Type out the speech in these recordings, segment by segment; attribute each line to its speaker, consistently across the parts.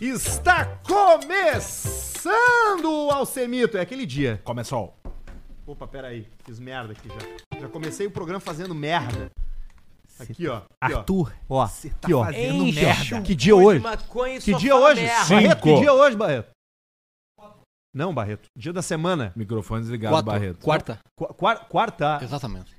Speaker 1: Está começando o Alcemito. É aquele dia.
Speaker 2: Começou.
Speaker 1: Opa, peraí. Fiz merda aqui já. Já comecei o programa fazendo merda. Aqui, ó. Aqui, ó.
Speaker 3: Arthur,
Speaker 1: Ó,
Speaker 3: cê
Speaker 1: aqui, ó.
Speaker 3: fazendo
Speaker 4: Enche a
Speaker 3: merda.
Speaker 4: chuva
Speaker 1: Que dia hoje?
Speaker 4: de maconha e
Speaker 1: Que
Speaker 4: só
Speaker 1: dia
Speaker 4: fala
Speaker 1: hoje?
Speaker 4: merda.
Speaker 2: Sim.
Speaker 1: Barreto, que
Speaker 2: Cinco.
Speaker 1: dia hoje, Barreto? Não, Barreto. Dia da semana.
Speaker 2: Microfone desligado,
Speaker 3: Quatro.
Speaker 2: Barreto.
Speaker 3: Quarta.
Speaker 1: Qu- quar- quarta.
Speaker 3: Exatamente.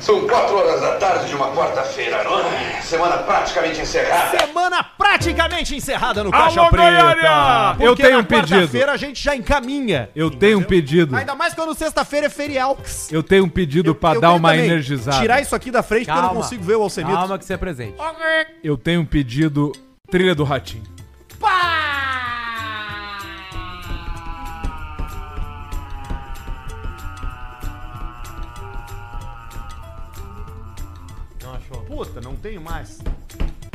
Speaker 5: São quatro horas da tarde de uma quarta-feira, não é? Semana praticamente encerrada.
Speaker 1: Semana praticamente encerrada no Caixa
Speaker 2: Alô,
Speaker 1: Preta.
Speaker 2: galera! Eu
Speaker 1: Porque
Speaker 2: tenho
Speaker 1: na
Speaker 2: um pedido.
Speaker 1: quarta-feira a gente já encaminha.
Speaker 2: Eu tenho um pedido.
Speaker 1: Ainda mais quando sexta-feira é ferialx.
Speaker 2: Eu tenho um pedido pra
Speaker 1: eu
Speaker 2: dar
Speaker 1: tenho
Speaker 2: uma
Speaker 1: também.
Speaker 2: energizada.
Speaker 1: Tirar isso aqui da frente porque eu não consigo ver o Alcemito.
Speaker 4: Calma que você é presente.
Speaker 2: Eu tenho um pedido. Trilha do Ratinho.
Speaker 4: Não achou.
Speaker 1: Puta, não tenho mais.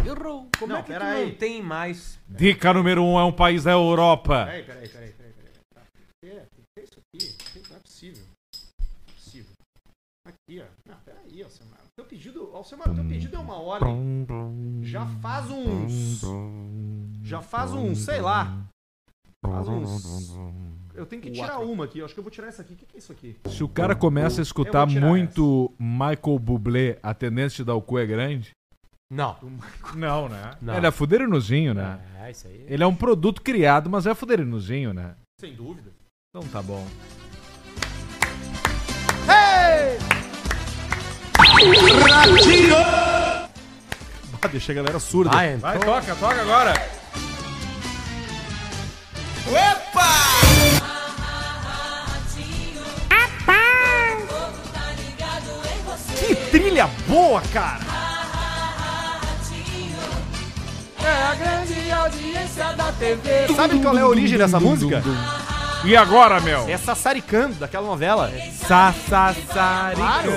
Speaker 4: Errou. Como
Speaker 1: Não,
Speaker 4: é que tu
Speaker 1: pera aí.
Speaker 4: não tem mais?
Speaker 2: Dica número um é um país da Europa.
Speaker 1: Peraí, peraí, peraí, peraí. peraí. É, tem que ter isso aqui. Não é possível. Não é possível. Aqui, ó. Não, peraí, Alcemar. Teu pedido, Alcemar, teu pedido é uma ordem. Já faz uns. Já faz uns, sei lá. Faz uns. Eu tenho que tirar uma aqui. Eu acho que eu vou tirar essa aqui. O que, que é isso aqui?
Speaker 2: Se o cara começa a
Speaker 1: Eu
Speaker 2: escutar
Speaker 1: vou tirar
Speaker 2: muito Michael Bublé, a tendência de dar o cu é grande?
Speaker 4: Não.
Speaker 2: Não, né?
Speaker 4: Não.
Speaker 2: Ele é fuderinozinho, né?
Speaker 4: É, isso aí.
Speaker 2: Ele é um produto criado, mas é fuderinozinho, né?
Speaker 1: Sem dúvida.
Speaker 2: Então tá bom.
Speaker 1: Ah, deixa a galera surda.
Speaker 4: Vai,
Speaker 2: Vai, toca, toca agora.
Speaker 1: Que trilha boa, cara! É a grande audiência da TV. Sabe qual é a origem dessa música?
Speaker 2: E agora, meu?
Speaker 1: É Sassaricando, daquela novela.
Speaker 4: Sa, sa, sa, ri-
Speaker 1: Claro!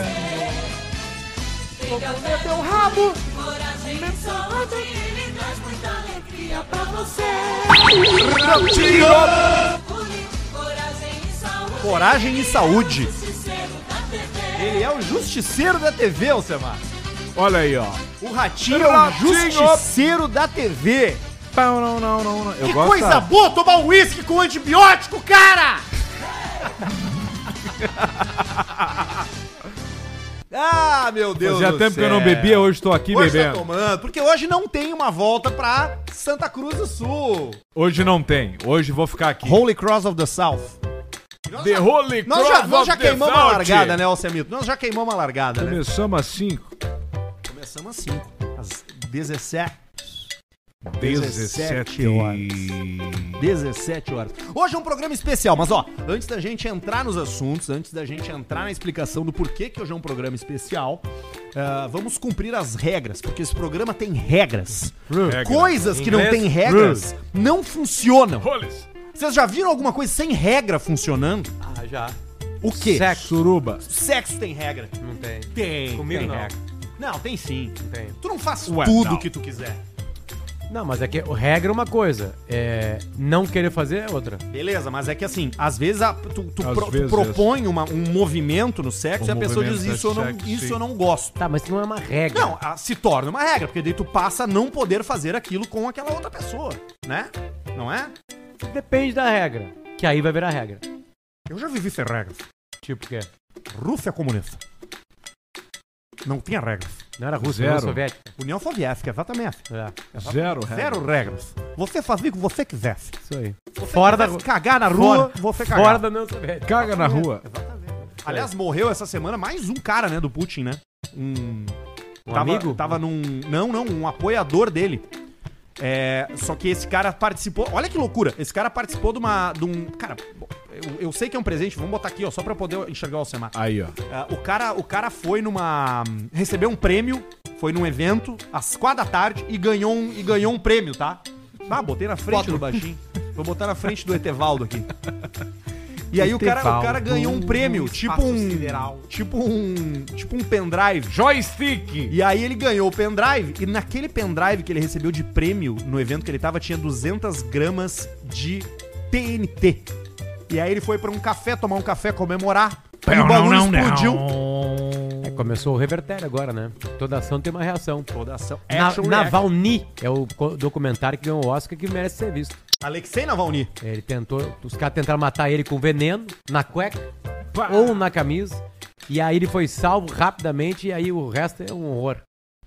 Speaker 1: Coragem e saúde. Ele é o justiceiro da TV, Alcemar.
Speaker 2: Olha aí, ó.
Speaker 1: O Ratinho é o
Speaker 2: Ratinho.
Speaker 1: justiceiro da TV.
Speaker 2: Não, não, não, não. não. Eu
Speaker 1: que
Speaker 2: gosto
Speaker 1: coisa boa tomar um uísque com antibiótico, cara! ah, meu Deus
Speaker 2: Fazia
Speaker 1: do
Speaker 2: tempo que eu não
Speaker 1: céu.
Speaker 2: bebia, hoje tô aqui
Speaker 1: Hoje tá
Speaker 2: bebendo.
Speaker 1: tomando, porque hoje não tem uma volta pra Santa Cruz do Sul.
Speaker 2: Hoje não tem. Hoje vou ficar aqui.
Speaker 1: Holy Cross of the South.
Speaker 2: The Holy
Speaker 1: Nós já,
Speaker 2: Cross
Speaker 1: nós
Speaker 2: of
Speaker 1: já
Speaker 2: the
Speaker 1: queimamos a
Speaker 2: South.
Speaker 1: largada, né, Alcemito? Nós já queimamos a largada, né?
Speaker 2: Começamos às 5.
Speaker 1: Começamos assim, às 17, 17
Speaker 2: 17
Speaker 1: horas.
Speaker 2: horas.
Speaker 1: 17 horas. Hoje é um programa especial, mas ó, antes da gente entrar nos assuntos, antes da gente entrar na explicação do porquê que hoje é um programa especial, ah, vamos cumprir as regras, porque esse programa tem regras.
Speaker 2: Regra.
Speaker 1: Coisas que não
Speaker 2: Inglês,
Speaker 1: têm regras não funcionam.
Speaker 2: Roles.
Speaker 1: Vocês já viram alguma coisa sem regra funcionando?
Speaker 4: Ah, já.
Speaker 1: O quê?
Speaker 4: Sexo.
Speaker 2: Suruba.
Speaker 1: Sexo tem regra.
Speaker 4: Não tem.
Speaker 1: Tem.
Speaker 4: Comigo
Speaker 1: tem
Speaker 4: não.
Speaker 1: regra. Não, tem sim.
Speaker 4: Não tem.
Speaker 1: Tu não faz
Speaker 2: Ué,
Speaker 1: tudo
Speaker 2: não.
Speaker 1: que tu quiser.
Speaker 4: Não, mas é que o regra é uma coisa. É. Não querer fazer é outra.
Speaker 1: Beleza, mas é que assim, às vezes a- tu, tu
Speaker 2: Às
Speaker 1: pro- tu
Speaker 2: vezes.
Speaker 1: propõe uma- um movimento no sexo
Speaker 2: Um
Speaker 1: e a pessoa diz
Speaker 2: movimento
Speaker 1: isso eu não,
Speaker 2: sexo,
Speaker 1: isso
Speaker 2: sim.
Speaker 1: eu não gosto.
Speaker 4: Tá, mas isso não é uma regra.
Speaker 1: Não, a- se torna uma regra, porque daí tu passa a não poder fazer aquilo com aquela outra pessoa, né? Não é?
Speaker 4: Depende da regra. Que aí vai virar regra.
Speaker 1: Eu já vivi sem regras.
Speaker 4: Tipo o quê?
Speaker 1: Rússia comunista. Não tinha regras.
Speaker 4: Não era russa,
Speaker 2: Zero.
Speaker 4: era soviética.
Speaker 1: União Soviética, exatamente.
Speaker 4: É,
Speaker 2: Zero, regra.
Speaker 1: Zero regras. Você fazia o que você quisesse.
Speaker 4: isso aí.
Speaker 1: Você
Speaker 4: Fora da
Speaker 1: quisesse
Speaker 4: ru-
Speaker 1: cagar na rua,
Speaker 4: Fora-
Speaker 1: você cagava.
Speaker 4: Fora da não soviética.
Speaker 2: Caga na rua.
Speaker 1: Aliás, morreu essa semana mais um cara, né, do Putin, né? Um.
Speaker 4: Um
Speaker 1: tava,
Speaker 4: amigo?
Speaker 1: Tava num. Não, não, um apoiador dele. É, só que esse cara participou. Olha que loucura! Esse cara participou de uma. De um, cara, eu, eu sei que é um presente, vamos botar aqui, ó, só pra eu poder enxergar o Alcemar.
Speaker 2: Aí, ó.
Speaker 1: Ah, o, cara, o cara foi numa. Recebeu um prêmio, foi num evento, às quatro da tarde, e ganhou um, e ganhou um prêmio, tá? Ah, botei na frente do baixinho. Vou botar na frente do Etevaldo aqui. E aí o cara, o cara ganhou um prêmio, tipo um. Tipo um. Tipo um pendrive.
Speaker 2: Joystick.
Speaker 1: E aí ele ganhou o pendrive, e naquele pendrive que ele recebeu de prêmio no evento que ele tava, tinha 200 gramas de TNT. E aí ele foi pra um café, tomar um café, comemorar, e o bagulho explodiu.
Speaker 4: É, Começou o revertério agora, né? Toda ação tem uma reação.
Speaker 1: Toda ação.
Speaker 4: Na,
Speaker 1: Action react.
Speaker 4: Navalny é o co- documentário que ganhou o Oscar que merece ser visto.
Speaker 1: Alexei Navalny.
Speaker 4: É, Ele tentou, os caras tentaram matar ele com veneno na cueca ou na camisa. E aí ele foi salvo rapidamente e aí o resto é um horror.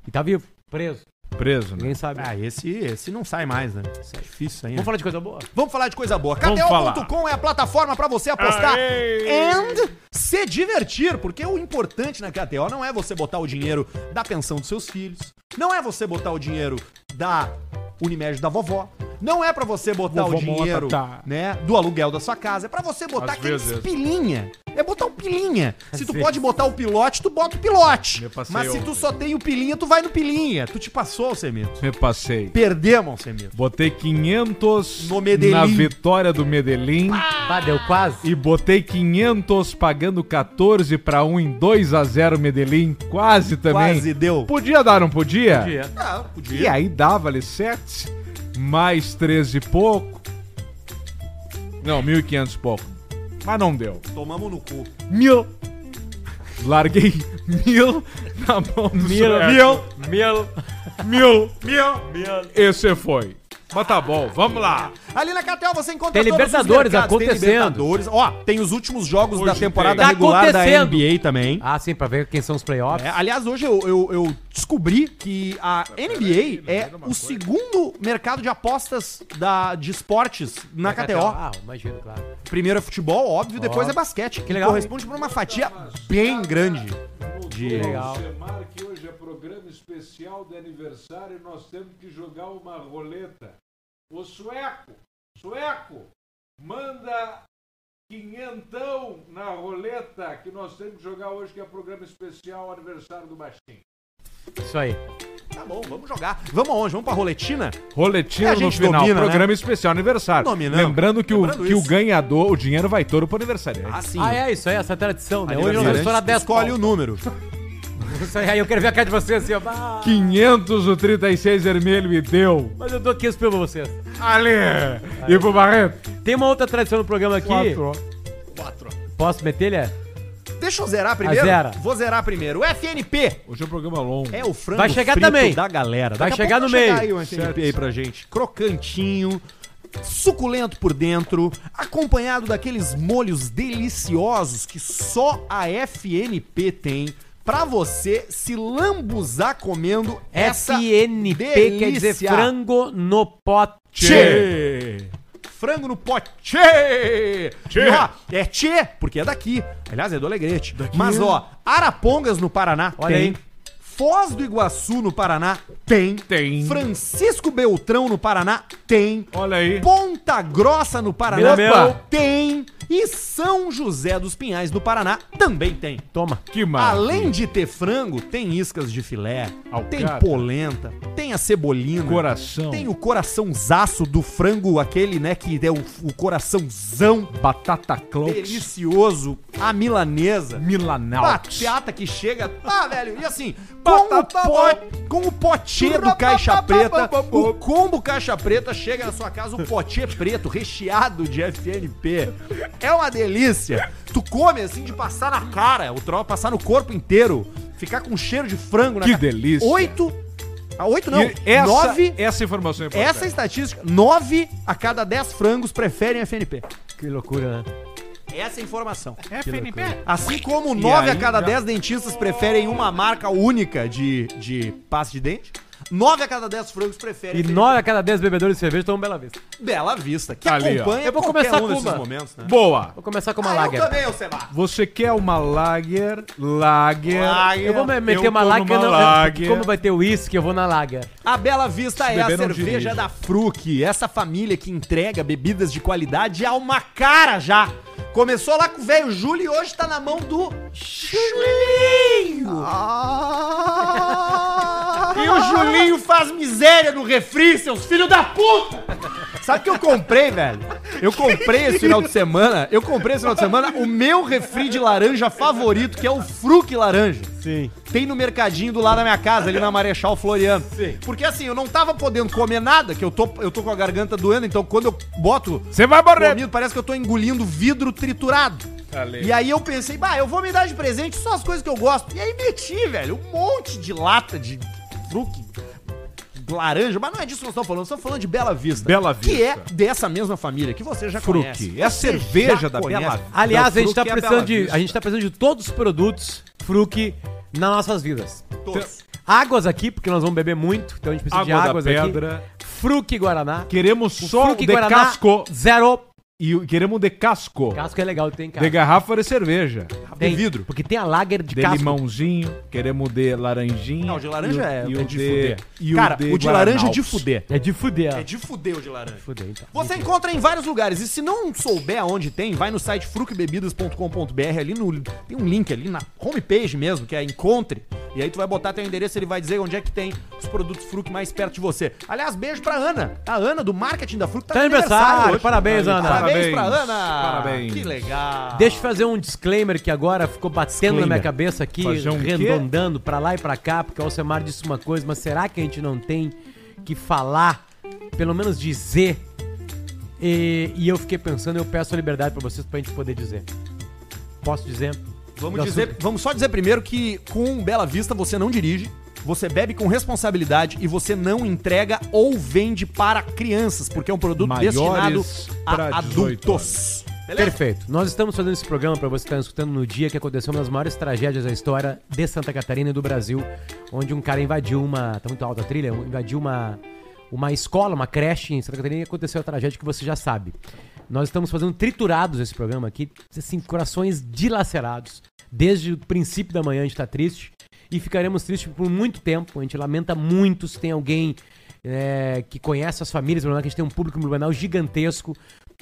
Speaker 4: E tá vivo, preso,
Speaker 2: Preso, né?
Speaker 4: ninguém sabe.
Speaker 1: Ah, esse, esse não sai mais, né? Isso é difícil ainda.
Speaker 4: Vamos falar de coisa boa?
Speaker 1: Vamos falar de coisa boa.
Speaker 6: Vamos falar.
Speaker 1: KTO.com é a plataforma pra você apostar and se divertir, porque o importante na KTO não é você botar o dinheiro da pensão dos seus filhos, não é você botar o dinheiro da Unimed da vovó, não é pra você botar
Speaker 6: Vovó
Speaker 1: o dinheiro
Speaker 6: Mota, tá.
Speaker 1: né, do aluguel da sua casa, é pra você botar
Speaker 2: Às
Speaker 1: aqueles
Speaker 2: vezes.
Speaker 1: pilinha. É botar um pilinha. Se tu
Speaker 4: vezes.
Speaker 1: pode botar o pilote, tu bota o pilote.
Speaker 2: Eu passei
Speaker 1: Mas se tu
Speaker 2: ontem.
Speaker 1: só tem o pilinha, tu vai no pilinha. Tu te passou, Alcemito.
Speaker 2: Repassei.
Speaker 1: Perdemos, Alcemito.
Speaker 2: Botei 500
Speaker 1: No Medellín.
Speaker 2: na vitória do Medellín.
Speaker 4: Ah, deu quase.
Speaker 2: E botei 500 pagando 14 pra 1 em 2 a 0 Medellín. Quase também.
Speaker 1: Quase deu.
Speaker 2: Podia dar, não podia?
Speaker 1: Ah,
Speaker 2: E
Speaker 1: podia.
Speaker 2: aí dava ali 7, mais 13 e pouco. Não, 1.500 e pouco. Mas não deu.
Speaker 1: Tomamos no cu.
Speaker 2: Mil. Larguei mil na mão do Suéter.
Speaker 4: Mil.
Speaker 2: Mil. Mil. Esse foi. Mas tá bom, vamos lá.
Speaker 1: Ali na KTO você encontra
Speaker 4: Tem
Speaker 1: todos os
Speaker 4: Libertadores
Speaker 1: mercados, tem
Speaker 4: acontecendo.
Speaker 1: Libertadores. Ó, tem os últimos jogos
Speaker 2: Hoje
Speaker 1: da temporada
Speaker 4: tem. Tá
Speaker 1: regular da
Speaker 4: acontecendo.
Speaker 1: NBA também.
Speaker 4: Ah, sim, pra ver quem são os playoffs.
Speaker 1: É, aliás, hoje eu, eu- eu descobri que a NBA é o segundo mercado de apostas da, de esportes na KTO.
Speaker 4: Ah, imagino, claro.
Speaker 1: Primeiro é futebol, óbvio, depois é basquete. Que
Speaker 4: legal.
Speaker 1: Corresponde por uma fatia bem grande.
Speaker 2: De
Speaker 4: legal.
Speaker 2: que hoje é programa especial de aniversário e nós temos que jogar uma roleta. O sueco, sueco, manda quinhentão na roleta que nós temos que jogar hoje que é programa especial aniversário do Baixinho.
Speaker 4: Isso aí.
Speaker 1: Tá bom, vamos jogar. Vamos aonde? Vamos pra roletina? É,
Speaker 2: Roletina
Speaker 1: a
Speaker 2: no
Speaker 1: gente
Speaker 2: final,
Speaker 1: domina, né?
Speaker 2: programa especial aniversário.
Speaker 1: Dominamos.
Speaker 2: Lembrando que, o,
Speaker 1: Lembrando
Speaker 2: que o
Speaker 1: isso.
Speaker 2: ganhador, o dinheiro vai todo pro aniversário.
Speaker 1: sim.
Speaker 4: Ah, é isso aí, essa tradição, né? Hoje eu
Speaker 1: Aniversariante,
Speaker 4: estou na 10
Speaker 1: Escolhe um. o número.
Speaker 4: Isso aí, aí eu quero ver a cara de vocês assim, ó. Ah,
Speaker 2: 500 o 36 vermelho me deu.
Speaker 4: Mas eu dou 15 pra vocês.
Speaker 2: Ali! E pro Barreto?
Speaker 4: Tem uma outra tradição no programa aqui. Posso meter, Lé?
Speaker 1: Deixa eu zerar primeiro.
Speaker 4: Ah, zera.
Speaker 1: Vou zerar primeiro. O FNP
Speaker 2: Hoje é um programa longo.
Speaker 1: é o frango
Speaker 4: Vai chegar
Speaker 1: frito
Speaker 4: também.
Speaker 1: da galera.
Speaker 4: Vai
Speaker 1: Daqui a
Speaker 4: chegar
Speaker 1: pouco
Speaker 4: no meio.
Speaker 1: aí o FNP aí pra gente. Crocantinho, suculento por dentro, acompanhado daqueles molhos deliciosos que só a FNP tem. Pra você se lambuzar comendo essa
Speaker 4: FNP quer dizer
Speaker 1: delícia.
Speaker 4: frango no pote.
Speaker 1: Tchê! Frango no pote. Tchê!
Speaker 2: Tchê!
Speaker 1: E, ó, é tchê, porque é daqui. Aliás, é do Alegrete. Mas, ó, Arapongas no Paraná
Speaker 4: Olha
Speaker 1: tem.
Speaker 4: aí.
Speaker 1: Foz do Iguaçu no Paraná tem.
Speaker 2: Tem.
Speaker 1: Francisco Beltrão no Paraná tem.
Speaker 2: Olha aí.
Speaker 1: Ponta Grossa no Paraná
Speaker 4: Meu, meu.
Speaker 1: tem. E São José dos Pinhais no Paraná também tem.
Speaker 4: Toma.
Speaker 2: Que maravilha.
Speaker 1: Além de ter frango, tem iscas de filé, tem
Speaker 2: Alcatra.
Speaker 1: polenta, tem a cebolina.
Speaker 2: Coração.
Speaker 1: Tem o coraçãozaço do frango, aquele, né, que é o, o coraçãozão
Speaker 2: Batata Cloaks.
Speaker 1: delicioso, a milanesa.
Speaker 2: Milanaux.
Speaker 1: Batata que chega. Ah, velho, e assim, com o, po, com o potê do caixa preta, o combo caixa preta chega na sua casa, o potê preto recheado de FNP. É uma delícia. Tu come assim de passar na cara, o troço passar no corpo inteiro, ficar com cheiro de frango na
Speaker 2: Que
Speaker 1: cara.
Speaker 2: delícia.
Speaker 1: Oito. Ah, oito não.
Speaker 2: E essa,
Speaker 1: nove.
Speaker 2: essa informação é importante.
Speaker 1: Essa estatística, 9 a cada 10 frangos preferem FNP.
Speaker 4: Que loucura, né?
Speaker 1: Essa é a informação.
Speaker 6: FNP?
Speaker 1: Assim como 9 a
Speaker 2: aí
Speaker 1: cada
Speaker 2: já-
Speaker 1: 10 dentistas preferem uma marca única de, de pasta de dente, 9 a cada 10 frangos preferem
Speaker 4: E
Speaker 1: FNP.
Speaker 4: 9 a cada 10 bebedores de cerveja tomam bela vista.
Speaker 1: Bela Vista, que
Speaker 2: Ali, ó.
Speaker 1: acompanha
Speaker 4: Eu vou
Speaker 1: qualquer
Speaker 4: começar
Speaker 1: um
Speaker 4: com
Speaker 1: desses
Speaker 4: uma.
Speaker 1: momentos, né?
Speaker 2: Boa.
Speaker 4: Vou começar com uma
Speaker 1: Ah,
Speaker 4: lager.
Speaker 1: Eu também, Alcemar.
Speaker 2: Você quer uma lager? Lager.
Speaker 1: Lager.
Speaker 4: Eu vou me- meter
Speaker 2: Eu
Speaker 4: uma
Speaker 2: tô
Speaker 4: lager,
Speaker 2: numa
Speaker 4: não,
Speaker 2: lager.
Speaker 4: Como vai ter uísque, eu vou na lager.
Speaker 1: A Bela Vista é a
Speaker 2: beber, não
Speaker 1: cerveja
Speaker 2: dirige.
Speaker 1: da Fruc, essa família que entrega bebidas de qualidade a uma cara já. Começou lá com o velho Júlio e hoje tá na mão do Julinho. e o Julinho faz miséria no refri, seus filhos da puta! Sabe o que eu comprei, velho? Eu comprei esse final de semana, eu comprei esse final de semana o meu refri de laranja favorito, que é o Fruc Laranja.
Speaker 4: Sim.
Speaker 1: Tem no mercadinho do lado da minha casa, ali na Marechal Floriano. Porque assim, eu não tava podendo comer nada, que eu tô, eu tô com a garganta doendo, então quando eu boto
Speaker 2: Você vai morrer. Tá
Speaker 1: comido, parece que eu tô engolindo vidro triturado.
Speaker 7: Ale.
Speaker 1: E aí eu pensei, bah, eu vou me dar de presente só as coisas que eu gosto. E aí meti, velho, um monte de lata de truque laranja, mas não é disso que nós estamos falando, nós estamos falando de Bela Vista.
Speaker 2: Bela
Speaker 1: Que é
Speaker 2: Vista.
Speaker 1: dessa mesma família, que você já
Speaker 2: Fruc.
Speaker 1: conhece.
Speaker 2: É a
Speaker 1: Você
Speaker 2: cerveja
Speaker 1: já
Speaker 2: da
Speaker 1: conhece.
Speaker 2: Bela Vista.
Speaker 4: Aliás, a gente tá
Speaker 2: Fruc é
Speaker 4: precisando
Speaker 2: Bela
Speaker 4: de.
Speaker 2: Vista.
Speaker 4: A gente tá precisando de todos os produtos Fruc nas nossas vidas.
Speaker 1: Todos.
Speaker 4: Águas aqui, porque nós vamos beber muito, então a gente precisa
Speaker 2: Água
Speaker 4: de
Speaker 2: da
Speaker 4: águas
Speaker 2: pedra.
Speaker 4: aqui. Fruc Guaraná.
Speaker 2: Queremos só o
Speaker 4: Fruc
Speaker 2: de
Speaker 4: Guaraná
Speaker 2: casco.
Speaker 4: Zero.
Speaker 2: E o- queremos o de casco.
Speaker 4: Casco é legal, tem
Speaker 2: De
Speaker 4: cara.
Speaker 2: garrafa de cerveja.
Speaker 4: Tem,
Speaker 2: De vidro.
Speaker 4: Porque tem a lager de,
Speaker 2: De
Speaker 4: casco.
Speaker 2: limãozinho. Queremos o de laranjinha.
Speaker 1: Não, o de laranja é-
Speaker 2: e o,
Speaker 1: é
Speaker 2: e o
Speaker 1: de
Speaker 2: de,
Speaker 1: fuder.
Speaker 2: E o
Speaker 1: Cara, o de laranja é de
Speaker 2: Guaranalps.
Speaker 1: fuder.
Speaker 4: É de fuder.
Speaker 1: É de fuder o de laranja.
Speaker 4: Fuder, então.
Speaker 1: Você encontra em vários lugares. E se não souber aonde tem, vai no site frucbebidas.com.br. Ali no. Tem um link ali na homepage mesmo, que é Encontre. E aí tu vai botar teu endereço, ele vai dizer onde é que tem os produtos Fruc mais perto de você. Aliás, beijo pra Ana. A Ana do marketing da Fruc tá
Speaker 4: Tá
Speaker 1: de
Speaker 4: aniversário,
Speaker 1: hoje.
Speaker 4: parabéns, Ana.
Speaker 1: Parabéns,
Speaker 2: Parabéns,
Speaker 1: pra Ana.
Speaker 2: parabéns.
Speaker 1: Que legal.
Speaker 4: Deixa eu fazer um disclaimer que agora ficou batendo na minha
Speaker 2: Disclaimer.
Speaker 4: cabeça aqui,
Speaker 2: Fazer um quê?
Speaker 4: redondando pra lá e pra cá, porque o Alcemar disse uma coisa, mas será que a gente não tem que falar, pelo menos dizer? E, e eu fiquei pensando, eu peço a liberdade pra vocês pra gente poder dizer. Posso dizer?
Speaker 1: Vamos,
Speaker 4: Do
Speaker 1: dizer,
Speaker 4: açúcar.
Speaker 1: vamos só dizer primeiro que com Bela Vista você não dirige, você bebe com responsabilidade e você não entrega ou vende para crianças, porque é um produto
Speaker 2: Maiores
Speaker 1: destinado
Speaker 2: pra
Speaker 1: a
Speaker 2: 18
Speaker 1: adultos. Beleza?
Speaker 4: Perfeito. Nós estamos fazendo esse programa para você que está escutando no dia que aconteceu uma das maiores tragédias da história de Santa Catarina e do Brasil, onde um cara invadiu uma. Tá muito alta a trilha? Invadiu uma, uma escola, uma creche em Santa Catarina e aconteceu a tragédia que você já sabe. Nós estamos fazendo triturados esse programa aqui, assim, corações dilacerados. Desde o princípio da manhã a gente tá triste e ficaremos tristes por muito tempo. A gente lamenta muito se tem alguém é, que conhece as famílias, Blumenau, que a gente tem um público em Blumenau gigantesco,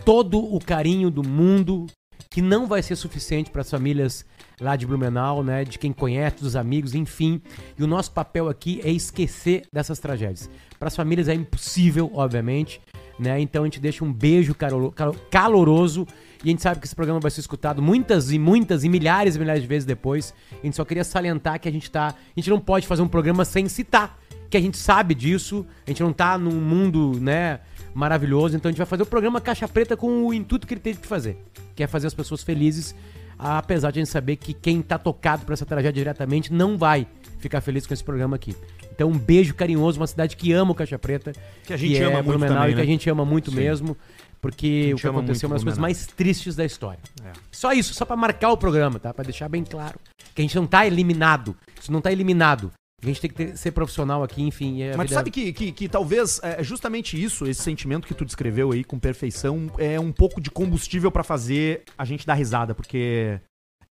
Speaker 4: todo o carinho do mundo, que não vai ser suficiente para as famílias lá de Blumenau, né, de quem conhece, dos amigos, enfim. E o nosso papel aqui é esquecer dessas tragédias. Para as famílias é impossível, obviamente, né? Então a gente deixa um beijo carolo- calo- caloroso e a gente sabe que esse programa vai ser escutado muitas e muitas e milhares e milhares de vezes depois. A gente só queria salientar que a gente tá, a gente não pode fazer um programa sem citar que a gente sabe disso, a gente não tá num mundo, né, maravilhoso, então a gente vai fazer o programa Caixa Preta com o intuito que ele teve que fazer, que é fazer as pessoas felizes, apesar de a gente saber que quem tá tocado por essa tragédia diretamente não vai ficar feliz com esse programa aqui. Então um beijo carinhoso, uma cidade que ama o Caixa Preta,
Speaker 1: Que a gente ama muito
Speaker 4: Blumenau
Speaker 1: também,
Speaker 4: e que a
Speaker 1: né?
Speaker 4: gente ama muito mesmo, porque o que
Speaker 2: ama
Speaker 4: aconteceu é uma das
Speaker 2: muito
Speaker 4: coisas
Speaker 2: Blumenau.
Speaker 4: mais tristes da história.
Speaker 1: É.
Speaker 4: Só isso, só pra marcar o programa, tá? Pra deixar bem claro que a gente não tá eliminado, isso não tá eliminado. A gente tem que ter- ser profissional aqui, enfim. É a
Speaker 1: Mas tu
Speaker 4: vida-
Speaker 1: sabe que, que, que talvez é justamente isso, esse sentimento que tu descreveu aí com perfeição, é um pouco de combustível pra fazer a gente dar risada, porque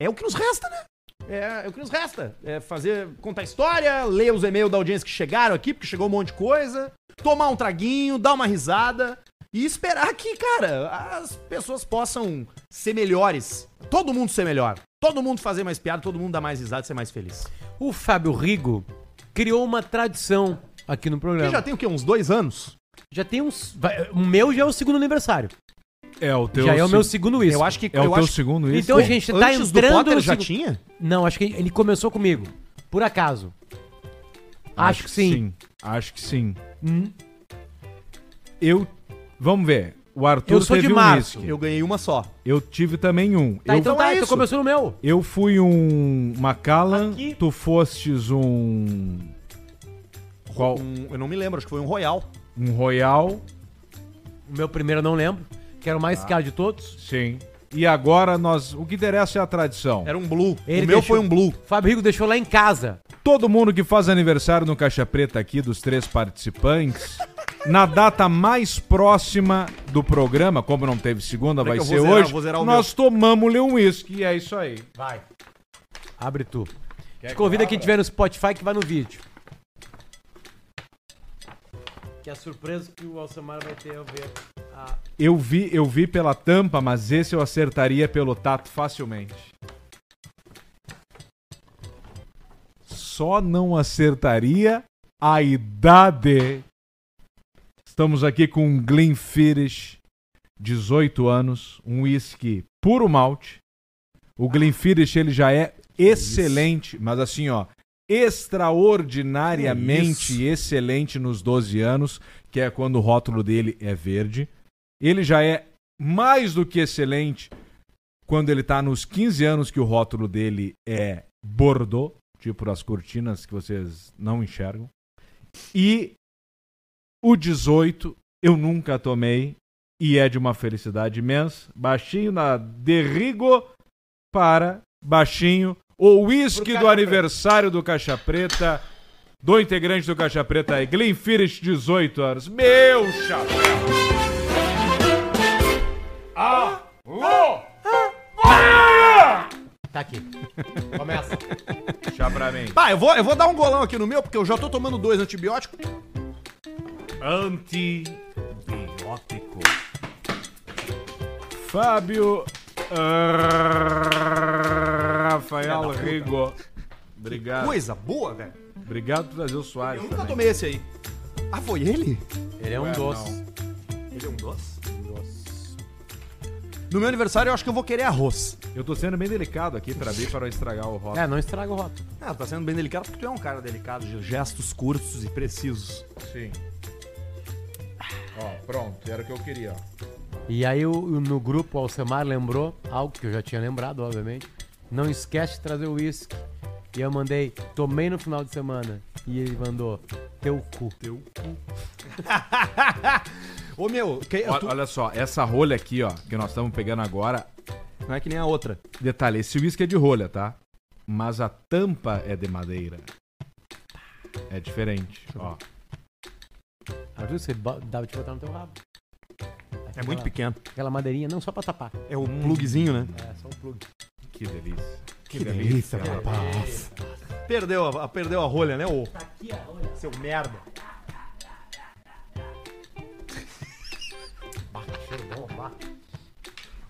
Speaker 1: é o que nos resta, né? É, é o que nos resta. É fazer, contar história, ler os e-mails da audiência que chegaram aqui, porque chegou um monte de coisa, tomar um traguinho, dar uma risada e esperar que, cara, as pessoas possam ser melhores. Todo mundo ser melhor. Todo mundo fazer mais piada, todo mundo dar mais risada e ser mais feliz.
Speaker 4: é- O Fábio Rigo criou uma tradição aqui no
Speaker 1: Eu
Speaker 4: programa.
Speaker 1: já
Speaker 4: Já...
Speaker 1: tem o quê? Uns dois anos?
Speaker 4: tem uns. vai- O meu já é o segundo aniversário.
Speaker 2: É o teu.
Speaker 4: já é o
Speaker 2: se-
Speaker 4: meu segundo isso.
Speaker 1: Eu acho que.
Speaker 2: É
Speaker 1: eu
Speaker 2: o teu
Speaker 1: acho
Speaker 2: segundo isso.
Speaker 4: Então a gente tá
Speaker 1: Antes do
Speaker 4: entrando.
Speaker 1: Potter
Speaker 4: no
Speaker 1: já
Speaker 4: segu-
Speaker 1: tinha?
Speaker 4: Não, acho que ele começou comigo. Por acaso. Acho, que sim.
Speaker 2: Acho que sim.
Speaker 4: Hum.
Speaker 2: Eu. Vamos ver. O Arthur
Speaker 4: Eu sou de
Speaker 2: teve um
Speaker 4: março.
Speaker 2: whisky.
Speaker 1: Eu ganhei uma só.
Speaker 2: Eu tive também um.
Speaker 4: Tá,
Speaker 2: eu,
Speaker 4: então,
Speaker 1: então
Speaker 4: tá,
Speaker 1: é
Speaker 4: então
Speaker 1: isso.
Speaker 4: começou no meu.
Speaker 2: eu fui um Macallan,
Speaker 4: Aqui.
Speaker 2: tu fostes um. Qual?
Speaker 1: Um- eu não me lembro, acho que foi um Royal.
Speaker 2: Um Royal,
Speaker 4: O meu primeiro eu não lembro. Que era o mais caro de todos.
Speaker 2: sim. E agora nós. O que interessa é a tradição.
Speaker 1: Era um Blue.
Speaker 4: Ele
Speaker 1: o meu
Speaker 4: deixou-
Speaker 1: foi um Blue.
Speaker 4: O Fábio Rigo deixou lá em casa.
Speaker 2: Todo mundo que faz aniversário no Caixa Preta aqui, dos três participantes, na data mais próxima do programa, como não teve segunda,
Speaker 1: Peraí
Speaker 2: vai
Speaker 1: é que eu
Speaker 2: ser
Speaker 1: vou zerar,
Speaker 2: hoje,
Speaker 1: eu vou zerar o
Speaker 2: nós tomamos-lhe um uísque. E é isso aí.
Speaker 4: Vai. Abre tu. Te convida quem tiver no Spotify que vai no vídeo. Que é a surpresa que o Alcemar vai ter ao ver a...
Speaker 2: Eu vi, eu vi pela tampa, mas esse eu acertaria pelo tato facilmente. Só não acertaria a idade. Estamos aqui com um Glenfiddich, 18 anos, um whisky puro malte. O Glenfiddich ele já é excelente, mas assim, ó, extraordinariamente excelente nos 12 anos, que é quando o rótulo dele é verde ele já é mais do que excelente quando ele tá nos 15 anos que o rótulo dele é Bordeaux, tipo das cortinas que vocês não enxergam. E o 18 eu nunca tomei e é de uma felicidade imensa. Baixinho na Derrigo para Baixinho, o uísque do aniversário do Caixa Preta, do integrante do Caixa Preta aí, Glenfiddich, 18 anos. Meu chapéu! Alô!
Speaker 4: Tá aqui. Começa.
Speaker 2: Chá pra mim.
Speaker 1: Pá, eu vou, eu vou dar um golão aqui no meu, porque eu já tô tomando dois antibióticos.
Speaker 2: Antibiótico. Fábio ah, Rafael Rigo. Obrigado.
Speaker 1: Coisa boa, velho.
Speaker 2: Obrigado por trazer o Soares.
Speaker 1: Eu nunca
Speaker 2: também.
Speaker 1: tomei esse aí. Ah, foi ele?
Speaker 4: Ele é um
Speaker 2: Ué,
Speaker 4: doce.
Speaker 1: Ele é um doce? No meu aniversário, eu acho que eu vou querer arroz.
Speaker 2: Eu tô sendo bem delicado aqui pra mim, para não estragar o rótulo.
Speaker 4: É, não estraga o rótulo.
Speaker 1: Ah, tá sendo bem delicado porque tu é um cara delicado, de gestos curtos e precisos.
Speaker 2: Sim. Ó, pronto, era o que eu queria, ó.
Speaker 4: E aí o- o- no grupo o Alcemar lembrou algo que eu já tinha lembrado, obviamente. Não esquece de trazer o uísque. E eu mandei, tomei no final de semana. E ele mandou, teu cu.
Speaker 1: Ô, meu, que-
Speaker 2: Olha,
Speaker 1: tu-
Speaker 2: olha só, essa rolha aqui, ó, que nós estamos pegando agora.
Speaker 1: não é que nem a outra.
Speaker 2: Detalhe, esse uísque é de rolha, tá? Mas a tampa é de madeira. É diferente,
Speaker 1: Tá
Speaker 2: ó.
Speaker 4: Arthur, Tá você bo- dava te botar no teu rabo.
Speaker 1: É muito pequeno.
Speaker 4: Aquela madeirinha, não só pra tapar.
Speaker 1: É o plugzinho, né?
Speaker 4: É, só o plug.
Speaker 2: Que delícia.
Speaker 1: Que, delícia, rapaz. Perdeu a, a- perdeu a rolha, né, ô? Tá aqui a rolha. Seu merda. tá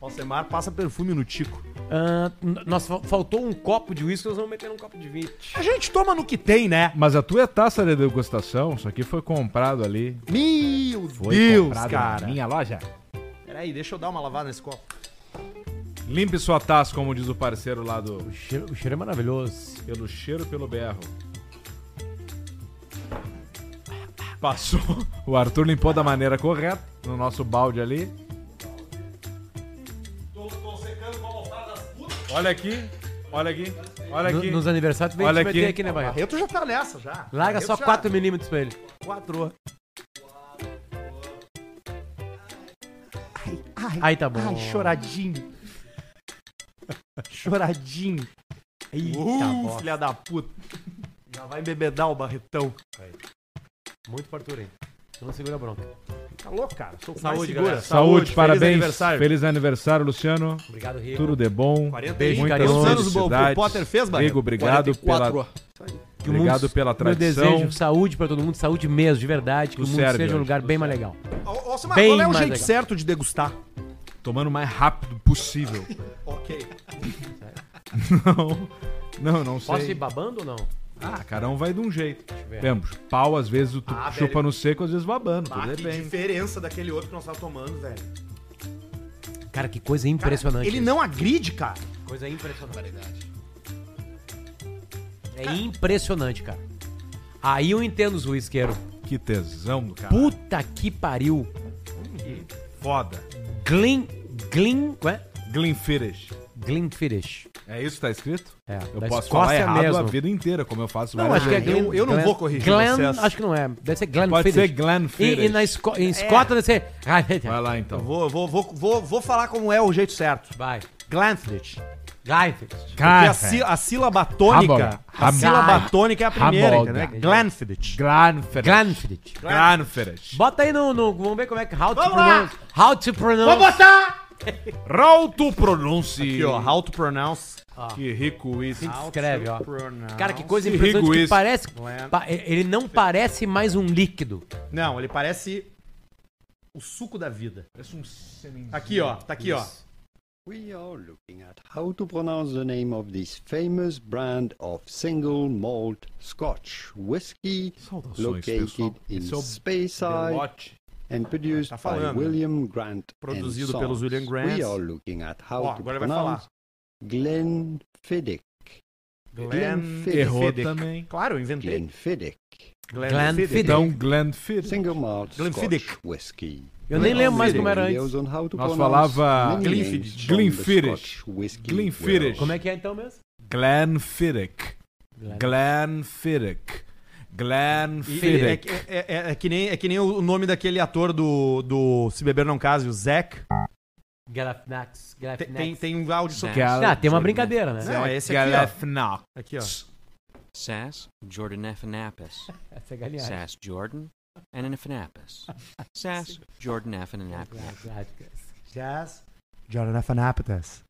Speaker 1: Alcemar passa perfume no tico.
Speaker 4: Ah, n- nós fa- faltou um copo de uísque, nós vamos meter num copo de vinho.
Speaker 1: A gente toma no que tem, né?
Speaker 2: Mas a tua é taça de degustação, isso aqui foi comprado ali.
Speaker 1: Meu
Speaker 2: Foi
Speaker 1: Deus,
Speaker 2: comprado
Speaker 1: cara.
Speaker 2: na minha loja.
Speaker 1: Peraí, deixa eu dar uma lavada nesse copo.
Speaker 2: Limpe sua taça, como diz o parceiro lá do
Speaker 4: O cheiro, o cheiro é maravilhoso.
Speaker 2: Pelo cheiro, pelo berro. Passou. O Arthur limpou da maneira correta, no nosso balde ali. Olha aqui, olha aqui, olha
Speaker 4: No-
Speaker 2: aqui.
Speaker 4: nos aniversários vem
Speaker 2: Olha
Speaker 4: te meter
Speaker 2: aqui.
Speaker 4: aqui, né, Barreto?
Speaker 1: Barreto já tá nessa, já.
Speaker 4: Larga
Speaker 1: Barreto
Speaker 4: só
Speaker 1: já-
Speaker 4: 4 milímetros pra ele.
Speaker 1: Quatro.
Speaker 4: Aí tá bom.
Speaker 1: Ai, choradinho. choradinho. Eita,
Speaker 4: bosta.
Speaker 1: filha da puta. Já vai embebedar o barretão.
Speaker 4: Muito partura aí. Tu não segura a bronca.
Speaker 1: Tá louco, cara. Sou o cara
Speaker 4: Saúde,
Speaker 1: segura.
Speaker 4: galera.
Speaker 2: Saúde, parabéns.
Speaker 1: Feliz aniversário.
Speaker 2: Feliz aniversário, Luciano.
Speaker 4: Obrigado, Rio.
Speaker 2: Tudo de bom.
Speaker 1: 40
Speaker 4: Beijo,
Speaker 1: e
Speaker 4: carinhoso.
Speaker 1: quantos
Speaker 4: anos
Speaker 1: o Bob
Speaker 2: felicidades.
Speaker 1: Potter fez, Barreto?
Speaker 2: Amigo, obrigado
Speaker 1: 44.
Speaker 2: pela, obrigado pela tradição.
Speaker 4: Meu desejo, saúde pra todo mundo, saúde mesmo, de verdade. Que
Speaker 2: Tu
Speaker 4: o mundo
Speaker 2: serve
Speaker 4: seja um
Speaker 2: hoje,
Speaker 4: lugar
Speaker 2: tu
Speaker 4: bem mais legal.
Speaker 1: Ó, ó, Samar,
Speaker 4: Bem
Speaker 1: qual é o
Speaker 4: mais
Speaker 1: jeito
Speaker 4: legal.
Speaker 1: certo de degustar?
Speaker 2: Tomando o mais rápido possível.
Speaker 1: Ok.
Speaker 2: não, não, não sei.
Speaker 4: Posso ir babando ou não?
Speaker 2: Ah, cada um vai de um jeito.
Speaker 4: ver.
Speaker 2: Temos pau, às vezes tu
Speaker 1: Ah,
Speaker 2: chupa
Speaker 1: velho.
Speaker 2: no seco, às vezes babando.
Speaker 1: Bah,
Speaker 2: tudo
Speaker 1: Ah, que
Speaker 2: bem.
Speaker 1: diferença daquele outro que nós tava tomando, velho.
Speaker 4: Cara, que coisa
Speaker 1: Cara,
Speaker 4: impressionante. né?
Speaker 1: Ele
Speaker 4: isso.
Speaker 1: não agride, cara.
Speaker 4: Coisa impressionante. É impressionante, cara. Aí eu entendo os uísqueiros.
Speaker 2: Que tesão do cara.
Speaker 4: Puta que pariu.
Speaker 2: foda.
Speaker 4: Glen. Glen. Qual é?
Speaker 2: Glenfiddich.
Speaker 4: Glenfiddich.
Speaker 2: É isso que tá escrito?
Speaker 4: É,
Speaker 2: Eu
Speaker 4: da
Speaker 2: posso falar
Speaker 4: Escócia
Speaker 2: errado a
Speaker 4: mesmo.
Speaker 2: vida inteira, como eu faço
Speaker 4: Não,
Speaker 2: várias
Speaker 4: acho que é
Speaker 2: vezes.
Speaker 4: Glen.
Speaker 1: Eu- eu não
Speaker 4: Glen-
Speaker 1: vou corrigir
Speaker 4: Glen,
Speaker 1: vocês.
Speaker 4: acho que não é. Deve ser Glenn
Speaker 2: Pode ser
Speaker 4: Fiddich.
Speaker 2: Glenfiddich.
Speaker 4: E, e na Esco- em Escócia deve ser.
Speaker 2: Vai lá
Speaker 1: Eu
Speaker 2: então.
Speaker 1: vou, vou, vou, vou, vou falar como é o jeito certo.
Speaker 4: Vai.
Speaker 1: Glanfiddich.
Speaker 4: Glenfiddich.
Speaker 1: Porque assim, a, sí- a sílaba tônica,
Speaker 2: Hamburger.
Speaker 1: a sílaba
Speaker 4: Hamburger.
Speaker 1: tônica é a primeira,
Speaker 2: Hamburger.
Speaker 1: entendeu? Glanfiddich.
Speaker 2: Glenfiddich.
Speaker 4: Glenfiddich.
Speaker 2: Glenfiddich.
Speaker 4: Bota aí no, no. Vamos ver como é que. How to
Speaker 1: Vamos lá.
Speaker 4: pronounce. How to pronounce.
Speaker 1: botar!
Speaker 2: Rauto pronunce.
Speaker 1: Aqui, ó, how to pronounce.
Speaker 2: Que rico isso.
Speaker 4: How Escreve, ó.
Speaker 1: pronounce.
Speaker 4: Cara, que coisa
Speaker 2: Se
Speaker 4: impressionante
Speaker 2: rigo
Speaker 4: que
Speaker 2: isso.
Speaker 4: parece.
Speaker 1: Não é?
Speaker 4: pa- ele não parece mais um líquido.
Speaker 1: Não, ele parece o suco da vida.
Speaker 2: Parece um
Speaker 1: Aqui, ó, tá aqui, ó.
Speaker 8: We are looking at how to pronounce the name of this famous brand of single malt Scotch whiskey
Speaker 2: Saudações, pessoal.
Speaker 8: located in
Speaker 2: Esse é o
Speaker 8: Speyside
Speaker 2: Belote.
Speaker 8: and produced
Speaker 1: Tá
Speaker 8: by
Speaker 1: falando.
Speaker 8: William Grant.
Speaker 1: Produzido
Speaker 8: and
Speaker 1: pelos
Speaker 8: Sons.
Speaker 1: William Grant.
Speaker 8: We are looking at how
Speaker 1: Ó,
Speaker 8: to
Speaker 1: agora ele vai
Speaker 8: pronounce
Speaker 1: falar.
Speaker 8: Glenfiddich.
Speaker 1: Glenfiddich.
Speaker 2: Errou
Speaker 1: Glenfiddich.
Speaker 2: também.
Speaker 1: Claro, eu inventei.
Speaker 8: Glenfiddich.
Speaker 4: Glenfiddich.
Speaker 2: Então, Glenfiddich.
Speaker 8: Single malt
Speaker 1: Glenfiddich.
Speaker 8: Scotch whiskey.
Speaker 4: Eu nem lembro mais como era antes.
Speaker 8: Videos on how to
Speaker 2: Nós
Speaker 8: pronounce
Speaker 2: falava
Speaker 8: many
Speaker 1: Glenfiddich.
Speaker 8: names from the
Speaker 2: Glenfiddich.
Speaker 8: Scotch whisky
Speaker 2: Glenfiddich.
Speaker 8: world.
Speaker 4: Como é que é então mesmo?
Speaker 2: Glenfiddich.
Speaker 1: E
Speaker 2: Glenfiddich.
Speaker 1: É, que-
Speaker 2: Glenfiddich.
Speaker 1: é- é- é que nem, é que nem o nome daquele ator do, do Se Beber Não Case, o Zac.
Speaker 4: Galafnax.
Speaker 1: Tem, tem, tem um áudio sobre
Speaker 2: Next.
Speaker 4: Ah, tem uma brincadeira, né?
Speaker 1: Não, é esse aqui,
Speaker 2: Galefnax.
Speaker 1: ó. Aqui, ó.
Speaker 9: Sass, Jordan Athanapis.
Speaker 4: Essa é galinhagem.
Speaker 9: Sass Jordan and an Athanapis. Sass Jordan Athanapis.
Speaker 1: Jazz. Jordanapanapatas.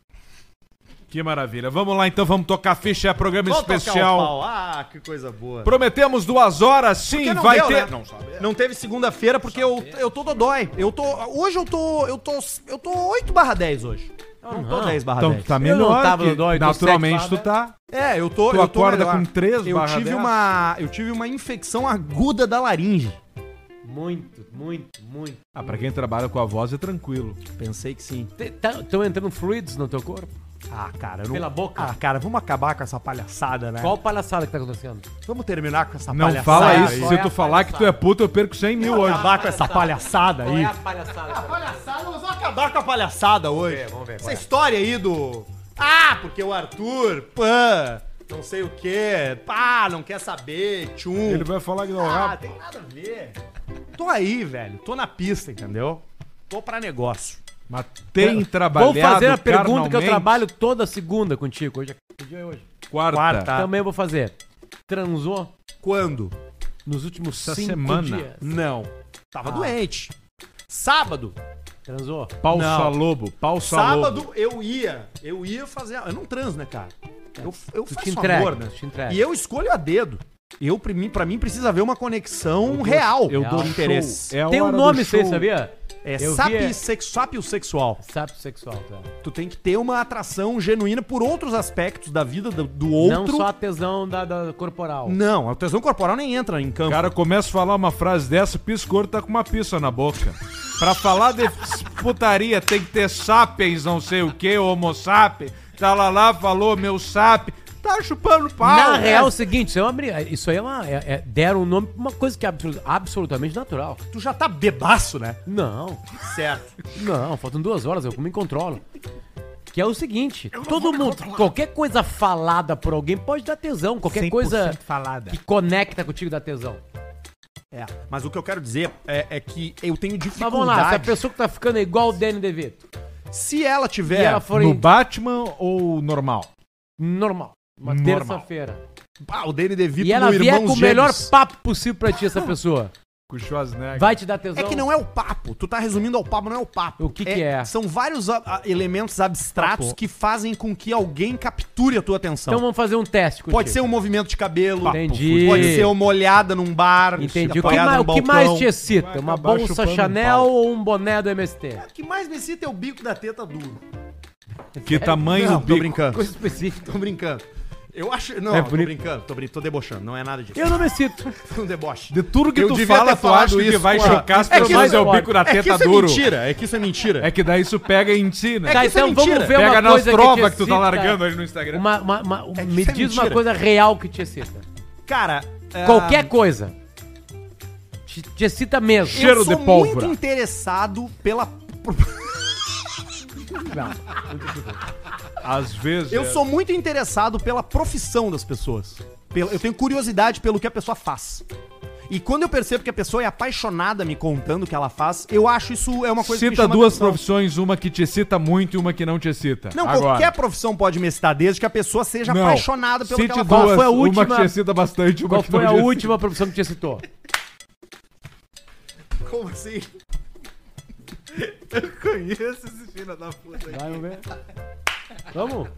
Speaker 2: Que maravilha. Vamos lá então, vamos tocar a ficha, é programa especial.
Speaker 1: Especial. Ah, que coisa boa.
Speaker 2: Prometemos duas horas, sim,
Speaker 1: Porque não
Speaker 2: vai
Speaker 1: deu,
Speaker 2: ter.
Speaker 1: né? Não teve segunda-feira porque eu, eu tô dodói. Eu tô. Hoje eu tô. Eu tô. Eu tô 8 barra 10 hoje. Eu não tô 10 barra
Speaker 2: Então
Speaker 1: 10.
Speaker 2: tá
Speaker 4: Eu
Speaker 2: melhor.
Speaker 4: não tava
Speaker 2: que
Speaker 4: no dói, tô
Speaker 2: naturalmente
Speaker 4: sete barra
Speaker 2: tu tá.
Speaker 1: É, eu tô.
Speaker 2: Tu
Speaker 1: eu tô
Speaker 2: acorda
Speaker 1: melhor.
Speaker 2: com três
Speaker 1: eu
Speaker 2: barra
Speaker 1: tive
Speaker 2: 10?
Speaker 1: uma Eu tive uma infecção aguda da laringe.
Speaker 4: Muito, muito, muito.
Speaker 2: Ah, pra quem trabalha com a voz é tranquilo.
Speaker 1: Pensei que sim.
Speaker 4: Estão tá, entrando fluidos no teu corpo?
Speaker 1: Ah, cara. eu
Speaker 4: Pela boca?
Speaker 1: Ah, cara, vamos acabar com essa palhaçada, né?
Speaker 4: Qual palhaçada que tá acontecendo?
Speaker 1: Vamos terminar com essa
Speaker 2: Não
Speaker 1: palhaçada.
Speaker 2: fala
Speaker 1: aí.
Speaker 2: isso, se tu falar que tu é puto, eu perco 100 mil
Speaker 1: Vamos
Speaker 2: hoje.
Speaker 1: acabar com essa palhaçada aí.
Speaker 4: é a palhaçada?
Speaker 1: é
Speaker 4: tá
Speaker 1: palhaçada, nós vamos acabar com a palhaçada hoje.
Speaker 4: vamos ver,
Speaker 1: Essa
Speaker 4: qual é.
Speaker 1: história aí do. Ah, porque o Arthur, pã, não sei o quê, pá, não quer saber, tchum.
Speaker 2: Ele vai falar que não é.
Speaker 1: Ah,
Speaker 2: rapa.
Speaker 1: tem nada a ver. Tô aí, velho, tô na pista, entendeu? Tô pra negócio.
Speaker 2: Mas tem trabalhado
Speaker 4: Vou fazer a pergunta que eu
Speaker 2: carnalmente?
Speaker 4: trabalho toda segunda contigo. Hoje é- que dia é hoje.
Speaker 2: Quarta.
Speaker 1: Quarta. Tá.
Speaker 4: Também vou fazer. Transou
Speaker 1: Quando?
Speaker 4: nos últimos
Speaker 2: Essa
Speaker 4: cinco
Speaker 2: semana.
Speaker 4: dias.
Speaker 1: Não. Tava doente. Sábado.
Speaker 4: Transou.
Speaker 2: Pausa
Speaker 1: Não.
Speaker 2: lobo,
Speaker 4: um
Speaker 2: pausa
Speaker 1: sábado
Speaker 2: lobo.
Speaker 1: eu ia. Eu ia fazer. Eu não transo, né, cara? Eu, eu
Speaker 4: Tu
Speaker 1: faço
Speaker 4: te entrega,
Speaker 1: amor, né?
Speaker 4: tu te entrega.
Speaker 1: E eu escolho a dedo. Eu, pra mim, pra mim precisa haver uma conexão real
Speaker 2: Eu
Speaker 1: de
Speaker 2: dou
Speaker 1: interesse.
Speaker 2: show. É a
Speaker 4: Tem um
Speaker 2: hora do
Speaker 4: nome isso aí,
Speaker 2: show.
Speaker 4: sabia?
Speaker 1: É
Speaker 4: Eu
Speaker 1: sapi,
Speaker 4: vi-
Speaker 1: sexo, sapio sexual.
Speaker 4: Sapo sexual, tá?
Speaker 1: Tu tem que ter uma atração genuína por outros aspectos da vida do, do
Speaker 4: Não
Speaker 1: outro.
Speaker 4: só a tesão da, da corporal.
Speaker 1: Não, a tesão corporal nem entra em
Speaker 2: O
Speaker 1: campo.
Speaker 2: cara começa a falar uma frase dessa, pisca o olho, tá com uma pista na boca. Pra falar de putaria tem que ter sapiens, não sei o que, homo sapiens. Tá lá lá, falou, meu sap. Tá chupando pau.
Speaker 4: Na
Speaker 2: né?
Speaker 4: real, é o seguinte, isso, é uma, isso aí é uma. é- é- deram um nome pra uma coisa que é absolu- absolutamente natural.
Speaker 1: Tu já tá bebaço, né?
Speaker 4: Não,
Speaker 1: Certo.
Speaker 4: não, faltam duas horas, eu me controlo. Que é o seguinte, todo mundo, qualquer coisa falada por alguém pode dar tesão, qualquer coisa
Speaker 2: falada.
Speaker 4: que conecta contigo dá tesão.
Speaker 1: É. Mas o que eu quero dizer é, é que eu tenho
Speaker 4: Mas
Speaker 1: dificuldade.
Speaker 4: vamos lá, se a pessoa que tá ficando é igual o Danny DeVito,
Speaker 1: Se ela tiver.
Speaker 4: e ela for
Speaker 2: No
Speaker 4: em
Speaker 2: Batman ou normal?
Speaker 4: normal, uma
Speaker 2: Normal.
Speaker 4: terça-feira,
Speaker 1: Ah, o Danny DeVito
Speaker 4: e ela
Speaker 1: no
Speaker 4: vier com
Speaker 1: Irmãos
Speaker 4: o melhor
Speaker 1: Gêmeos.
Speaker 4: papo possível pra ti, essa pessoa,
Speaker 2: Com o Schwarzenegger.
Speaker 4: vai te dar tesão?
Speaker 1: É que não é o papo. Tu tá resumindo ao papo, não é o papo.
Speaker 4: O que que é?
Speaker 1: São vários a- a- elementos abstratos
Speaker 4: Papo.
Speaker 1: que fazem com que alguém capture a tua atenção.
Speaker 4: Então vamos fazer um teste contigo.
Speaker 1: pode ser um movimento de cabelo.
Speaker 4: Entendi.
Speaker 1: Pode ser uma olhada num bar.
Speaker 4: Entendi. O que,
Speaker 1: apoiada
Speaker 4: mais,
Speaker 1: no
Speaker 4: o que
Speaker 1: balcão.
Speaker 4: mais te excita?
Speaker 2: Vai
Speaker 4: Uma
Speaker 2: acabar
Speaker 4: bolsa
Speaker 2: chupando um
Speaker 4: Chanel
Speaker 2: pau.
Speaker 4: ou um boné do MST?
Speaker 1: O que mais me excita é o bico da teta duro.
Speaker 2: Que tamanho
Speaker 1: não,
Speaker 2: do
Speaker 1: tô
Speaker 2: bico?
Speaker 1: brincando.
Speaker 4: Coisa específica.
Speaker 1: Tô brincando. Eu acho. Não,
Speaker 4: É
Speaker 1: tô
Speaker 4: bonito.
Speaker 1: brincando, tô, brin- tô debochando. Não é nada disso.
Speaker 4: Eu não me excito.
Speaker 2: É
Speaker 1: Um deboche.
Speaker 2: De tudo que
Speaker 1: Eu
Speaker 2: tu
Speaker 1: devia
Speaker 2: fala,
Speaker 1: ter
Speaker 2: tu
Speaker 1: falado
Speaker 2: acha que
Speaker 1: isso
Speaker 2: vai
Speaker 1: com a-
Speaker 2: chocar as
Speaker 4: É que
Speaker 2: pessoas
Speaker 4: isso-
Speaker 2: é o bico da
Speaker 1: é que
Speaker 2: teta
Speaker 1: isso é
Speaker 2: duro.
Speaker 1: mentira. É que isso é mentira.
Speaker 2: É que daí isso pega em ti, né?
Speaker 1: É
Speaker 4: Tá,
Speaker 1: que isso é
Speaker 4: então vamos
Speaker 1: mentira.
Speaker 4: ver
Speaker 2: Pega
Speaker 4: uma
Speaker 2: nas
Speaker 4: coisa
Speaker 2: trovas que,
Speaker 4: te
Speaker 2: tu tá
Speaker 4: excita.
Speaker 2: largando ali no Instagram.
Speaker 4: Uma, uma- uma-
Speaker 1: É que
Speaker 4: me
Speaker 1: isso é
Speaker 4: diz uma
Speaker 1: mentira.
Speaker 4: coisa real que te excita.
Speaker 1: Cara.
Speaker 2: Ah.
Speaker 1: é,
Speaker 4: Qualquer coisa. Te, te excita mesmo.
Speaker 2: Cheiro
Speaker 1: eu sou
Speaker 2: de pólvora.
Speaker 1: muito interessado pela.
Speaker 2: Às vezes.
Speaker 1: Eu
Speaker 2: é.
Speaker 1: sou muito interessado pela profissão das pessoas. Pela- Eu tenho curiosidade pelo que a pessoa faz. E quando eu percebo que a pessoa é apaixonada me contando o que ela faz, eu acho isso é uma coisa que me
Speaker 2: Cita
Speaker 1: chama
Speaker 2: duas
Speaker 1: atenção.
Speaker 2: profissões, uma que te excita muito e uma que não te excita.
Speaker 1: Não, qualquer profissão pode me citar, desde que a pessoa seja
Speaker 2: Não.
Speaker 1: apaixonada pelo
Speaker 2: Cite
Speaker 1: que ela faz.
Speaker 4: Qual
Speaker 2: duas,
Speaker 4: foi a
Speaker 2: uma que
Speaker 4: última-
Speaker 2: te excita bastante, uma
Speaker 4: Qual
Speaker 2: que
Speaker 4: foi
Speaker 2: não
Speaker 4: a
Speaker 2: te excita.
Speaker 4: última profissão que te excitou?
Speaker 1: Como assim? Eu conheço esse filho da puta aí.
Speaker 4: Vamos ver. Vamos?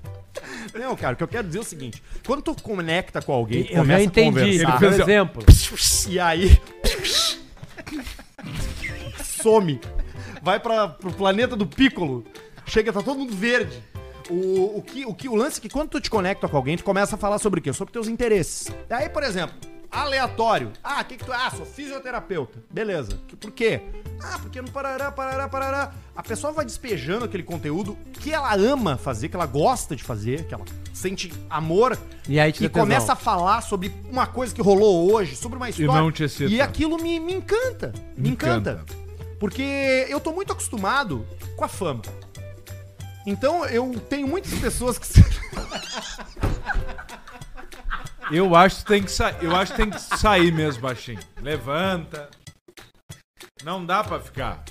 Speaker 1: Não, cara, o que eu quero dizer é o seguinte: quando tu conecta com alguém, tu
Speaker 4: Eu já entendi. assim.
Speaker 1: conversar,
Speaker 2: assim,
Speaker 4: Por exemplo.
Speaker 1: E aí. some. Vai pra, pro planeta do Piccolo. Chega, tá todo mundo verde. O, o, que, o, que, o lance é que quando tu te conecta com alguém, tu começa a falar sobre o quê? Sobre teus interesses. Daí, por exemplo, aleatório. Ah, o que, que tu. Ah, sou fisioterapeuta. Beleza. Que- Por quê? Ah, porque não parará, parará, parará. A pessoa vai despejando aquele conteúdo que ela ama fazer, que ela gosta de fazer, que ela sente amor.
Speaker 4: E aí te
Speaker 1: e
Speaker 4: dá tesão.
Speaker 1: começa a falar sobre uma coisa que rolou hoje, sobre uma história.
Speaker 2: não te excita.
Speaker 1: E aquilo me, me encanta. Me
Speaker 2: Encanta.
Speaker 1: encanta. Porque eu tô muito acostumado com a fama. Então eu tenho muitas pessoas que.
Speaker 2: Eu acho que tem que sair. Eu acho que tem que sair mesmo, baixinho. Levanta. Não dá pra ficar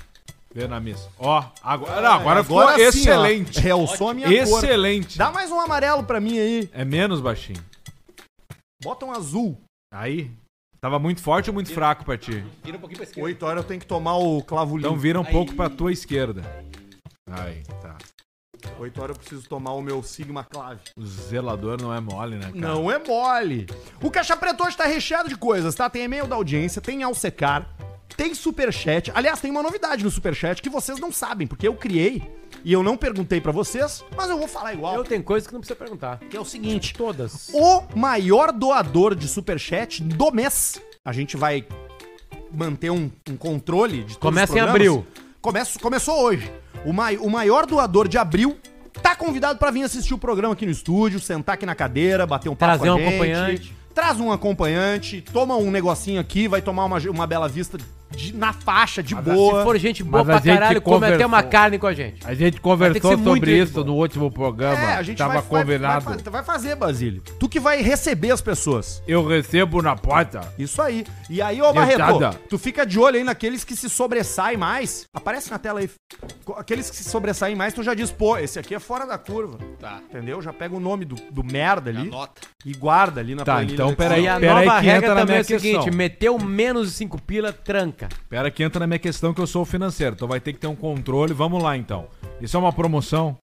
Speaker 2: vendo a missa. Ó, agora, não,
Speaker 1: É,
Speaker 2: agora,
Speaker 1: Agora
Speaker 2: ficou
Speaker 1: sim, ó,
Speaker 2: excelente.
Speaker 1: realçou a minha cor.
Speaker 2: excelente.
Speaker 1: Dá mais um amarelo pra mim aí.
Speaker 2: É menos baixinho.
Speaker 1: Bota um azul.
Speaker 2: Aí, tava muito forte ou muito fraco pra ti?
Speaker 4: Vira um pouquinho pra esquerda.
Speaker 1: 8 horas eu tenho que tomar o clavulinho.
Speaker 2: Então vira um pouco pra tua esquerda. Aí, tá.
Speaker 1: 8 horas eu preciso tomar o meu Sigma Clave.
Speaker 2: O zelador não é mole, né, cara?
Speaker 1: Não é mole. O Caixa Preto hoje tá recheado de coisas, tá? Tem e-mail da audiência, tem Alcecar, tem Superchat. Aliás, tem uma novidade no Superchat que vocês não sabem, porque eu criei e eu não perguntei pra vocês, mas eu vou falar igual.
Speaker 4: Eu tenho coisas que não precisa perguntar.
Speaker 1: Que é o seguinte,
Speaker 4: Todas.
Speaker 1: o maior doador de Superchat do mês. A gente vai manter um, um controle de todos
Speaker 4: Começa em
Speaker 1: programas.
Speaker 4: abril.
Speaker 1: Começa, começou hoje. O, mai, o maior doador de abril tá convidado pra vir assistir o programa aqui no estúdio, sentar aqui na cadeira, bater um papo
Speaker 4: Trazer
Speaker 1: com a
Speaker 4: um
Speaker 1: gente,
Speaker 4: acompanhante.
Speaker 1: Traz um acompanhante, toma um negocinho aqui, vai tomar uma, uma bela vista de- na faixa, de boa.
Speaker 4: Se for gente boa
Speaker 2: Mas a
Speaker 4: pra
Speaker 2: gente
Speaker 4: caralho, come até
Speaker 2: conversou.
Speaker 4: uma carne com a gente.
Speaker 2: A gente
Speaker 4: Vai ter que
Speaker 2: conversou
Speaker 4: ser muito
Speaker 2: sobre
Speaker 4: gente
Speaker 2: isso
Speaker 4: boa.
Speaker 2: no último programa.
Speaker 1: É, a gente
Speaker 2: Tava
Speaker 1: vai, vai-
Speaker 2: combinado.
Speaker 1: Vai, fa- vai fazer, Basílio. Tu que vai receber as pessoas.
Speaker 2: Eu recebo na porta.
Speaker 1: Isso aí. E aí, ô
Speaker 2: Dentada.
Speaker 1: Barreto, tu fica de olho aí naqueles que se sobressaem mais. Aparece na tela aí. Co- Aqueles que se sobressaem mais, tu já diz, pô, esse aqui é fora da curva.
Speaker 10: Tá.
Speaker 1: Entendeu? Já pega o nome do, do merda ali
Speaker 10: Anota.
Speaker 1: e guarda ali na
Speaker 2: Tá,
Speaker 1: planilha
Speaker 2: então,
Speaker 1: do Excel.
Speaker 2: Pera aí,
Speaker 4: e a
Speaker 2: pera aí
Speaker 4: nova
Speaker 2: que entra
Speaker 4: regra
Speaker 2: na
Speaker 4: também
Speaker 2: minha
Speaker 4: é o seguinte:
Speaker 2: questão.
Speaker 4: meteu menos de 5 pila, tranca.
Speaker 2: Pera que entra na minha questão que eu sou o financeiro, então vai ter que ter um controle. Vamos lá então. Isso é uma promoção?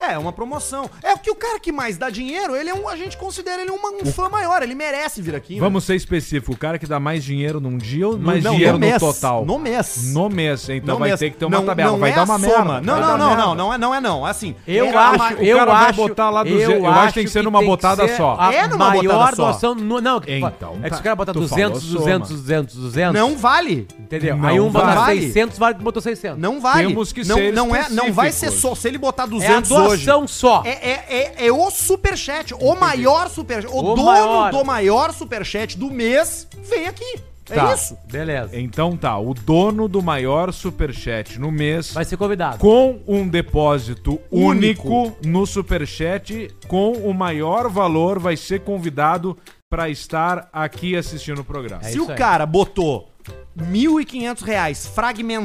Speaker 1: É, é uma promoção. É o que o cara que mais dá dinheiro, ele é um. A gente considera ele uma- um fã maior, ele merece vir aqui. né?
Speaker 2: Vamos ser específico. O cara que dá mais dinheiro num dia ou
Speaker 1: No-
Speaker 2: mais
Speaker 1: não,
Speaker 2: dinheiro
Speaker 1: no
Speaker 2: no,
Speaker 1: mês,
Speaker 2: total?
Speaker 1: no mês.
Speaker 2: No mês, então
Speaker 1: Não
Speaker 2: vai
Speaker 1: mesmo.
Speaker 2: ter que ter uma
Speaker 1: Não-
Speaker 2: tabela.
Speaker 1: não
Speaker 2: vai
Speaker 1: é
Speaker 2: dar
Speaker 1: a
Speaker 2: uma
Speaker 1: soma.
Speaker 2: merda.
Speaker 1: Não,
Speaker 2: vai
Speaker 1: não,
Speaker 2: dar
Speaker 1: não,
Speaker 2: merda.
Speaker 1: não, não é, não é não. Assim,
Speaker 4: Eu
Speaker 1: é a
Speaker 4: acho,
Speaker 1: ma-
Speaker 4: eu
Speaker 2: cara vai
Speaker 4: acho,
Speaker 2: botar lá duze- eu acho que tem que ser numa botada só.
Speaker 4: A
Speaker 1: É numa
Speaker 4: maior
Speaker 1: botada só.
Speaker 4: doação, no- não,
Speaker 2: Então,
Speaker 4: é que
Speaker 2: tá.
Speaker 4: os caras botam
Speaker 2: Tu
Speaker 4: 200,
Speaker 2: falou
Speaker 4: 200,
Speaker 2: soma.
Speaker 4: 200, 200,
Speaker 1: Não vale.
Speaker 4: entendeu?
Speaker 2: Não
Speaker 4: Aí um botou
Speaker 1: vale.
Speaker 4: 600, vale que botou 600.
Speaker 1: Não vale.
Speaker 2: Temos que
Speaker 1: não,
Speaker 2: ser
Speaker 1: não é, não vai ser
Speaker 2: específicos.
Speaker 1: só. Se ele botar
Speaker 4: é a
Speaker 1: 200 hoje.
Speaker 4: doação só.
Speaker 1: É, é, é, é o superchat. O maior superchat. O,
Speaker 4: O
Speaker 1: dono
Speaker 4: maior.
Speaker 1: do maior superchat do mês vem aqui. É
Speaker 2: Tá.
Speaker 1: isso.
Speaker 4: Beleza.
Speaker 2: Então tá, o dono do maior superchat no mês,
Speaker 4: Vai ser convidado.
Speaker 2: com um depósito único, no superchat, com o maior valor, vai ser convidado pra estar aqui assistindo o programa.
Speaker 4: É
Speaker 1: Se o
Speaker 4: isso aí.
Speaker 1: cara botou R$ 1.500 reais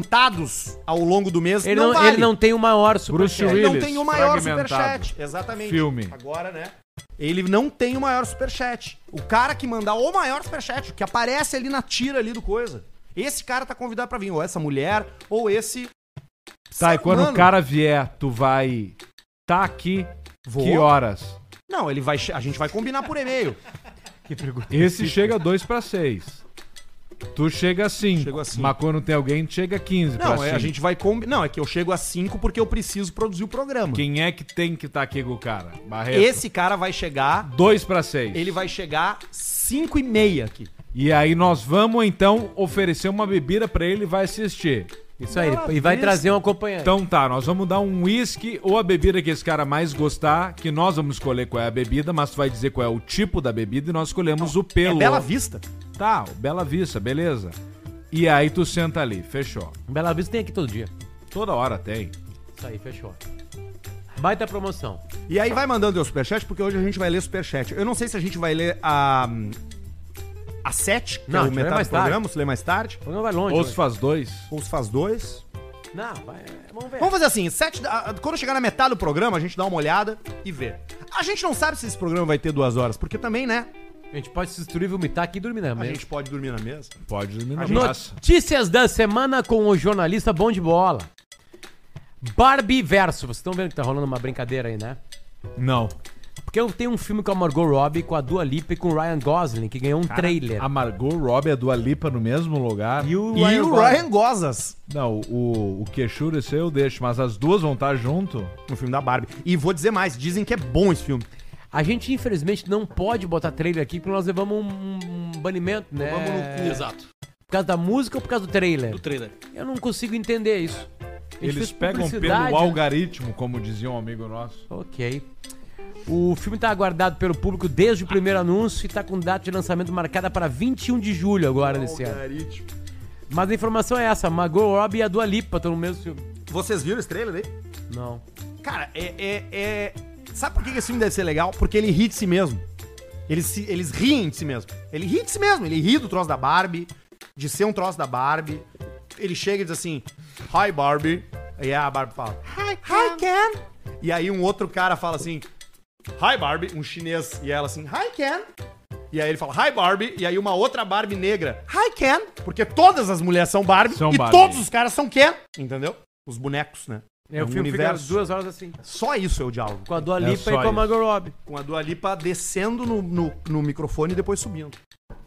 Speaker 1: fragmentados ao longo do mês,
Speaker 4: Ele não,
Speaker 1: vale.
Speaker 4: ele não tem o maior
Speaker 2: Bruce
Speaker 4: superchat.
Speaker 1: Ele não
Speaker 2: Willis,
Speaker 1: tem o maior
Speaker 2: fragmentado.
Speaker 1: superchat. Exatamente.
Speaker 2: Filme.
Speaker 1: Agora, né? Ele não tem o maior superchat. O cara que mandar o maior superchat, que aparece ali na tira ali do coisa. Esse cara tá convidado pra vir, ou essa mulher, ou esse.
Speaker 2: Tá, e
Speaker 1: Sabe,
Speaker 2: quando
Speaker 1: mano,
Speaker 2: o cara vier, tu vai tá aqui
Speaker 1: Vou.
Speaker 2: que horas?
Speaker 1: Não, ele vai. che- A gente vai combinar por e-mail. que pergunta.
Speaker 2: Esse chega 2 pra 6. Tu chega a 5.
Speaker 1: Chego a cinco.
Speaker 2: Mas quando tem alguém, tu chega 15 pra
Speaker 1: Não, é, a
Speaker 2: cinco.
Speaker 1: gente vai combinar. Não, é que eu chego às 5 porque eu preciso produzir o programa.
Speaker 2: Quem é que tem que tá aqui com o cara? Barreto.
Speaker 1: Esse cara vai chegar.
Speaker 2: 2 pra 6.
Speaker 1: Ele vai chegar 5 e meia aqui.
Speaker 2: E aí nós vamos então oferecer uma bebida pra ele e vai assistir.
Speaker 4: Isso aí. E vai trazer um acompanhante.
Speaker 2: Então tá, nós vamos dar um uísque ou a bebida que esse cara mais gostar, que nós vamos escolher qual é a bebida, mas tu vai dizer qual é o tipo da bebida e nós escolhemos o
Speaker 1: É
Speaker 2: pelo.
Speaker 1: Bela Vista.
Speaker 2: Tá, o Bela Vista, beleza. E aí tu senta ali, fechou.
Speaker 4: Bela Vista tem aqui todo dia.
Speaker 2: Toda hora tem.
Speaker 4: Isso aí, fechou. Baita promoção.
Speaker 1: E aí vai mandando o superchat, porque hoje a gente vai ler superchat. Eu não sei se a gente vai ler a. A 7, que
Speaker 4: Não, a
Speaker 1: é o
Speaker 4: gente vai
Speaker 1: metade
Speaker 4: mais
Speaker 1: do
Speaker 4: tarde.
Speaker 1: programa, se lê mais tarde.
Speaker 4: Não vai longe.
Speaker 2: Ou
Speaker 4: hoje.
Speaker 2: se faz dois.
Speaker 1: Ou se faz dois.
Speaker 4: Não, vai, é, vamos ver.
Speaker 1: Vamos fazer assim, sete, da- quando chegar na metade do programa, a gente dá uma olhada e vê. A gente não sabe se esse programa vai ter duas horas, porque também, né?
Speaker 4: A gente pode se destruir, vomitar aqui e dormir né? na
Speaker 1: A
Speaker 4: mesa.
Speaker 1: gente pode dormir na mesa.
Speaker 2: Pode dormir na praça.
Speaker 4: Notícias da semana com o jornalista Bom de Bola. Barbie Verso. Vocês estão vendo que tá rolando uma brincadeira aí, né?
Speaker 2: Não.
Speaker 4: Porque eu tenho um filme com a Margot Robbie, com a Dua Lipa e com o Ryan Gosling, que ganhou um trailer.
Speaker 2: A Margot Robbie e a Dua Lipa no mesmo lugar.
Speaker 4: o
Speaker 1: E o
Speaker 4: Gosling.
Speaker 1: Ryan Gozas
Speaker 2: Não, o, o queixudo esse aí eu deixo, mas as duas vão estar junto.
Speaker 1: no filme da Barbie. E vou dizer mais, dizem que é bom esse filme.
Speaker 4: A gente, infelizmente, não pode botar trailer aqui porque nós levamos um, um banimento, né?
Speaker 1: Vamos no cu.
Speaker 10: Exato.
Speaker 4: Por causa da música ou por causa do trailer?
Speaker 10: Do trailer.
Speaker 4: Eu não consigo entender isso. A gente
Speaker 2: Eles
Speaker 4: fez
Speaker 2: pegam
Speaker 4: publicidade, né?
Speaker 2: pelo algaritmo, como dizia um amigo nosso.
Speaker 4: Ok. O filme está aguardado pelo público desde tá um o primeiro anúncio e está com data de lançamento marcada para 21 de julho agora desse ano. Mas a informação é essa: Margot Robbie e a Dua Lipa estão no mesmo filme.
Speaker 1: Vocês viram esse trailer aí?
Speaker 4: Não.
Speaker 1: Cara, é, é, é- Sabe por que que esse filme deve ser legal? Porque ele ri de si mesmo. Eles, se- eles riem de si mesmo. Ele ri de si mesmo. Ele ri do troço da Barbie, de ser um troço da Barbie. Ele chega e diz assim, Hi, Barbie. E a Barbie fala, Hi, Hi, Ken. E aí um outro cara fala assim, Hi, Barbie. Um chinês. E ela assim, Hi, Ken. E aí ele fala, Hi, Barbie. E aí uma outra Barbie negra, Hi, Ken. Porque todas as mulheres são Barbie
Speaker 2: São
Speaker 1: e
Speaker 2: Barbie.
Speaker 1: todos os caras são Ken. Entendeu? Os bonecos, né?
Speaker 4: É, o
Speaker 1: um
Speaker 4: filme fica
Speaker 1: universo.
Speaker 4: duas horas assim.
Speaker 1: Só isso é o diálogo.
Speaker 4: Com a Dua
Speaker 2: É
Speaker 4: Lipa
Speaker 2: só
Speaker 4: e com a
Speaker 2: isso.
Speaker 4: Margot Robbie.
Speaker 1: Com a Dua Lipa descendo no, no, no microfone e depois subindo.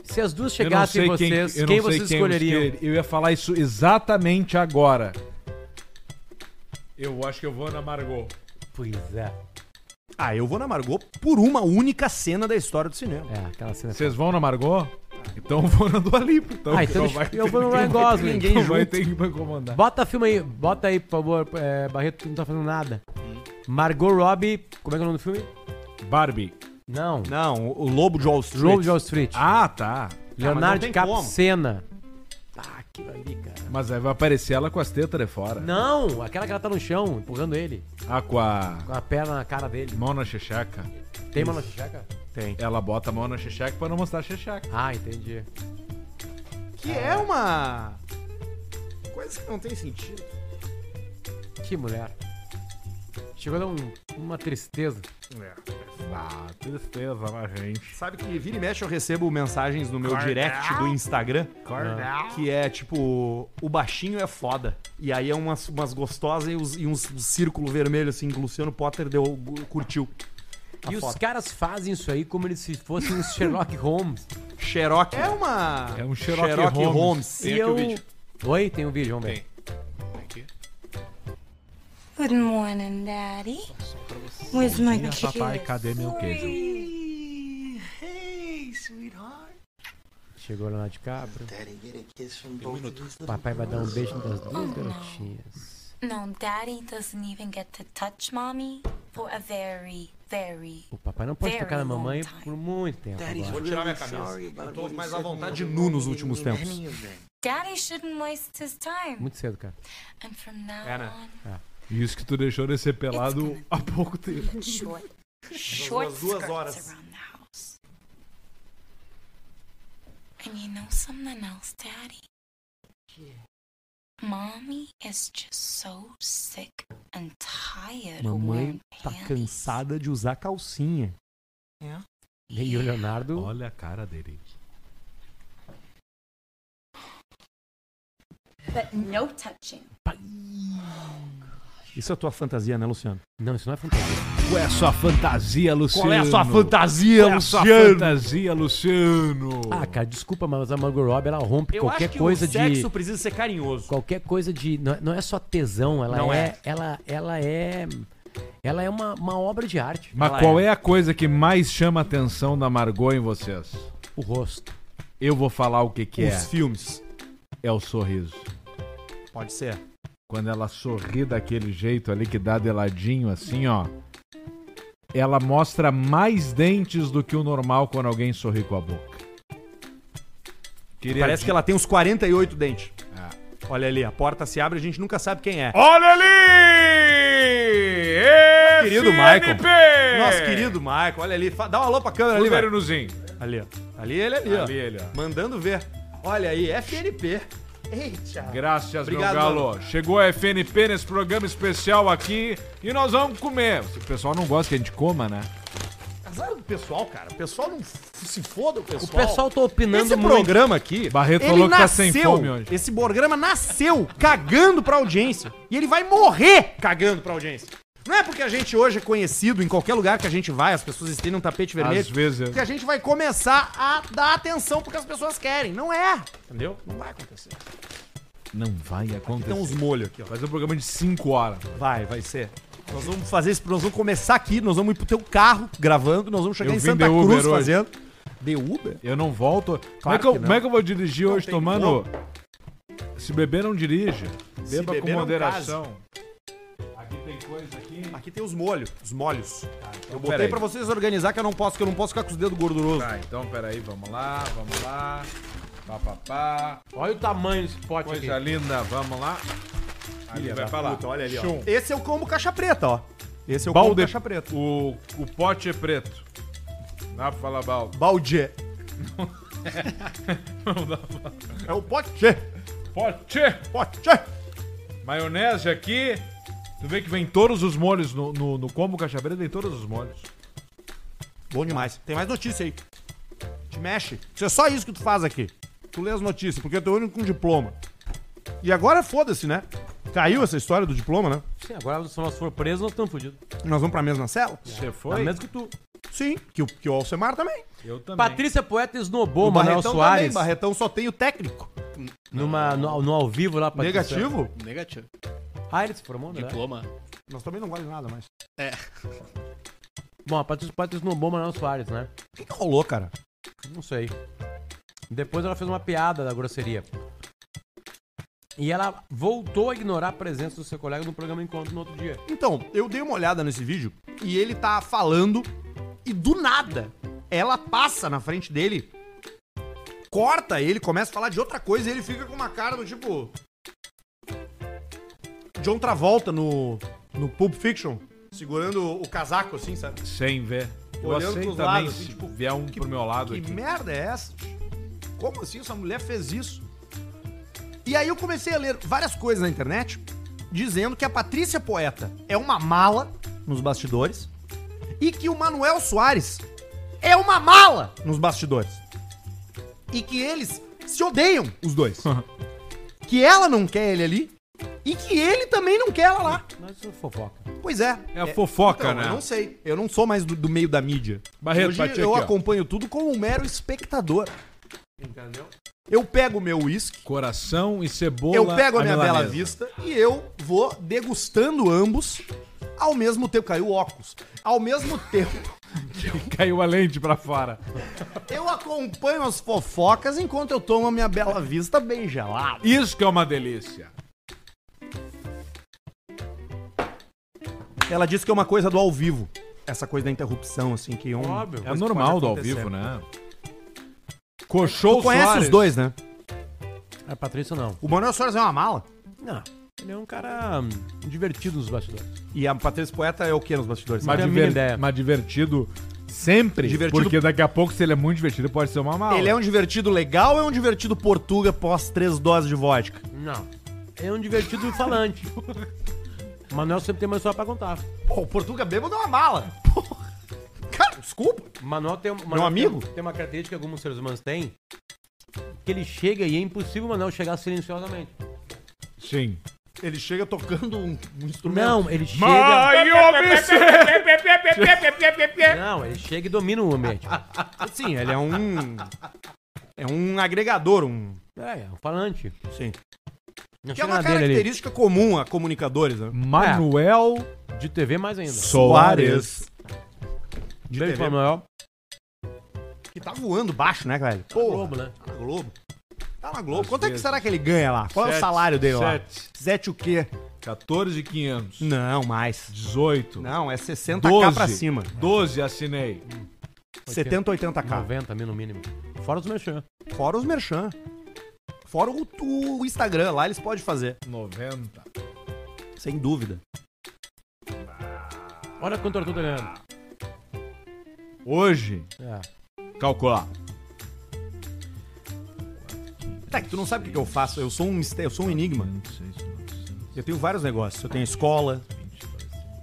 Speaker 4: Se as duas
Speaker 2: Eu não
Speaker 4: chegassem
Speaker 2: sei
Speaker 4: em vocês,
Speaker 2: eu
Speaker 4: quem,
Speaker 2: não sei é
Speaker 4: vocês
Speaker 2: eu
Speaker 4: escolheriam?
Speaker 2: escolheria. Eu ia falar isso exatamente agora. Eu acho que eu vou na Margot.
Speaker 4: Pois é.
Speaker 1: Ah, eu vou na Margot por uma única cena da história do cinema.
Speaker 4: É, aquela cena.
Speaker 2: Vocês vão na Margot? Então eu vou na Dua Lipa. Então,
Speaker 4: Ah, então
Speaker 2: não
Speaker 4: deixa-
Speaker 2: vai ter
Speaker 4: eu vou no
Speaker 2: ninguém-
Speaker 4: Ryan Gosling.
Speaker 2: Ninguém
Speaker 4: Então
Speaker 2: vai
Speaker 4: junto.
Speaker 2: ter que me comandar.
Speaker 4: Bota filme aí, bota aí, por favor, é, Barreto, tu não tá fazendo nada.
Speaker 2: Hum.
Speaker 4: Margot Robbie, como é que é o nome do filme?
Speaker 2: Barbie.
Speaker 4: Não,
Speaker 1: Não, o o Lobo de Wall Street.
Speaker 4: Lobo de Wall Street.
Speaker 2: Ah, tá.
Speaker 4: Leonardo
Speaker 1: tem como.
Speaker 4: DiCaprio Senna.
Speaker 2: Mas aí vai aparecer ela com as tetas de fora.
Speaker 4: Não, aquela que ela tá no chão, empurrando ele,
Speaker 2: Ah, com a
Speaker 4: com a perna na cara dele.
Speaker 2: mão na xixaca.
Speaker 4: Tem uma xixaca? Tem.
Speaker 2: Ela bota a mão na xixaca pra não mostrar a xixaca.
Speaker 4: Ah, entendi.
Speaker 1: Que é uma... Coisa que não tem sentido.
Speaker 4: Que mulher. Chegou a dar um- uma tristeza.
Speaker 2: Ah, tristeza, mas gente.
Speaker 1: Sabe que vira e mexe eu recebo mensagens no meu direct do Instagram. Que é tipo, o baixinho é foda. E aí é umas, umas gostosas e, uns, e uns- um círculo vermelho assim, que o Luciano Potter deu, curtiu. A
Speaker 4: e os
Speaker 1: foto.
Speaker 4: caras fazem isso aí como eles se fossem os Sherlock Holmes.
Speaker 1: Xerox. É uma...
Speaker 2: É um Sherlock
Speaker 1: Sherlock
Speaker 2: Holmes.
Speaker 1: Holmes.
Speaker 4: e eu... Oi, tem um vídeo, vamos ver.
Speaker 11: Good morning, Daddy. Where's my papai, cadê meu queijo?
Speaker 4: Chegou lá de cabra. Papai vai dar um beijo das duas garotinhas.
Speaker 11: No, Daddy doesn't even get to touch Mommy for a very, very
Speaker 4: O papai não pode
Speaker 11: Very
Speaker 4: tocar na
Speaker 11: long
Speaker 4: mamãe
Speaker 11: time.
Speaker 4: por muito tempo.
Speaker 12: Vou
Speaker 4: Agora.
Speaker 12: tirar minha camisa. Eu tô mais à vontade
Speaker 1: de nu nos últimos tempos.
Speaker 11: Daddy shouldn't waste his time.
Speaker 4: Muito cedo, cara.
Speaker 11: And from now
Speaker 1: É, né?
Speaker 11: on,
Speaker 2: Isso que tu deixou de ser pelado há pouco tempo.
Speaker 11: it's short, short
Speaker 1: duas
Speaker 11: skirts
Speaker 1: horas.
Speaker 11: around the house. And you know something else, Daddy? Mommy is just so sick and tired. of
Speaker 1: Mamãe
Speaker 11: wearing
Speaker 1: tá
Speaker 11: panties.
Speaker 1: cansada de usar calcinha.
Speaker 4: E o Leonardo.
Speaker 2: Olha a cara dele.
Speaker 13: But no touching.
Speaker 1: Isso é tua fantasia, né, Luciano?
Speaker 4: Não, isso não é fantasia.
Speaker 2: Qual é a sua fantasia, Luciano?
Speaker 1: é fantasia,
Speaker 2: Qual é a sua fantasia, Luciano?
Speaker 4: Ah, cara, desculpa, mas a Margot Robbie, ela rompe
Speaker 1: Eu
Speaker 4: qualquer
Speaker 1: acho que
Speaker 4: coisa
Speaker 1: o sexo
Speaker 4: de.
Speaker 1: precisa ser carinhoso.
Speaker 4: Qualquer coisa de. Não é, não é só tesão, ela
Speaker 1: Não
Speaker 4: é,
Speaker 1: é.
Speaker 4: Ela, ela é. Ela é uma, uma obra de arte.
Speaker 2: Mas qual é a coisa que mais chama a atenção da Margot em vocês?
Speaker 4: O rosto.
Speaker 2: Eu vou falar o que que é.
Speaker 1: Os filmes.
Speaker 2: É o sorriso.
Speaker 1: Pode ser.
Speaker 2: Quando ela sorri daquele jeito ali que dá deladinho assim, ó. Ela mostra mais dentes do que o normal quando alguém sorri com a boca. Queria
Speaker 1: Parece que
Speaker 2: dizer-
Speaker 1: ela tem uns 48 dentes.
Speaker 2: Ah.
Speaker 1: Olha ali, a porta se abre e a gente nunca sabe quem é.
Speaker 2: Olha ali!
Speaker 1: Querido Michael. Nosso querido Michael, olha ali. Fa- Dá um alô pra câmera ali, velho. Ali, ó. Ali ele é ali,
Speaker 2: Ali ele, ó.
Speaker 1: Mandando ver. Olha aí, FNP. Eita.
Speaker 2: Graças,
Speaker 1: Obrigado,
Speaker 2: meu galo. Chegou a FNP nesse programa especial aqui e nós vamos comer. O pessoal não gosta que a gente coma, né?
Speaker 1: Azar do pessoal, cara. O pessoal não f- se foda o pessoal.
Speaker 4: O pessoal tá opinando
Speaker 1: Esse
Speaker 4: muito.
Speaker 1: programa aqui,
Speaker 2: Barreto
Speaker 1: ele
Speaker 2: falou que tá
Speaker 1: nasceu,
Speaker 2: sem fome hoje.
Speaker 1: Esse programa nasceu cagando pra audiência. E ele vai morrer cagando pra audiência. Não é porque a gente hoje é conhecido em qualquer lugar que a gente vai, as pessoas estendem um tapete vermelho,
Speaker 2: Às vezes eu-
Speaker 1: que a gente vai começar a dar atenção porque as pessoas querem. Não é. Entendeu? Não vai acontecer.
Speaker 2: Não vai acontecer.
Speaker 1: Tem uns molhos aqui, ó.
Speaker 2: Fazer um programa de 5 horas.
Speaker 1: Vai, vai ser. Nós vamos fazer isso, nós vamos começar aqui, nós vamos ir pro teu carro gravando, nós vamos chegar
Speaker 2: Eu
Speaker 1: em
Speaker 2: vim
Speaker 1: Santa
Speaker 2: de Uber
Speaker 1: Cruz
Speaker 2: hoje.
Speaker 1: fazendo. De Uber?
Speaker 2: Eu não volto. como, é
Speaker 1: Claro
Speaker 2: que eu,
Speaker 1: que não.
Speaker 2: como é que eu vou dirigir
Speaker 1: Não
Speaker 2: hoje
Speaker 1: tem
Speaker 2: tomando. Se beber, não dirige. Beba
Speaker 1: beber,
Speaker 2: com
Speaker 1: não
Speaker 2: moderação. Aqui tem coisa aqui.
Speaker 1: Aqui tem os molhos, os molhos. eu botei
Speaker 2: peraí.
Speaker 1: pra Tá, vocês organizar que eu não posso, que eu não posso ficar com os dedos gordurosos.
Speaker 2: Tá, então peraí, vamos lá, vamos lá. Pá, pá, pá.
Speaker 4: Olha o tamanho desse pote
Speaker 2: Coisa
Speaker 4: aqui.
Speaker 2: linda, vamos lá. Ali,
Speaker 14: Filha
Speaker 2: vai
Speaker 14: da
Speaker 2: pra lá.
Speaker 14: puta, olha ali, ó.
Speaker 2: Chum.
Speaker 1: Esse é o combo caixa preta, ó. Esse é o combo
Speaker 2: Balde,
Speaker 1: caixa preta.
Speaker 2: o, o pote é preto. Não dá pra falar balde.
Speaker 1: Balde.
Speaker 2: Não dá pra falar.
Speaker 1: É o pote.
Speaker 2: Pote!
Speaker 1: Pote.
Speaker 2: Maionese aqui. Tu vê que vem todos os molhos no, no, no combo caixa preta, vem todos os molhos.
Speaker 1: Bom demais. Tem mais notícia aí. Te mexe. Isso é só isso que tu faz aqui. Tu lê as notícias, porque eu tô único com diploma. E agora foda-se, né? Caiu essa história do diploma, né?
Speaker 4: Sim, agora se nós for presos, nós estamos fodidos.
Speaker 1: Nós vamos pra mesma cela?
Speaker 2: Você
Speaker 4: Tá
Speaker 2: foi?
Speaker 4: mesmo que tu.
Speaker 1: Sim. Que o, que o Alcemar também.
Speaker 2: Eu também.
Speaker 4: Patrícia Poeta esnobou o Manuel
Speaker 1: também.
Speaker 4: Soares
Speaker 1: Barretão só tem o técnico.
Speaker 4: numa, no, no ao vivo lá, Patrícia.
Speaker 1: Negativo?
Speaker 10: Negativo.
Speaker 4: Ah, ele se formou, né?
Speaker 10: Diploma.
Speaker 1: Nós também não vale nada mais.
Speaker 10: É.
Speaker 4: Bom, a Patrícia Poeta esnobou o Manuel Soares, né?
Speaker 1: O que, que rolou, cara?
Speaker 4: Não sei. Depois ela fez uma piada da grosseria. E ela voltou a ignorar a presença do seu colega no programa Encontro no outro dia.
Speaker 1: Então, eu dei uma olhada nesse vídeo e ele tá falando e do nada ela passa na frente dele, corta ele, começa a falar de outra coisa e ele fica com uma cara do tipo. John Travolta no, no Pulp Fiction, segurando o casaco assim, sabe?
Speaker 2: Sem ver. Eu
Speaker 1: Tipo, Olhando
Speaker 2: aceito
Speaker 1: pros
Speaker 2: também
Speaker 1: lados,
Speaker 2: se
Speaker 1: assim, tipo,
Speaker 2: vier um pro meu lado
Speaker 1: Que
Speaker 2: aqui.
Speaker 1: merda é essa? Como assim essa mulher fez isso? E aí eu comecei a ler várias coisas na internet dizendo que a Patrícia Poeta é uma mala nos bastidores e que o Manuel Soares é uma mala nos bastidores. E que eles se odeiam, os dois. que ela não quer ele ali e que ele também não quer ela lá.
Speaker 4: Mas isso é fofoca.
Speaker 1: Pois é.
Speaker 2: É a fofoca, né?
Speaker 1: Eu não sei. Eu não sou mais do, do meio da mídia.
Speaker 2: Barreto,
Speaker 1: Hoje
Speaker 2: bate
Speaker 1: eu
Speaker 2: aqui, ó.
Speaker 1: acompanho tudo como um mero espectador. Entendeu? Eu pego o meu uísque,
Speaker 2: Coração e cebola.
Speaker 1: eu pego a minha
Speaker 2: milanesa.
Speaker 1: bela vista e eu vou degustando ambos ao mesmo tempo. Caiu o óculos. Ao mesmo tempo,
Speaker 2: Caiu a lente pra fora.
Speaker 1: eu acompanho as fofocas enquanto eu tomo a minha bela vista bem gelada.
Speaker 2: Isso que é uma delícia.
Speaker 1: Ela disse que é uma coisa do ao vivo. Essa coisa da interrupção, assim, que é um.
Speaker 4: Óbvio.
Speaker 2: É normal do ao vivo, né? Coxou
Speaker 1: Tu conhece
Speaker 2: Soares.
Speaker 1: os dois, né?
Speaker 4: A Patrícia não.
Speaker 1: O Manuel Soares é uma mala.
Speaker 4: Não. Ele é um cara hum, divertido nos bastidores.
Speaker 1: E a Patrícia Poeta é o que nos bastidores?
Speaker 2: Mas,
Speaker 4: Não tenho a
Speaker 2: diver-
Speaker 4: mínima ideia.
Speaker 2: mas divertido sempre.
Speaker 1: né? Divertido-
Speaker 2: Porque daqui a pouco, se ele é muito divertido, pode ser uma mala.
Speaker 1: Ele é um divertido legal ou é um divertido portuga pós três doses de vodka?
Speaker 4: Não. É um divertido falante. O Manuel sempre tem mais história pra contar.
Speaker 1: Pô, o portuga bêbado é uma mala. Porra. Cara, desculpa.
Speaker 4: O Manuel tem, o Manuel
Speaker 1: Meu
Speaker 4: tem-
Speaker 1: amigo?
Speaker 4: Tem, uma característica que alguns seres humanos têm. Que ele chega e é impossível o Manuel chegar silenciosamente.
Speaker 2: Sim.
Speaker 1: Ele chega tocando um, um instrumento.
Speaker 4: Não, ele chega.
Speaker 1: É.
Speaker 4: Não, ele chega e domina o ambiente.
Speaker 1: Sim, ele é um. É um agregador, um.
Speaker 4: É, é um falante.
Speaker 1: Sim.
Speaker 4: Não
Speaker 1: Que é
Speaker 4: chega
Speaker 1: uma
Speaker 4: na dele ali.
Speaker 1: característica comum a comunicadores, né?
Speaker 2: Manuel
Speaker 4: De TV mais ainda.
Speaker 2: Soares.
Speaker 1: De
Speaker 4: Beijo
Speaker 1: TV.
Speaker 4: pra Manuel.
Speaker 1: Que tá voando baixo, né, velho?
Speaker 4: Pô,
Speaker 1: Pô,
Speaker 4: Globo, né?
Speaker 1: tá na Globo. Tá na Globo.
Speaker 2: Às
Speaker 1: Quanto é que
Speaker 2: vezes.
Speaker 1: será que ele ganha lá? Qual é o salário dele lá?
Speaker 2: Sete.
Speaker 1: Sete o quê?
Speaker 2: 14,500.
Speaker 1: Não, mais.
Speaker 2: 18.
Speaker 1: Não, é 60k
Speaker 2: 12.
Speaker 1: pra cima.
Speaker 2: 12 assinei.
Speaker 1: 70, 80k.
Speaker 4: 90 mil no mínimo. Fora os merchan.
Speaker 1: Fora os merchan. Fora o, o Instagram, lá eles podem fazer.
Speaker 2: 90.
Speaker 1: Sem dúvida.
Speaker 4: Olha quanto o Arthur tá ganhando.
Speaker 2: Hoje,
Speaker 4: É.
Speaker 2: calcular.
Speaker 1: Tá, que tu não sabe o que que eu faço. Eu sou um mistério, eu sou um enigma.
Speaker 2: 26, 900,
Speaker 1: Eu tenho vários negócios. Eu tenho a escola,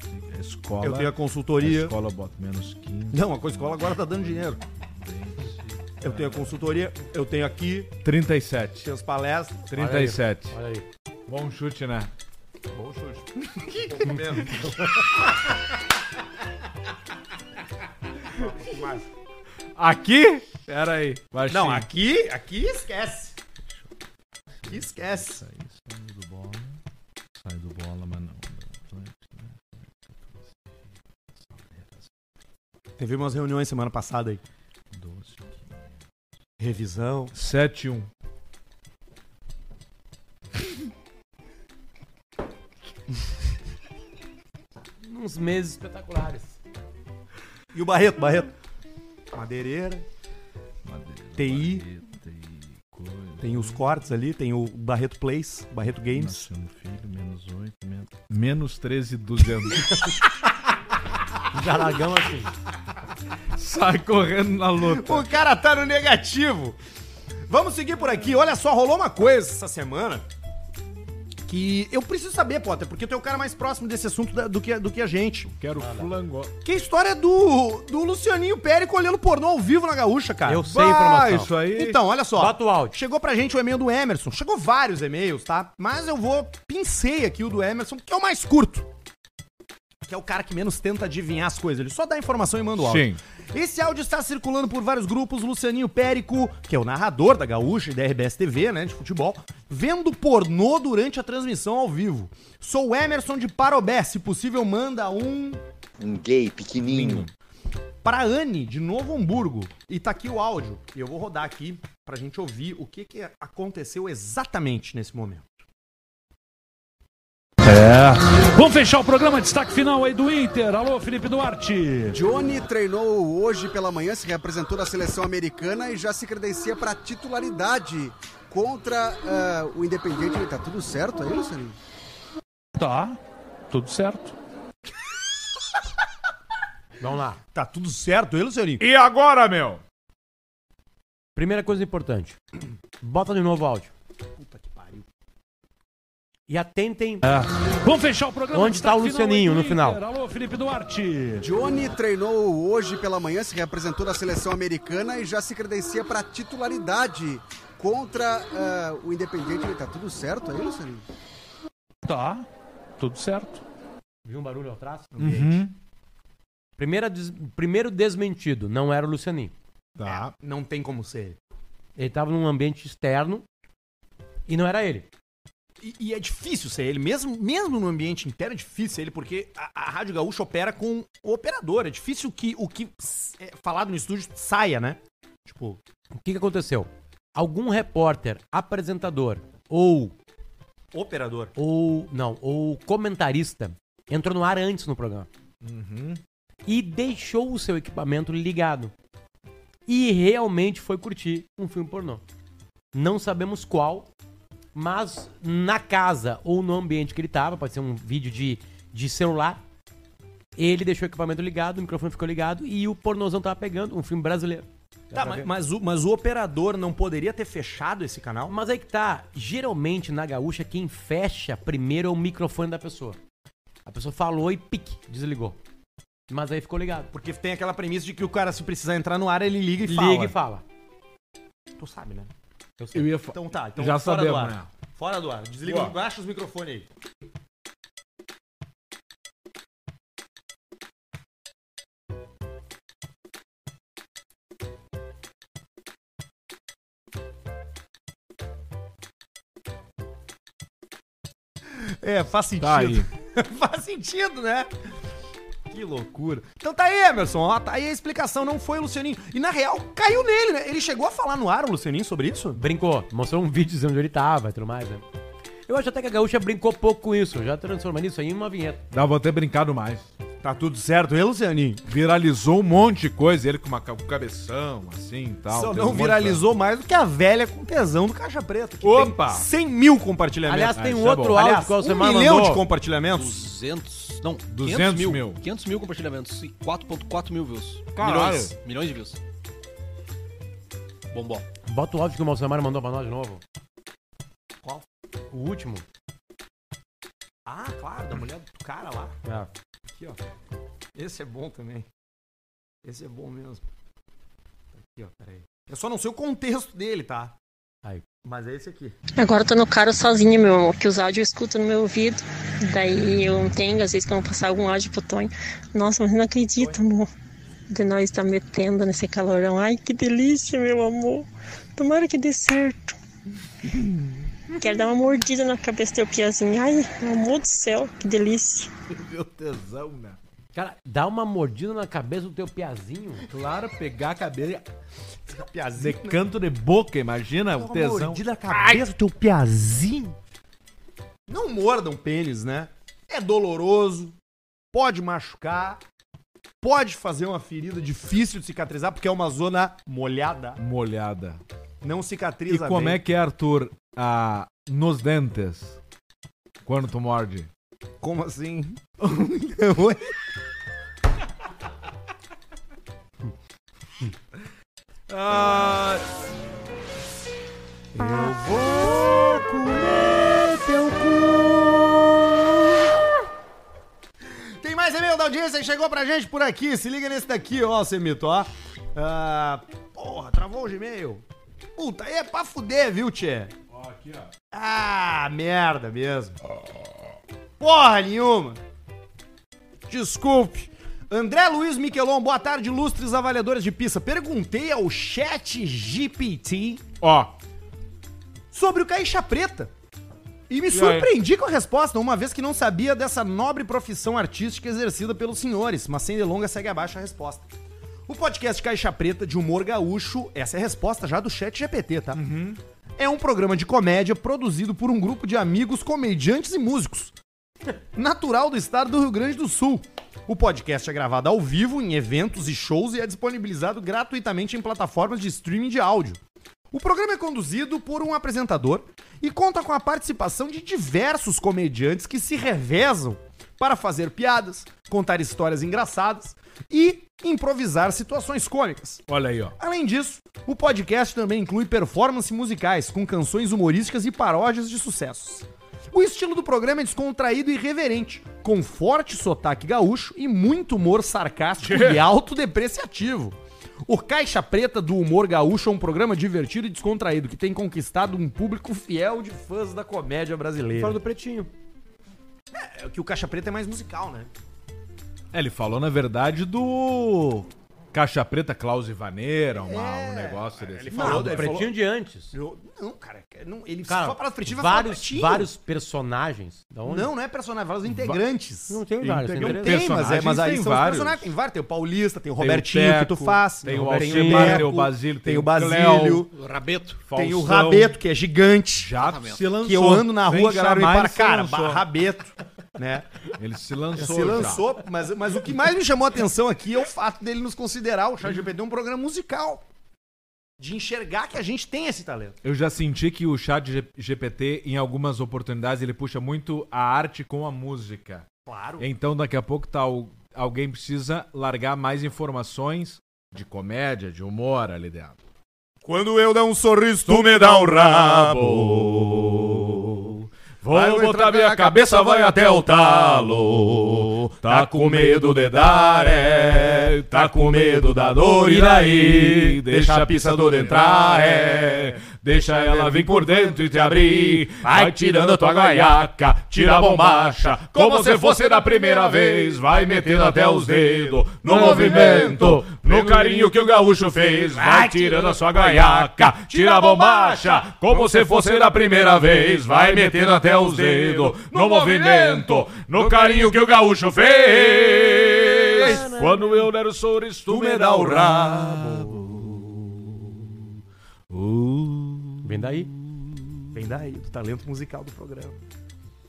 Speaker 2: 22, a escola.
Speaker 1: eu tenho a
Speaker 2: a
Speaker 1: consultoria.
Speaker 2: escola bota menos 15.
Speaker 1: Não, a escola agora tá dando dinheiro. Eu tenho a consultoria, eu tenho aqui,
Speaker 2: 37.
Speaker 1: tenho as palestras.
Speaker 2: 37.
Speaker 4: Olha aí.
Speaker 2: Bom chute, né? Bom chute. Aqui? Pera aí. Baixinho.
Speaker 1: Não, aqui, aqui esquece. Aqui esquece.
Speaker 2: Sai, sai do bola. Sai do bola, mas não.
Speaker 1: Teve umas reuniões semana passada aí. Revisão.
Speaker 2: 7 1.
Speaker 4: Uns meses espetaculares.
Speaker 1: E o Barreto, Barreto? Madeireira. TI.
Speaker 2: TI. Coisa.
Speaker 15: Tem os cortes ali, tem o Barreto Plays, Barreto Games.
Speaker 2: Nasceu um filho, menos 8, menos... Menos 13, 200.
Speaker 15: Já largamos assim.
Speaker 2: Sai correndo na luta.
Speaker 1: O cara tá no negativo. Vamos seguir por aqui. Olha só, rolou uma coisa essa semana que eu preciso saber, Potter, porque tu é o cara mais próximo desse assunto da- do, que, do que a gente.
Speaker 2: Quero flango.
Speaker 1: Que a história do, do Lucianinho Pérez colhendo pornô ao vivo na gaúcha, cara.
Speaker 4: Eu sei a informação.
Speaker 1: isso aí. Então, olha só.
Speaker 4: Bota o áudio.
Speaker 1: Chegou pra gente o e-mail do Emerson. Chegou vários e-mails, tá? Mas eu vou pincei aqui o do Emerson, que é o mais curto. Que é o cara que menos tenta adivinhar as coisas. Ele só dá informação e manda o áudio.
Speaker 2: Sim.
Speaker 1: Esse áudio está circulando por vários grupos. Lucianinho Périco, que é o narrador da Gaúcha e da RBS TV, né, de futebol, vendo pornô durante a transmissão ao vivo. Sou o Emerson de Parobé. Se possível, manda um
Speaker 16: Um gay pequenininho.
Speaker 1: para Anne, de Novo Hamburgo. E tá aqui o áudio. E eu vou rodar aqui pra gente ouvir o que, que aconteceu exatamente nesse momento.
Speaker 17: É. Vamos fechar o programa, destaque final aí do Inter. Alô, Felipe Duarte.
Speaker 5: Johnny treinou hoje pela manhã, se representou na seleção americana e já se credencia para titularidade contra ah, o Independente. Tá tudo certo aí, Luciano?
Speaker 17: Tá, tudo certo.
Speaker 4: Vamos lá.
Speaker 1: Tá tudo certo, ele, senhorinho?
Speaker 2: E agora, meu?
Speaker 4: Primeira coisa importante. Bota de novo o áudio. Puta que pariu. E atentem.
Speaker 2: Ah.
Speaker 17: Vamos fechar o programa.
Speaker 4: Onde tá o
Speaker 17: destaque final aí
Speaker 4: Lucianinho
Speaker 17: do
Speaker 4: no
Speaker 17: Inter.
Speaker 4: final?
Speaker 17: Alô, Felipe Duarte.
Speaker 5: Johnny treinou hoje pela manhã, se representou na seleção americana e já se credencia para titularidade contra ah, o Independente. Tá tudo certo aí, Luciano?
Speaker 17: Tá, tudo certo.
Speaker 4: Viu um barulho atrás?
Speaker 2: Uhum.
Speaker 4: Primeira des- Primeiro desmentido, não era o Lucianinho.
Speaker 5: É,
Speaker 2: Tá.
Speaker 1: não tem como ser.
Speaker 4: Ele tava num ambiente externo e não era ele.
Speaker 1: E, e é difícil ser ele, mesmo, mesmo no ambiente interno é difícil ser ele, porque a, a Rádio Gaúcha opera com o operador. É difícil que o que s- é falado no estúdio saia, né? Tipo,
Speaker 4: O que, que aconteceu? Algum repórter, apresentador ou
Speaker 1: operador.
Speaker 4: ou não, ou comentarista entrou no ar antes no programa e deixou o seu equipamento ligado e realmente foi curtir um filme pornô. Não sabemos qual, mas na casa ou no ambiente que ele tava, pode ser um vídeo de, de celular, ele deixou o equipamento ligado, o microfone ficou ligado e o pornozão tava pegando, um filme brasileiro.
Speaker 1: Tá, mas, mas o, mas o operador não poderia ter fechado esse canal?
Speaker 4: Mas aí que tá. Geralmente na gaúcha, quem fecha primeiro é o microfone da pessoa. A pessoa falou e pique, desligou. Mas aí ficou ligado.
Speaker 1: Porque tem aquela premissa de que o cara, se precisar entrar no ar, ele liga e
Speaker 4: Liga
Speaker 1: fala.
Speaker 4: e fala.
Speaker 1: Tu sabe, né?
Speaker 4: Eu,
Speaker 2: ia fa-
Speaker 1: Então tá, então
Speaker 2: Já
Speaker 1: fora do
Speaker 2: sabemos,
Speaker 1: ar.
Speaker 2: né?
Speaker 1: Fora do ar. Desliga,
Speaker 2: Boa.
Speaker 1: baixa os microfones aí. É, faz sentido.
Speaker 2: Tá aí.
Speaker 1: Faz sentido, né? Que loucura. Então tá aí, Emerson. Ó, tá aí a explicação. Não foi o Lucianinho. E na real, caiu nele, né? Ele chegou a falar no ar o Lucianinho sobre isso?
Speaker 4: Brincou, mostrou um vídeo dizendo onde ele tava e tudo mais, né? Eu acho até que a gaúcha brincou pouco com isso, já transformando isso aí em uma vinheta.
Speaker 2: Dava até brincado mais.
Speaker 1: Tá tudo certo, hein, Lucianinho?
Speaker 2: Viralizou um monte de coisa, ele com uma ca- com cabeção, assim e tal.
Speaker 1: Só
Speaker 2: Teve um
Speaker 1: não
Speaker 2: monte de
Speaker 1: viralizou mais do que a velha com tesão do Caixa Preta. Que
Speaker 2: Opa!
Speaker 1: Tem 100 mil compartilhamentos.
Speaker 4: Aliás, tem
Speaker 1: Ah,
Speaker 4: um
Speaker 1: isso é
Speaker 4: outro
Speaker 1: bom.
Speaker 4: áudio
Speaker 1: Aliás,
Speaker 4: que o
Speaker 1: um
Speaker 4: Alcemar
Speaker 1: milhão
Speaker 4: mandou.
Speaker 1: de compartilhamentos.
Speaker 10: 200. Não,
Speaker 2: 200 mil.
Speaker 10: mil. 500 mil compartilhamentos e 4,4 mil views.
Speaker 2: Caralho.
Speaker 10: Milhões. Milhões de views. Bombó.
Speaker 4: Bota o áudio que o Bolsonaro mandou pra nós de novo.
Speaker 10: Qual?
Speaker 4: O último.
Speaker 1: Ah, claro, da mulher do cara lá.
Speaker 4: É.
Speaker 1: Aqui, ó. Esse é bom também. Esse é bom mesmo. Tá Aqui, ó, peraí. Eu só não sei o contexto dele, tá?
Speaker 4: Aí.
Speaker 1: Mas é esse aqui.
Speaker 11: Agora eu tô no carro sozinha, meu amor, que os áudios eu escuto no meu ouvido. Daí eu não tenho, às vezes, quando eu passar algum áudio pro Tonho. Nossa, mas eu não acredito, amor. De nós estar metendo nesse calorão. Ai, que delícia, meu amor. Tomara que dê certo. Quero dar uma mordida na cabeça do teu piazinho. Ai, meu amor do céu, que delícia.
Speaker 2: Meu tesão, né?
Speaker 4: Cara, dá uma mordida na cabeça do teu piazinho.
Speaker 2: Claro, pegar a cabeça. De
Speaker 4: Piazinho.
Speaker 2: canto de boca, imagina o tesão.
Speaker 1: Mordida na cabeça do teu piazinho. Não mordam pênis, né? É doloroso, pode machucar, pode fazer uma ferida difícil de cicatrizar, porque é uma zona molhada.
Speaker 2: Molhada.
Speaker 18: Não cicatriza
Speaker 2: E como
Speaker 18: bem.
Speaker 2: é que é, Arthur, a nos dentes? Quando tu morde?
Speaker 18: Como assim?
Speaker 2: Ah,
Speaker 18: Eu vou comer teu cu.
Speaker 1: Tem mais e-mail da audiência que chegou pra gente por aqui. Se liga nesse daqui, ó, Semito, ó. Ah, porra, travou o Gmail. Puta, aí é pra fuder, viu, tchê?
Speaker 19: Ó, aqui, ó.
Speaker 1: Ah, merda mesmo. Porra nenhuma. Desculpe. André Luiz Miquelon, boa tarde, ilustres avaliadores de pista. Perguntei ao chat GPT
Speaker 2: ó,
Speaker 1: sobre o Caixa Preta. E me
Speaker 2: E aí?
Speaker 1: surpreendi com a resposta, uma vez que não sabia dessa nobre profissão artística exercida pelos senhores. Mas sem delongas, segue abaixo a resposta. O podcast Caixa Preta de humor gaúcho, essa é a resposta já do chat GPT, tá? É um programa de comédia produzido por um grupo de amigos comediantes e músicos. Natural do estado do Rio Grande do Sul. O podcast é gravado ao vivo em eventos e shows e é disponibilizado gratuitamente em plataformas de streaming de áudio. O programa é conduzido por um apresentador e conta com a participação de diversos comediantes que se revezam para fazer piadas, contar histórias engraçadas e improvisar situações cômicas.
Speaker 2: Olha aí, ó.
Speaker 1: Além disso, o podcast também inclui performances musicais com canções humorísticas e paródias de sucessos. O estilo do programa é descontraído e irreverente, com forte sotaque gaúcho e muito humor sarcástico e autodepreciativo. O Caixa Preta do Humor Gaúcho é um programa divertido e descontraído que tem conquistado um público fiel de fãs da comédia brasileira.
Speaker 4: Fora do pretinho.
Speaker 1: É que o Caixa Preta é mais musical, né?
Speaker 2: É, ele falou, na verdade, do. Caixa Preta, Klaus e Vaneira, uma- um negócio desse.
Speaker 4: Ele falou do pretinho de antes.
Speaker 1: Não, cara, não, ele
Speaker 4: Cara,
Speaker 1: só fala do pretinho, vai falar do
Speaker 4: vários,
Speaker 1: pretinho.
Speaker 4: vários personagens. Da onde?
Speaker 1: Não, não é personagem, vários integrantes.
Speaker 4: Não tem vários, tem
Speaker 1: Não
Speaker 4: três.
Speaker 1: tem, mas, é, mas aí
Speaker 2: Tem
Speaker 1: são os
Speaker 2: vários.
Speaker 1: personagens. Tem vários. Tem o Paulista, tem o
Speaker 2: Tem o
Speaker 1: Robertinho que tu
Speaker 2: Teco,
Speaker 1: faz. né?
Speaker 2: tem o
Speaker 1: Robertinho, é
Speaker 2: Alcimar,
Speaker 1: Teco,
Speaker 2: tem o Basílio,
Speaker 1: Tem
Speaker 2: tem
Speaker 1: o
Speaker 2: o
Speaker 1: Basílio.
Speaker 2: Cleo, Rabeto,
Speaker 1: Tem o
Speaker 2: Faustão.
Speaker 1: Rabeto, que é gigante.
Speaker 2: Já se lançou.
Speaker 1: Que eu ando na
Speaker 2: Vem
Speaker 1: rua, a galera me
Speaker 2: chamar,
Speaker 1: para.
Speaker 2: ele se
Speaker 1: Cara,
Speaker 2: lançou.
Speaker 1: ba- Rabeto, né?
Speaker 2: Ele se lançou.
Speaker 1: Se
Speaker 2: já.
Speaker 1: lançou, mas, mas o que mais me chamou a atenção aqui é o fato dele nos considerar o ChatGPT um programa musical. De enxergar que a gente tem esse talento.
Speaker 2: Eu já senti que o chat G- GPT, em algumas oportunidades, ele puxa muito a arte com a música.
Speaker 1: Claro.
Speaker 2: Então, daqui a pouco, tá, o- alguém precisa largar mais informações de comédia, de humor ali dentro.
Speaker 1: Quando eu der um sorriso,
Speaker 2: tu me dá um rabo.
Speaker 20: Vou botar minha cabeça, vai até o talo.
Speaker 2: Tá com medo de dar, é. Tá com medo da dor, e daí? Deixa a pista dura entrar, é. Deixa ela vir por dentro e te abrir. Vai tirando a tua gaiaca, tira a bombacha. Como se fosse da primeira vez, vai metendo até os dedos. No movimento, no carinho que o gaúcho fez. Vai tirando a sua gaiaca, tira a bombacha. Como se fosse da primeira vez, vai metendo até os dedos. No movimento, no carinho que o gaúcho fez. Quando eu der o sorriso, tu me dá o rabo.
Speaker 4: Vem daí.
Speaker 1: Vem daí, do talento musical do programa.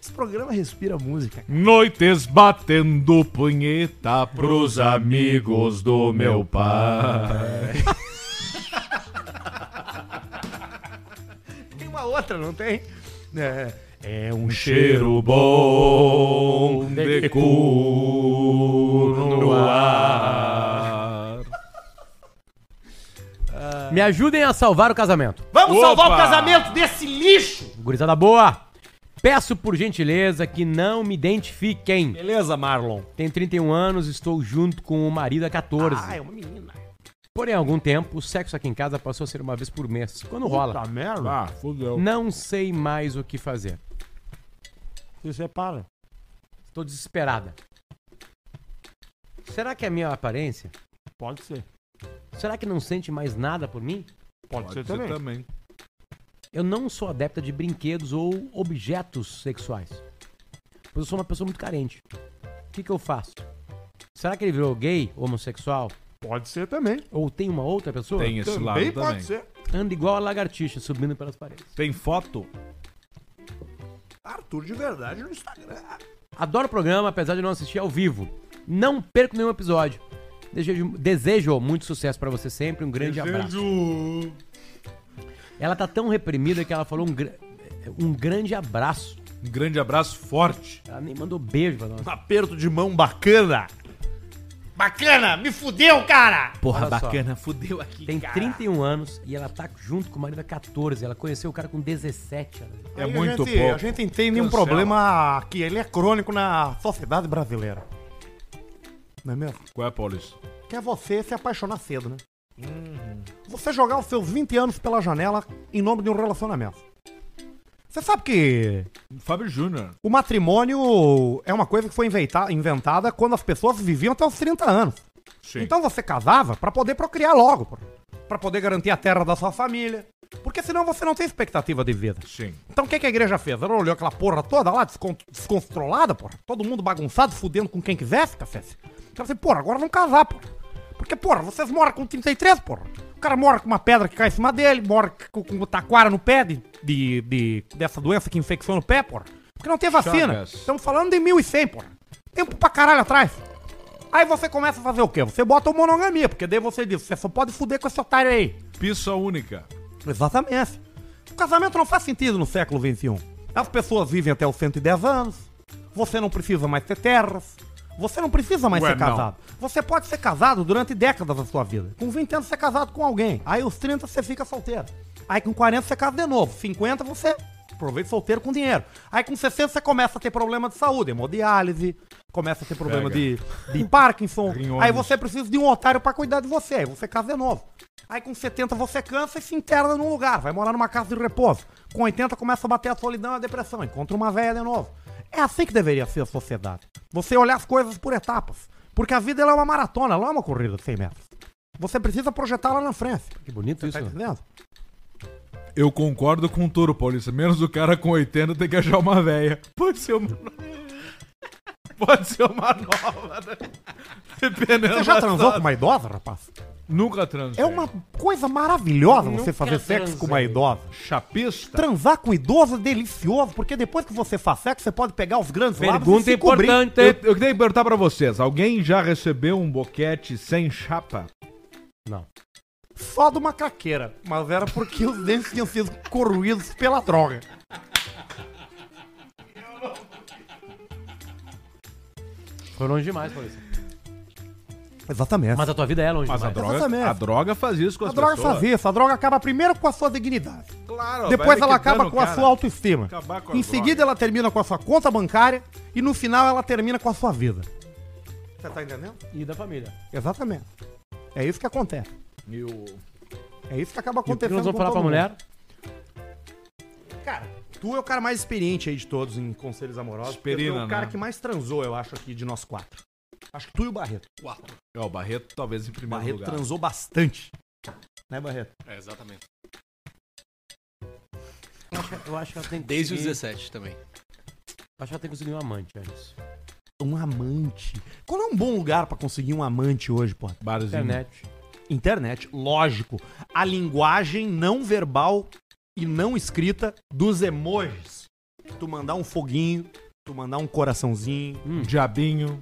Speaker 1: Esse programa respira música.
Speaker 2: Noites batendo punheta pros amigos do meu pai.
Speaker 1: Tem uma outra, não tem? É, é um
Speaker 2: Cheiro bom de cu no ar.
Speaker 4: Me ajudem a salvar o casamento.
Speaker 1: Vamos
Speaker 4: Opa!
Speaker 1: salvar o casamento desse lixo!
Speaker 4: Gurizada boa! Peço por gentileza que não me identifiquem.
Speaker 1: Beleza, Marlon.
Speaker 4: Tenho 31 anos, estou junto com o marido há 14.
Speaker 1: Ah, é uma menina.
Speaker 4: Porém, há algum tempo, o sexo aqui em casa passou a ser uma vez por mês. Quando rola.
Speaker 1: merda.
Speaker 2: Ah, fudeu.
Speaker 4: Não sei mais o que fazer.
Speaker 1: Se separa.
Speaker 4: Estou desesperada. Será que é a minha aparência?
Speaker 1: Pode ser.
Speaker 4: Será que não sente mais nada por mim?
Speaker 1: Pode, ser também.
Speaker 4: Eu não sou adepta de brinquedos ou objetos sexuais. Pois eu sou uma pessoa muito carente. O que, que eu faço? Será que ele virou gay, homossexual?
Speaker 1: Pode ser também.
Speaker 4: Ou tem uma outra pessoa?
Speaker 2: Tem esse Também lado pode também. ser.
Speaker 4: Anda igual a lagartixa subindo pelas paredes.
Speaker 2: Tem foto?
Speaker 1: Arthur de verdade no Instagram.
Speaker 4: Adoro o programa, apesar de não assistir ao vivo. Não perco nenhum episódio. Desejo, desejo muito sucesso pra você sempre. Um grande abraço. Ela tá tão reprimida que ela falou um, gra- um grande abraço.
Speaker 2: Um grande abraço forte.
Speaker 4: Ela nem mandou beijo pra nós.
Speaker 2: Um aperto de mão bacana.
Speaker 21: Bacana, me fudeu, cara!
Speaker 10: Porra,
Speaker 4: Olha só.
Speaker 10: bacana, fudeu aqui,
Speaker 4: Tem
Speaker 10: cara.
Speaker 4: 31 anos e ela tá junto com o marido há 14. Ela conheceu o cara com 17. Ela...
Speaker 10: É
Speaker 1: Aí a
Speaker 10: muito
Speaker 1: gente-
Speaker 10: pouco.
Speaker 1: A gente não tem nenhum
Speaker 10: Cancela.
Speaker 1: problema que ele é crônico na sociedade brasileira. Não é mesmo?
Speaker 2: Qual é, Paulista?
Speaker 1: Que é você se apaixonar cedo, né?
Speaker 10: Uhum.
Speaker 1: Você jogar os seus 20 anos pela janela em nome de um relacionamento. Você sabe que
Speaker 2: Fábio Júnior.
Speaker 1: o matrimônio é uma coisa que foi inventa- inventada quando as pessoas viviam até os 30 anos.
Speaker 2: Sim.
Speaker 1: Então você casava pra poder procriar logo, pô. Pra poder garantir a terra da sua família. Porque senão você não tem expectativa de vida.
Speaker 2: Sim.
Speaker 1: Então o que, que a igreja fez? Ela olhou aquela porra toda lá, descon- descontrolada, porra. Todo mundo bagunçado, fudendo com quem quisesse, cacete. Então assim, porra, agora vão casar, porra. Porque, porra, vocês moram com 33, porra. O cara mora com uma pedra que cai em cima dele, mora com, com taquara no pé de, de, de- dessa doença que infecciona no pé, porra. Porque não tem vacina.
Speaker 2: Chagas.
Speaker 1: Estamos falando de 1100, porra. Tempo pra caralho atrás. Aí você começa a fazer o quê? Você bota o monogamia, porque daí você diz, você só pode fuder com esse otário aí.
Speaker 2: Pista única.
Speaker 1: Exatamente. O casamento não faz sentido no século XXI. As pessoas vivem até os 110 anos. Você não precisa mais ter terras. Você não precisa mais
Speaker 22: Ué,
Speaker 1: ser
Speaker 22: não.
Speaker 1: casado. Você pode ser casado durante décadas da sua vida. Com 20 anos você é casado com alguém. Aí aos 30 você fica solteiro. Aí com 40 você casa de novo. 50 você aproveita solteiro com dinheiro. Aí com 60 você começa a ter problema de saúde, hemodiálise, começa a ter problema de,
Speaker 22: Pega.
Speaker 1: de Parkinson.
Speaker 22: Rinhões.
Speaker 1: Aí você precisa de um otário pra cuidar de você. Aí você casa de novo. Aí com 70 você cansa e se interna num lugar, vai morar numa casa de repouso. Com 80 começa a bater a solidão e a depressão, encontra uma velha de novo. É assim que deveria ser a sociedade. Você olhar as coisas por etapas. Porque a vida ela é uma maratona, ela não é uma corrida de 100 metros. Você precisa projetar lá na frente.
Speaker 4: Que bonito
Speaker 1: isso, tá entendendo?
Speaker 2: Eu concordo com o Toro, Paulista. Menos o cara com 80 tem que achar uma véia. Pode ser uma. Pode ser uma nova. né? Dependendo
Speaker 1: Você já
Speaker 2: da
Speaker 1: transou
Speaker 2: sua-
Speaker 1: com É uma idosa, rapaz?
Speaker 2: Nunca transei.
Speaker 1: É uma coisa maravilhosa
Speaker 2: Nunca
Speaker 1: você fazer sexo
Speaker 2: transei.
Speaker 1: com uma idosa.
Speaker 2: Chapista?
Speaker 1: Transar com idoso é delicioso, porque depois que você faz sexo, você pode pegar os grandes lábios
Speaker 2: Pergunta importante. Eu, eu queria perguntar pra vocês. Alguém já recebeu um boquete sem chapa?
Speaker 4: Não.
Speaker 1: Só do macaqueira, mas era porque os dentes tinham sido corroídos pela droga.
Speaker 4: Foi longe demais, Paulista.
Speaker 1: Exatamente.
Speaker 4: Mas a tua vida é longe
Speaker 2: Mas a
Speaker 4: demais.
Speaker 2: droga, a droga faz isso com
Speaker 1: A
Speaker 2: as
Speaker 1: droga
Speaker 2: pessoas.
Speaker 1: faz isso, a droga acaba primeiro com a sua dignidade.
Speaker 2: Claro,
Speaker 1: Depois
Speaker 2: vai
Speaker 1: ela acaba
Speaker 2: liquidando
Speaker 1: com a
Speaker 2: o
Speaker 1: sua
Speaker 2: cara.
Speaker 1: autoestima.
Speaker 2: Acabar com
Speaker 1: Em
Speaker 2: as
Speaker 1: seguida ela termina com a sua conta bancária e no final ela termina com a sua vida. Você tá entendendo?
Speaker 4: E da família.
Speaker 1: Exatamente. É isso que acontece.
Speaker 2: E o...
Speaker 1: É isso que acaba
Speaker 4: E o que
Speaker 1: acontecendo.
Speaker 4: nós vamos
Speaker 1: com
Speaker 4: falar
Speaker 1: todo
Speaker 4: pra
Speaker 1: mundo.
Speaker 4: mulher?
Speaker 1: Cara, tu é o cara mais experiente aí de todos em conselhos amorosos. porque tu é
Speaker 2: Esperina,
Speaker 1: o cara
Speaker 2: né?
Speaker 1: que mais transou, eu acho, aqui de nós quatro. Acho que tu e o Barreto. Quatro.
Speaker 2: É, o Barreto talvez em primeiro
Speaker 1: Barreto
Speaker 2: lugar.
Speaker 1: transou bastante. Né, Barreto?
Speaker 10: É, exatamente.
Speaker 4: Eu acho que ela tem que
Speaker 10: Desde os
Speaker 4: conseguir-
Speaker 10: 17 também.
Speaker 4: Acho que ela tem que conseguir um amante antes.
Speaker 1: Um amante. Qual é um bom lugar pra conseguir um amante hoje, pô?
Speaker 2: Barzinho.
Speaker 4: Internet.
Speaker 1: Internet, lógico. A linguagem não verbal e não escrita dos emojis. Tu mandar um foguinho, tu mandar um coraçãozinho,
Speaker 2: Um Diabinho.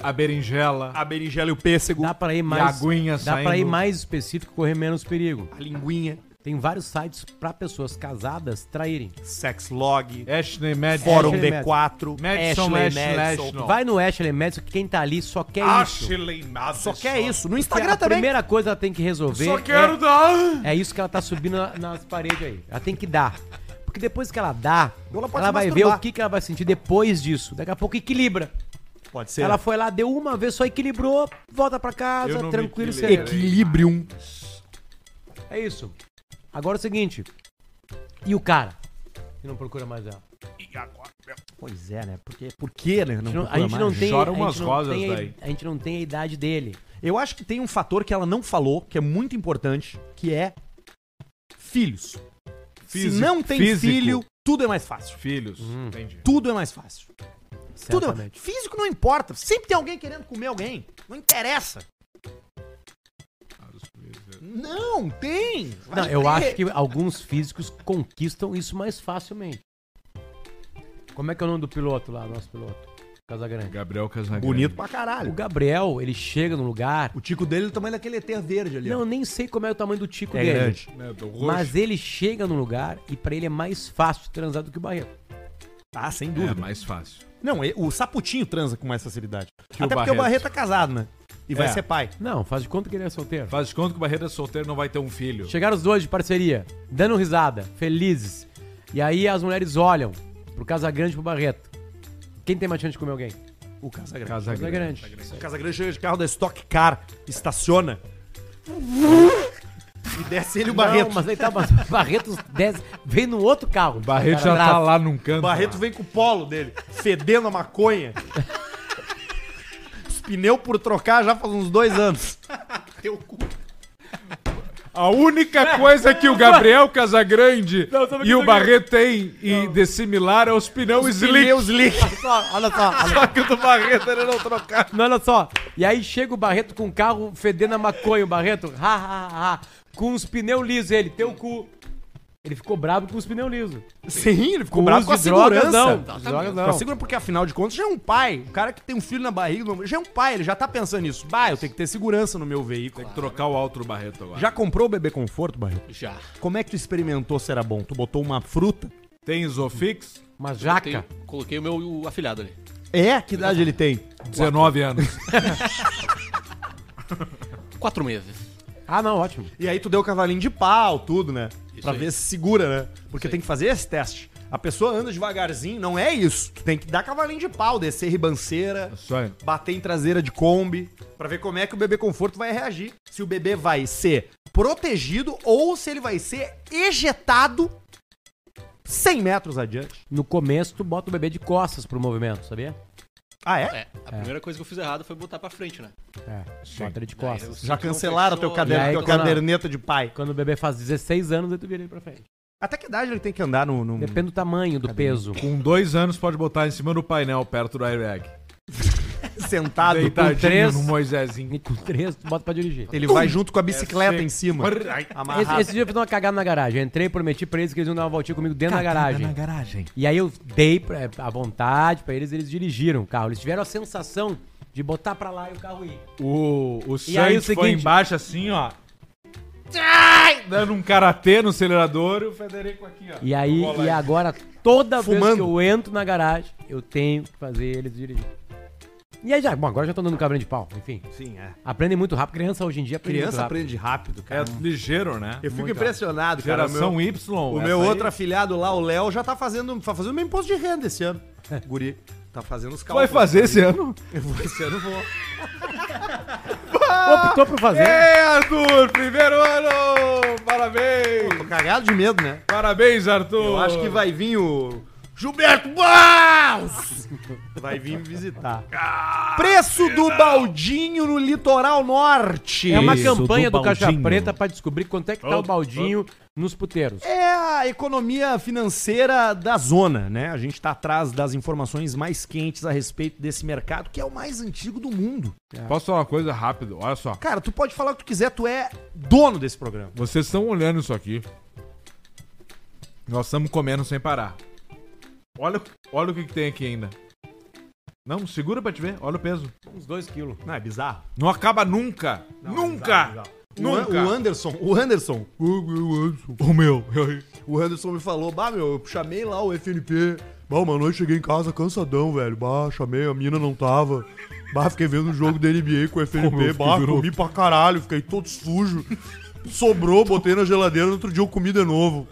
Speaker 2: A berinjela.
Speaker 1: A berinjela e o pêssego.
Speaker 4: Dá pra ir
Speaker 2: E a
Speaker 4: mais.
Speaker 2: aguinha
Speaker 4: dá
Speaker 2: saindo.
Speaker 4: pra ir mais específico e correr menos perigo.
Speaker 1: A linguinha.
Speaker 4: Tem vários sites pra pessoas casadas traírem.
Speaker 1: Sexlog,
Speaker 2: Ashley
Speaker 4: É,
Speaker 2: Madison.
Speaker 1: Fórum
Speaker 4: Ashley
Speaker 1: D4,
Speaker 2: Madison,
Speaker 1: Ashley
Speaker 2: Ashley
Speaker 1: Madison.
Speaker 2: National.
Speaker 4: Vai no Ashley Madison, que quem tá ali só quer isso.
Speaker 2: Madison.
Speaker 1: Só que é isso. No
Speaker 4: Porque
Speaker 1: Instagram
Speaker 4: a
Speaker 1: também.
Speaker 4: primeira coisa que ela tem que resolver.
Speaker 1: Só quero
Speaker 4: é,
Speaker 1: dar.
Speaker 4: É isso que ela tá subindo na- nas paredes aí. Ela tem que dar. Porque depois que ela dá,
Speaker 1: Ela
Speaker 4: ela,
Speaker 1: pode se
Speaker 4: vai ver
Speaker 1: masturbar.
Speaker 4: o que, que ela vai sentir depois disso. Daqui a pouco equilibra.
Speaker 1: Pode ser.
Speaker 4: Ela foi lá, deu uma vez, só equilibrou, volta pra casa, tranquilo,
Speaker 1: Equilibrium.
Speaker 4: É isso. Agora é o seguinte. E o cara? Que não procura mais ela.
Speaker 1: Pois é, né? Porque, por quê, né?
Speaker 4: A gente não, a
Speaker 1: procura
Speaker 4: gente não
Speaker 1: mais?
Speaker 4: tem. a gente não tem a- A gente não tem a idade dele.
Speaker 1: Eu acho que tem um fator que ela não falou, que é muito importante, que é filhos. Se
Speaker 2: Físico-
Speaker 1: não tem
Speaker 2: físico.
Speaker 1: filho, tudo é mais fácil.
Speaker 2: Filhos. Entendi.
Speaker 1: Tudo é mais fácil. Tudo é...
Speaker 4: Certamente.
Speaker 1: Físico não importa. Sempre tem alguém querendo comer alguém. Não interessa.
Speaker 2: é.
Speaker 1: Não, tem. Vai
Speaker 4: Não, eu
Speaker 1: ter.
Speaker 4: acho que alguns físicos conquistam isso mais facilmente. Como é que é o nome do piloto lá, nosso piloto? Casagrande.
Speaker 2: Gabriel Casagrande.
Speaker 4: é Bonito pra caralho. O Gabriel, ele chega no lugar. O tico dele é o tamanho daquele ET verde ali. Não, eu nem sei como é o tamanho do tico
Speaker 2: É
Speaker 4: dele.
Speaker 2: grande. É, do roxo.
Speaker 4: Mas ele chega no lugar e pra ele é mais fácil transar do que o Barreto.
Speaker 1: Ah, sem dúvida.
Speaker 2: É mais fácil.
Speaker 1: Não, e- o Saputinho transa com mais facilidade.
Speaker 2: Que o
Speaker 1: Até porque o
Speaker 2: Barreto.
Speaker 1: Barreto tá casado, né? E vai
Speaker 2: É.
Speaker 1: ser pai.
Speaker 4: Não, faz de conta que ele é solteiro.
Speaker 2: Faz de conta que o Barreto é solteiro e não vai ter um filho.
Speaker 4: Chegaram os dois de parceria, dando risada, felizes. E aí as mulheres olham pro Casagrande e pro Barreto. Quem tem mais chance de comer alguém?
Speaker 1: O Casagrande.
Speaker 4: Casagrande.
Speaker 1: O Casagrande chega de carro da Stock Car, estaciona. E desce ele e o Barreto.
Speaker 4: Não, mas aí tá, mas o Barreto desce, vem no outro carro. O
Speaker 2: Barreto já tá lá num canto.
Speaker 1: Barreto vem com o polo dele, fedendo a maconha. Os pneus por trocar já faz uns dois anos. Teu cu.
Speaker 2: A única coisa que o Gabriel Casagrande
Speaker 1: sabe
Speaker 2: e
Speaker 1: que
Speaker 2: o
Speaker 1: eu-
Speaker 2: Barreto tem e de similar é os pneus
Speaker 4: Os
Speaker 2: slick.
Speaker 4: pneus slick. Olha só, olha só.
Speaker 2: Só que o do Barreto era não trocar.
Speaker 4: Não, olha só. E aí chega o Barreto com o carro fedendo a maconha, o Barreto, ha, ha, ha, com os pneus lisos, ele, teu cu. Ele ficou bravo com os pneus lisos.
Speaker 1: Sim, ele ficou
Speaker 4: Com
Speaker 1: bravo
Speaker 4: os
Speaker 1: com a
Speaker 4: de drogas,
Speaker 1: segurança.
Speaker 4: não.
Speaker 1: Tá,
Speaker 4: De
Speaker 1: tá
Speaker 4: drogas,
Speaker 1: mesmo.
Speaker 4: não.
Speaker 1: Com a segurança, porque afinal de contas já é um pai. O cara que tem um filho na barriga não- já é um pai, ele já tá pensando nisso. Bah, eu tenho que ter segurança no meu veículo.
Speaker 2: Trocar o outro Barreto agora.
Speaker 1: Já comprou o bebê conforto, Barreto?
Speaker 2: Já.
Speaker 1: Como é que tu experimentou se era bom? Tu botou uma fruta?
Speaker 2: Tem Isofix?
Speaker 4: Uma
Speaker 10: Coloquei, coloquei o meu o afilhado ali.
Speaker 1: É? Que idade ele tem?
Speaker 2: 19 anos.
Speaker 10: Quatro meses.
Speaker 4: Ah, não, ótimo.
Speaker 1: E aí tu deu o cavalinho de pau, tudo, né? pra
Speaker 10: aí.
Speaker 1: ver se segura, né? Porque tem que fazer esse teste. A pessoa anda devagarzinho, não é isso. Tu tem que dar cavalinho de pau, descer ribanceira, bater em traseira de Kombi, pra ver como é que o bebê conforto vai reagir. Se o bebê vai ser protegido ou se ele vai ser ejetado 100 metros adiante.
Speaker 4: No começo, tu bota o bebê de costas pro movimento, sabia?
Speaker 1: Ah, é?
Speaker 10: A primeira coisa que eu fiz errado foi botar pra frente, né?
Speaker 4: É,
Speaker 10: Sim.
Speaker 4: bota ele de
Speaker 10: Aí eu
Speaker 4: costas.
Speaker 10: sei Já que não cancelaram fechou, teu caderno-
Speaker 4: E aí,
Speaker 1: teu
Speaker 4: quando-
Speaker 1: caderneta de pai.
Speaker 4: Quando o bebê faz 16 anos, aí tu vira ele pra frente.
Speaker 1: Até que idade ele tem que andar no. no...
Speaker 4: Depende do tamanho, do peso.
Speaker 2: Com dois anos pode botar em cima do painel, perto do airbag.
Speaker 1: Sentado,
Speaker 2: Deitadinho
Speaker 1: Ah, com três-
Speaker 2: no Moisésinho.
Speaker 4: Com três, tu bota pra dirigir.
Speaker 1: Ele vai junto com a bicicleta em cima.
Speaker 4: Esse,
Speaker 1: Amarrado.
Speaker 4: esse dia eu fiz uma cagada na garagem. Eu entrei, prometi pra eles que eles iam dar uma voltinha comigo dentro da
Speaker 1: Cagada
Speaker 4: garagem.
Speaker 1: na garagem.
Speaker 4: E aí eu dei pra, à vontade pra eles, eles dirigiram o carro. Eles tiveram a sensação de botar pra lá e o carro ir.
Speaker 2: O, o Sandy
Speaker 4: aí o
Speaker 2: foi
Speaker 4: seguinte-
Speaker 2: embaixo assim, ó. Dando um karatê no acelerador e o Federico aqui, ó.
Speaker 4: E aí,
Speaker 2: Rola
Speaker 4: e
Speaker 2: aí.
Speaker 4: agora, toda vez
Speaker 2: Fumando.
Speaker 4: que eu entro na garagem, eu tenho que fazer eles dirigir. E aí já, bom, agora já tô andando com cabrinho de pau, enfim.
Speaker 1: Sim, é.
Speaker 4: Aprendem muito rápido. Criança hoje em dia aprende
Speaker 1: Criança
Speaker 4: muito rápido.
Speaker 1: aprende rápido, cara.
Speaker 2: É ligeiro, né?
Speaker 1: Eu fico
Speaker 2: Muito
Speaker 1: impressionado,
Speaker 2: rápido.
Speaker 1: cara.
Speaker 2: Geração
Speaker 1: O meu-
Speaker 2: Y.
Speaker 1: O
Speaker 2: essa
Speaker 1: meu
Speaker 2: aí.
Speaker 1: outro afilhado lá, o Léo, já tá fazendo, tá fazendo meu imposto de renda esse ano. Guri, tá fazendo os
Speaker 2: Vai fazer esse ano?
Speaker 1: Eu vou, esse ano eu vou.
Speaker 4: Optou por fazer.
Speaker 2: É, Arthur! Primeiro ano! Parabéns!
Speaker 1: Tô cagado de medo, né?
Speaker 2: Parabéns, Arthur!
Speaker 1: Eu acho que vai vir o Gilberto Barros! Vai vir me visitar. Preço do baldinho no litoral norte.
Speaker 4: É uma campanha do,
Speaker 1: Caixa
Speaker 4: Caixa Preta pra descobrir quanto é que tá o baldinho nos puteiros.
Speaker 1: É a economia financeira da zona, né? A gente tá atrás das informações mais quentes a respeito desse mercado, que é o mais antigo do mundo.
Speaker 2: É. Posso falar uma coisa rápido? Olha só.
Speaker 1: Cara, tu pode falar o que tu quiser, tu é dono desse programa.
Speaker 2: Vocês estão olhando isso aqui. Nós estamos comendo sem parar. Olha, olha o que, que tem aqui ainda. Não, segura pra te ver. Olha o peso.
Speaker 4: Uns 2 quilos.
Speaker 1: Não, é bizarro.
Speaker 2: Não acaba nunca. nunca.
Speaker 1: é? O,
Speaker 2: Nunca.
Speaker 1: An- o Anderson, o Anderson. O, o Anderson. O meu. O Anderson me falou, bah, meu, eu chamei lá o FNP. Bah, uma noite cheguei em casa cansadão, velho. Bah, chamei, a mina não tava. Bah, fiquei vendo o jogo da NBA com o
Speaker 5: Como eu
Speaker 1: FNP.
Speaker 5: fiquei
Speaker 1: Bah,
Speaker 5: virou-
Speaker 1: comi pra caralho, fiquei todo sujo. Sobrou, botei na geladeira, no outro dia eu comi de novo.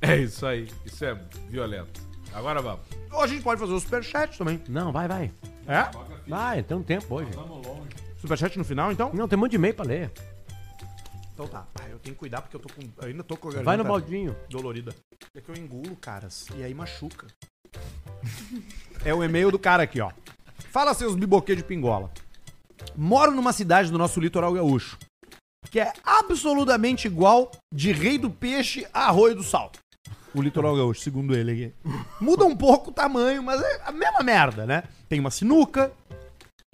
Speaker 2: É isso aí. Isso é violento. Agora vamos.
Speaker 1: Ou a gente pode fazer o superchat também.
Speaker 4: Não, vai, vai.
Speaker 1: É?
Speaker 4: Vai, tem um tempo hoje.
Speaker 1: Superchat no final, então?
Speaker 4: Não, tem um monte de e-mail pra ler.
Speaker 1: Então tá, pai, eu tenho que cuidar porque eu tô com. eu ainda tô com a
Speaker 4: Vai no baldinho.
Speaker 1: Dolorida. É que eu engulo, caras, e aí machuca. é o e-mail do cara aqui, ó. Fala seus biboquês de pingola. Moro numa cidade do nosso litoral gaúcho, que é absolutamente igual de Rei do Peixe a Arroio do Sal. O litoral gaúcho, segundo ele aqui. Muda um pouco o tamanho, mas é a mesma merda, né? Tem uma sinuca,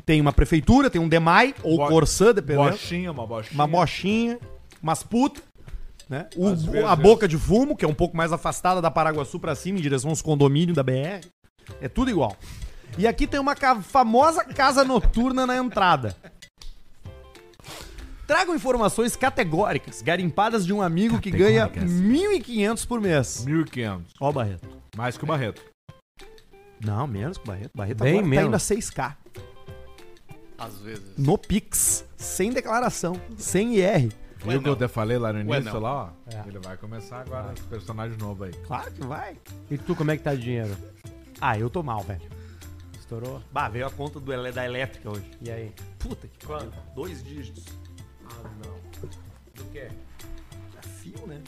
Speaker 1: tem uma prefeitura, tem um DEMAI ou
Speaker 2: Bo-
Speaker 1: Corsã, dependendo.
Speaker 2: Bochinha, uma bochinha.
Speaker 1: Uma bochinha, umas putas, né? O-
Speaker 2: Às vezes,
Speaker 1: a
Speaker 2: é.
Speaker 1: boca de fumo, que é um pouco mais afastada da Paraguaçu pra cima, em direção aos condomínios da BR. É tudo igual. E aqui tem uma ca- famosa casa noturna na entrada. Tragam informações categóricas, garimpadas de um amigo que ganha 1.500 por mês.
Speaker 2: 1.500.
Speaker 1: Ó o Barreto.
Speaker 2: Mais que o Barreto.
Speaker 1: Não, menos que o Barreto. Barreto
Speaker 4: Bem
Speaker 1: agora
Speaker 4: menos.
Speaker 1: tá indo a 6K.
Speaker 10: Às vezes.
Speaker 1: No Pix. Sem declaração. Sem IR.
Speaker 2: Viu o que eu te falei lá no
Speaker 10: Ué,
Speaker 2: início?
Speaker 10: não.
Speaker 2: lá, ó? Ele vai começar agora esse personagem novo aí.
Speaker 1: Claro que vai.
Speaker 4: E tu, como é que tá de dinheiro?
Speaker 1: Ah, eu tô mal, velho.
Speaker 4: Estourou?
Speaker 1: Bah, veio a conta do, ele- da elétrica hoje.
Speaker 4: E aí?
Speaker 1: Puta que Quanto? Dois dígitos. Ah, não.
Speaker 2: Do quê?
Speaker 1: Fio, né?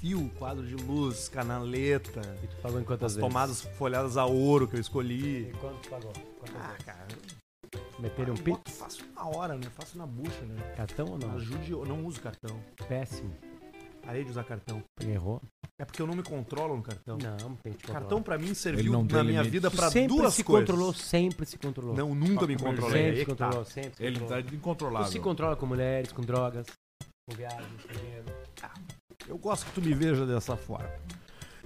Speaker 1: Fio, quadro de luz, canaleta. E tu
Speaker 4: pagou em quantas
Speaker 1: as
Speaker 4: vezes?
Speaker 1: tomadas folhadas a ouro que eu escolhi.
Speaker 4: Quanto tu pagou? Quantas
Speaker 1: Ah,
Speaker 4: vezes?
Speaker 1: cara.
Speaker 4: Meteram um
Speaker 1: eu
Speaker 4: pix? Ah.
Speaker 1: boto- Faço na hora, né? Faço na bucha, né?
Speaker 4: Cartão ou não?
Speaker 1: Ajude, eu não uso cartão.
Speaker 4: Péssimo.
Speaker 1: Parei de usar cartão.
Speaker 4: Errou.
Speaker 1: É porque eu não me controlo no cartão.
Speaker 4: Não, tem que te
Speaker 1: Cartão
Speaker 4: controlar.
Speaker 1: pra mim
Speaker 2: Ele
Speaker 1: serviu
Speaker 2: não
Speaker 1: na
Speaker 2: tem
Speaker 1: minha
Speaker 2: limite.
Speaker 1: vida
Speaker 4: Tu
Speaker 1: pra
Speaker 4: sempre
Speaker 1: duas
Speaker 4: se
Speaker 1: coisas.
Speaker 4: controlou, sempre se controlou.
Speaker 1: Não, nunca me controlei.
Speaker 4: Sempre
Speaker 1: Aí
Speaker 4: se
Speaker 1: que tá.
Speaker 4: controlou, sempre se
Speaker 2: Ele
Speaker 4: controlou.
Speaker 2: tá incontrolável.
Speaker 4: Tu se controla com mulheres, com drogas, com viagens, com dinheiro.
Speaker 1: Eu gosto que tu me veja dessa forma.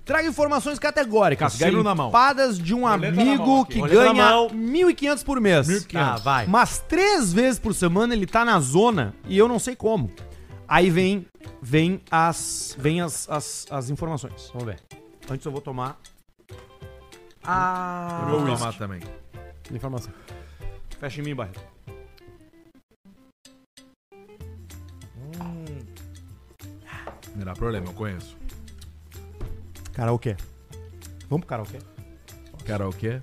Speaker 1: Traga informações categóricas.
Speaker 2: Cassino na mão.
Speaker 1: garimpadas de um
Speaker 2: Roleta na mão
Speaker 1: amigo
Speaker 2: aqui.
Speaker 1: que
Speaker 2: Roleta na
Speaker 1: ganha
Speaker 2: mão.
Speaker 1: 1.500 por mês.
Speaker 2: 1.500.
Speaker 1: Tá, vai. Mas três vezes por semana ele tá na zona e eu não sei como. Aí vem, vem, as, vem as, as, as informações.
Speaker 4: Vamos ver.
Speaker 1: Antes eu vou tomar. Ah,
Speaker 2: Eu vou tomar também.
Speaker 4: Informação.
Speaker 1: Fecha em mim, Barreto.
Speaker 2: Não dá problema, eu conheço.
Speaker 1: Karaokê. Vamos pro karaokê?
Speaker 2: Karaokê?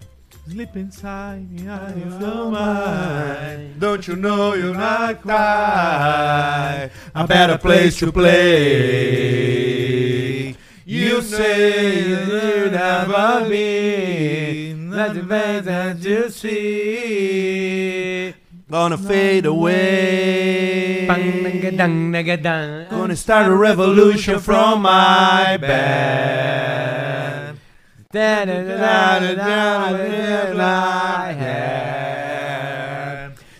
Speaker 23: Sleep inside me, I
Speaker 2: don't mind.
Speaker 23: Don't you know you're not cry?
Speaker 2: A better place to play.
Speaker 23: You say you never been, not the way that you see.
Speaker 1: Gonna fade away.
Speaker 4: Gonna
Speaker 23: Gonna start a revolution from my
Speaker 4: bed.
Speaker 23: bed.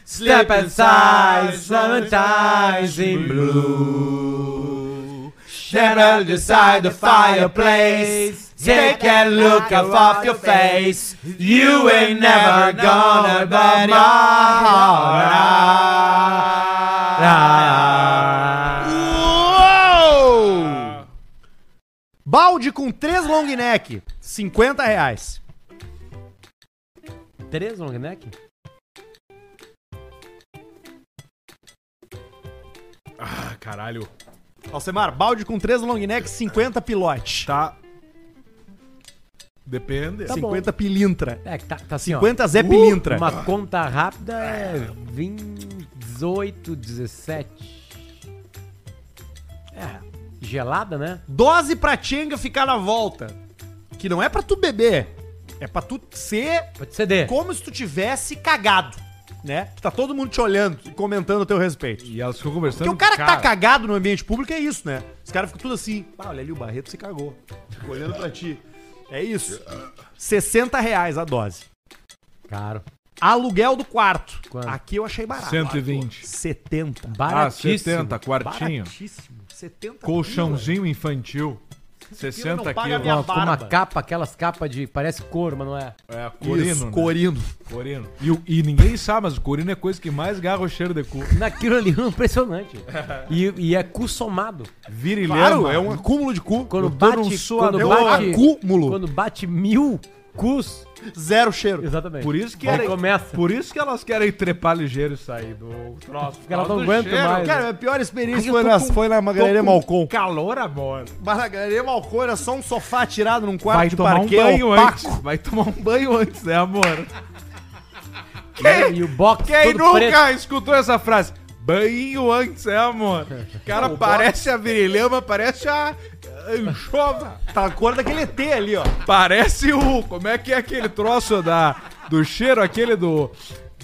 Speaker 4: Step inside, sometimes in blue. Shadow beside the fireplace. Take a look up off your face. You ain't never gonna buy my
Speaker 23: Ah.
Speaker 1: Uou! Balde com três long neck, 50 reais.
Speaker 4: Três long neck?
Speaker 2: Ah, caralho.
Speaker 1: Alcemar, balde com três long neck, 50 pilote.
Speaker 2: Tá. Depende.
Speaker 4: Tá bom.
Speaker 1: 50 pilintra.
Speaker 4: É, que tá, tá assim, ó.
Speaker 1: 50 Zé Pilintra.
Speaker 4: Uma conta rápida é 20, 18, 17. É, gelada, né?
Speaker 1: Dose pra Tchenga ficar na volta. Que não é pra tu beber. É pra tu ser
Speaker 4: Pode ceder.
Speaker 1: como se tu tivesse cagado. Né? Que tá todo mundo te olhando e comentando o teu respeito.
Speaker 2: E elas ficam conversando.
Speaker 1: Porque o cara que tá cagado no ambiente público é isso, né? Os caras ficam tudo assim. Ah, olha ali o Barreto se cagou. Fico olhando pra ti. É isso. 60 reais a dose.
Speaker 4: Caro.
Speaker 1: Aluguel do quarto.
Speaker 4: Quanto?
Speaker 1: Aqui eu achei barato.
Speaker 2: 120.
Speaker 1: 70.
Speaker 4: Baratíssimo.
Speaker 2: Ah, 70, quartinho.
Speaker 1: Baratíssimo. 70
Speaker 2: Colchãozinho infantil. 60
Speaker 1: não paga
Speaker 2: quilos.
Speaker 1: minha
Speaker 4: Uma, com uma
Speaker 1: barba.
Speaker 4: capa, aquelas capas de. Parece couro, mas não é.
Speaker 2: É, corino.
Speaker 1: Corino, Isso,
Speaker 2: né?
Speaker 1: Corino.
Speaker 2: Corino. E, o- e ninguém sabe, mas o corino é a coisa que mais garra o cheiro de cu.
Speaker 4: Naquilo ali é impressionante. E, e é cu somado.
Speaker 2: Vira e né?
Speaker 1: Claro,
Speaker 2: lema.
Speaker 1: é um acúmulo de cu.
Speaker 4: Quando
Speaker 2: Eu tô
Speaker 4: bate,
Speaker 2: num
Speaker 4: quando
Speaker 2: suador.
Speaker 4: bate,
Speaker 1: acúmulo.
Speaker 4: quando bate mil cus.
Speaker 1: Zero cheiro.
Speaker 4: Exatamente.
Speaker 2: Por isso que
Speaker 4: Aí
Speaker 2: era-
Speaker 4: começa.
Speaker 2: Por isso que elas querem trepar ligeiro e sair do troço.
Speaker 4: Porque elas
Speaker 2: Por causa
Speaker 4: não
Speaker 2: do
Speaker 4: aguentam
Speaker 2: cheiro.
Speaker 4: mais.
Speaker 1: Cara, é
Speaker 4: né?
Speaker 1: a pior
Speaker 2: Ai,
Speaker 1: experiência
Speaker 2: eu
Speaker 1: foi,
Speaker 2: tô
Speaker 1: nas,
Speaker 2: com-
Speaker 1: foi na Galeria
Speaker 2: tô com
Speaker 1: Malcom.
Speaker 2: Calor a bola.
Speaker 1: Mas na Galeria Malcom era só um sofá tirado num quarto
Speaker 2: Vai
Speaker 1: de
Speaker 2: tomar um
Speaker 1: parquet
Speaker 2: banho
Speaker 1: opaco.
Speaker 2: antes. Vai tomar um banho antes, né, amor?
Speaker 4: E o box
Speaker 2: Quem
Speaker 4: todo
Speaker 2: nunca
Speaker 4: preto.
Speaker 2: escutou essa frase? Banho antes, é, amor? O cara parece a virilhama, parece a a anchova.
Speaker 1: Tá a cor daquele ET ali, ó.
Speaker 2: Parece o... Como é que é aquele troço da... Do cheiro, aquele do...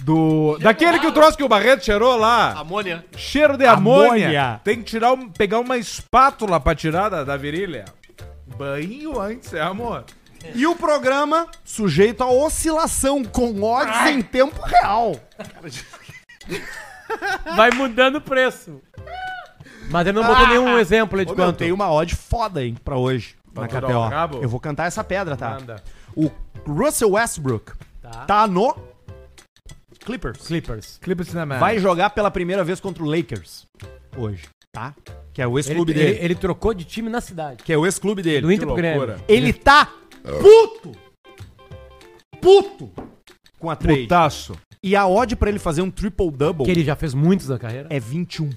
Speaker 2: Do... daquele que o troço que o Barreto cheirou lá.
Speaker 10: Amônia.
Speaker 2: Cheiro de amônia.
Speaker 1: Amônia.
Speaker 2: Tem que tirar um, pegar uma espátula pra tirar da, da virilha. Banho antes, é, amor?
Speaker 1: E o programa sujeito a oscilação com odds em tempo real.
Speaker 4: Vai mudando o preço. Mas ele não botou nenhum exemplo aí de
Speaker 1: Ah. Ô, meu,
Speaker 4: quanto.
Speaker 1: tem um uma odd foda, hein, pra hoje. na
Speaker 2: tirar o
Speaker 1: KTO.
Speaker 2: cabo?
Speaker 1: Eu vou cantar essa pedra, tá?
Speaker 4: Manda.
Speaker 1: O Russell Westbrook Tá, no Clippers.
Speaker 4: Clippers.
Speaker 2: Clippers na América.
Speaker 1: Vai jogar pela primeira vez contra o Lakers hoje, tá? Que é o ex-clube
Speaker 4: Ele-
Speaker 1: dele.
Speaker 4: ele- ele trocou de time na cidade.
Speaker 1: Que é o ex-clube dele.
Speaker 4: Do Inter pro Grêmio.
Speaker 1: Ele tá puto! Puto! Com a 3.
Speaker 2: Putaço.
Speaker 1: E a odd pra ele fazer um triple-double...
Speaker 4: Que ele já fez muitos na carreira.
Speaker 1: É 21.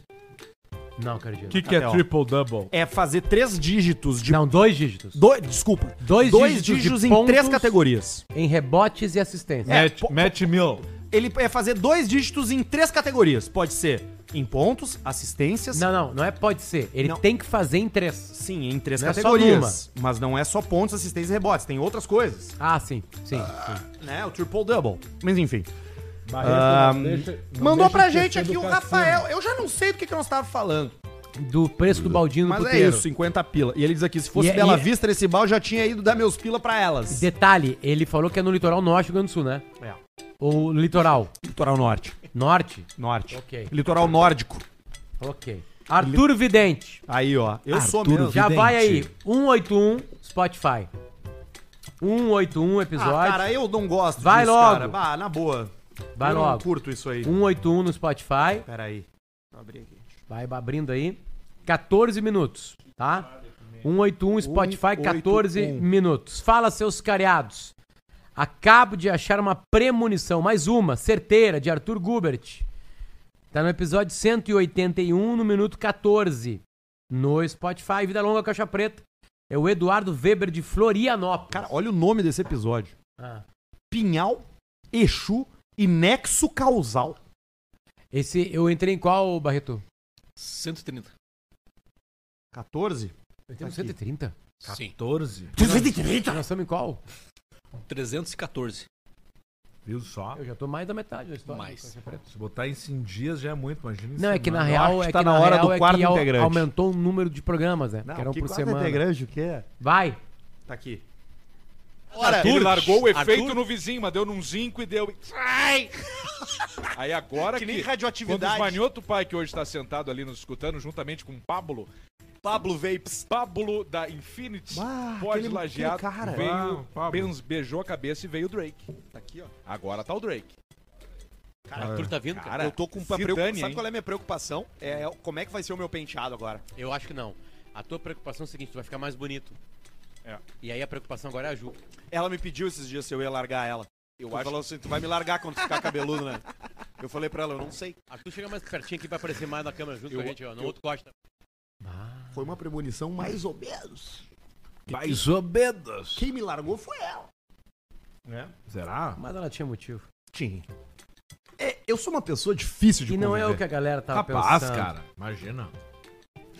Speaker 4: Não, acredito.
Speaker 2: Que que é
Speaker 1: Até, ó.
Speaker 2: triple-double?
Speaker 1: É fazer três dígitos de...
Speaker 4: Não, dois dígitos.
Speaker 1: Dois, desculpa.
Speaker 4: Dois,
Speaker 1: Dois
Speaker 4: dígitos,
Speaker 1: dígitos
Speaker 4: de
Speaker 1: em
Speaker 4: pontos,
Speaker 1: três categorias.
Speaker 4: Em rebotes e assistência.
Speaker 1: É,
Speaker 2: Match, match Mill.
Speaker 1: Ele é fazer dois dígitos em três categorias. Pode ser em pontos, assistências...
Speaker 4: Não, não, não é pode ser. Ele
Speaker 1: Não.
Speaker 4: tem que fazer em três.
Speaker 1: Sim, em três
Speaker 4: Não é só
Speaker 1: categorias. mas não é só pontos, assistências e rebotes. Tem outras coisas.
Speaker 4: Ah, sim, sim. sim.
Speaker 1: Né? O triple-double. Mas enfim.
Speaker 4: Ah,
Speaker 2: Barreto, não
Speaker 1: Ahn,
Speaker 2: deixa- não
Speaker 1: mandou
Speaker 2: deixa
Speaker 1: pra
Speaker 2: esquecer
Speaker 1: gente aqui
Speaker 2: do
Speaker 1: o
Speaker 2: cassino.
Speaker 1: Rafael. Eu já não sei do que, que nós estávamos falando.
Speaker 4: Do preço do baldinho no
Speaker 1: Mas é
Speaker 4: puteiro.
Speaker 1: isso, 50 pila. E ele diz aqui, se fosse
Speaker 4: E é-
Speaker 1: Bela
Speaker 4: e é-
Speaker 1: Vista, esse bal já tinha ido dar meus pila pra elas.
Speaker 4: Detalhe, ele falou que é no litoral norte do Rio Grande do Sul, né?
Speaker 1: É.
Speaker 4: Ou litoral.
Speaker 1: Litoral Norte.
Speaker 4: Norte?
Speaker 1: Norte.
Speaker 4: Ok.
Speaker 1: Litoral Nórdico.
Speaker 4: Ok. Arthur Vidente.
Speaker 1: Aí, ó. Eu sou
Speaker 4: Arthur
Speaker 1: mesmo.
Speaker 4: Já vai aí. 181 Spotify. 181 episódio.
Speaker 1: Ah, cara, eu não gosto
Speaker 4: Vai logo.
Speaker 1: cara. Ah, na boa.
Speaker 4: Vai
Speaker 1: eu não
Speaker 4: logo.
Speaker 1: curto isso aí.
Speaker 4: 181 no Spotify.
Speaker 1: Pera aí. Vou abrir aqui.
Speaker 4: Vai abrindo aí. 14 minutos, tá? 181 Spotify, 14
Speaker 1: 181.
Speaker 4: minutos. Fala, seus cariados. Acabo de achar uma premonição, mais uma, certeira, de Arthur Gubert. Tá no episódio 181, no minuto 14. No Spotify, Vida Longa Caixa Preta. É o Eduardo Weber de Florianópolis.
Speaker 1: Cara, olha o nome desse episódio.
Speaker 4: Ah,
Speaker 1: Pinhal, Exu e Nexo Causal.
Speaker 4: Esse, eu entrei em qual, Barreto?
Speaker 10: 130.
Speaker 1: 14?
Speaker 4: Eu entrei no 130?
Speaker 10: Sim.
Speaker 2: 14?
Speaker 4: Nós estamos em qual?
Speaker 10: 314.
Speaker 2: Viu só?
Speaker 4: Eu já tô mais da metade da história.
Speaker 10: Mais.
Speaker 4: Caixa Preta.
Speaker 2: Se botar em 100 dias já é muito, imagina em
Speaker 4: Não, é que na
Speaker 2: semana.
Speaker 4: real
Speaker 2: Acho
Speaker 4: é
Speaker 2: que tá
Speaker 4: que
Speaker 2: na
Speaker 4: na
Speaker 2: hora
Speaker 4: real
Speaker 2: do
Speaker 4: é
Speaker 2: quarto
Speaker 4: que au-
Speaker 2: integrante.
Speaker 4: aumentou o número de programas, né?
Speaker 1: Não,
Speaker 4: que eram
Speaker 1: que
Speaker 4: por
Speaker 1: quadro
Speaker 4: semana.
Speaker 1: integrante, o quê?
Speaker 4: Vai.
Speaker 1: Tá aqui.
Speaker 24: ele largou o
Speaker 10: Arthur?
Speaker 24: efeito no vizinho, mas deu num zinco e deu. Ai! Aí agora
Speaker 25: Que nem radioatividade.
Speaker 24: Quando os manhoto pai que hoje está sentado ali nos escutando, juntamente com o Pablo. Pablo Vapes. Pablo da Infinity.
Speaker 1: Bah,
Speaker 24: pode
Speaker 1: aquele-
Speaker 24: lajear.
Speaker 1: aquele cara.
Speaker 24: Veio,
Speaker 2: Bah, Pablo.
Speaker 24: Benz beijou a cabeça e veio o Drake.
Speaker 25: Tá aqui, ó.
Speaker 24: Agora tá o Drake.
Speaker 10: Cara, Arthur tá vindo, cara.
Speaker 25: eu tô com uma
Speaker 24: se
Speaker 25: preocupação.
Speaker 24: dane,
Speaker 25: Sabe
Speaker 24: hein?
Speaker 25: qual é a minha preocupação? É é como é que vai ser o meu penteado agora.
Speaker 10: Eu acho que não. A tua preocupação é o seguinte, tu vai ficar mais bonito.
Speaker 24: É.
Speaker 10: E aí a preocupação agora é a Ju.
Speaker 25: Ela me pediu esses dias se eu ia largar ela. Eu tu falou assim, tu vai me largar quando tu ficar cabeludo, né? Eu falei pra ela, eu não sei.
Speaker 10: Arthur chega mais pertinho aqui, vai aparecer mais na câmera junto
Speaker 25: Eu-
Speaker 10: com a gente, ó. No outro costa.
Speaker 25: Foi uma premonição mais ou menos.
Speaker 2: Mais ou menos.
Speaker 25: Quem me largou foi ela.
Speaker 2: Será?
Speaker 4: Ah, Mas ela tinha motivo.
Speaker 25: Tim. É, eu sou uma pessoa difícil de
Speaker 4: E não é o
Speaker 25: conviver.
Speaker 4: que a galera tava
Speaker 2: Capaz,
Speaker 4: pensando.
Speaker 2: cara. Imagina.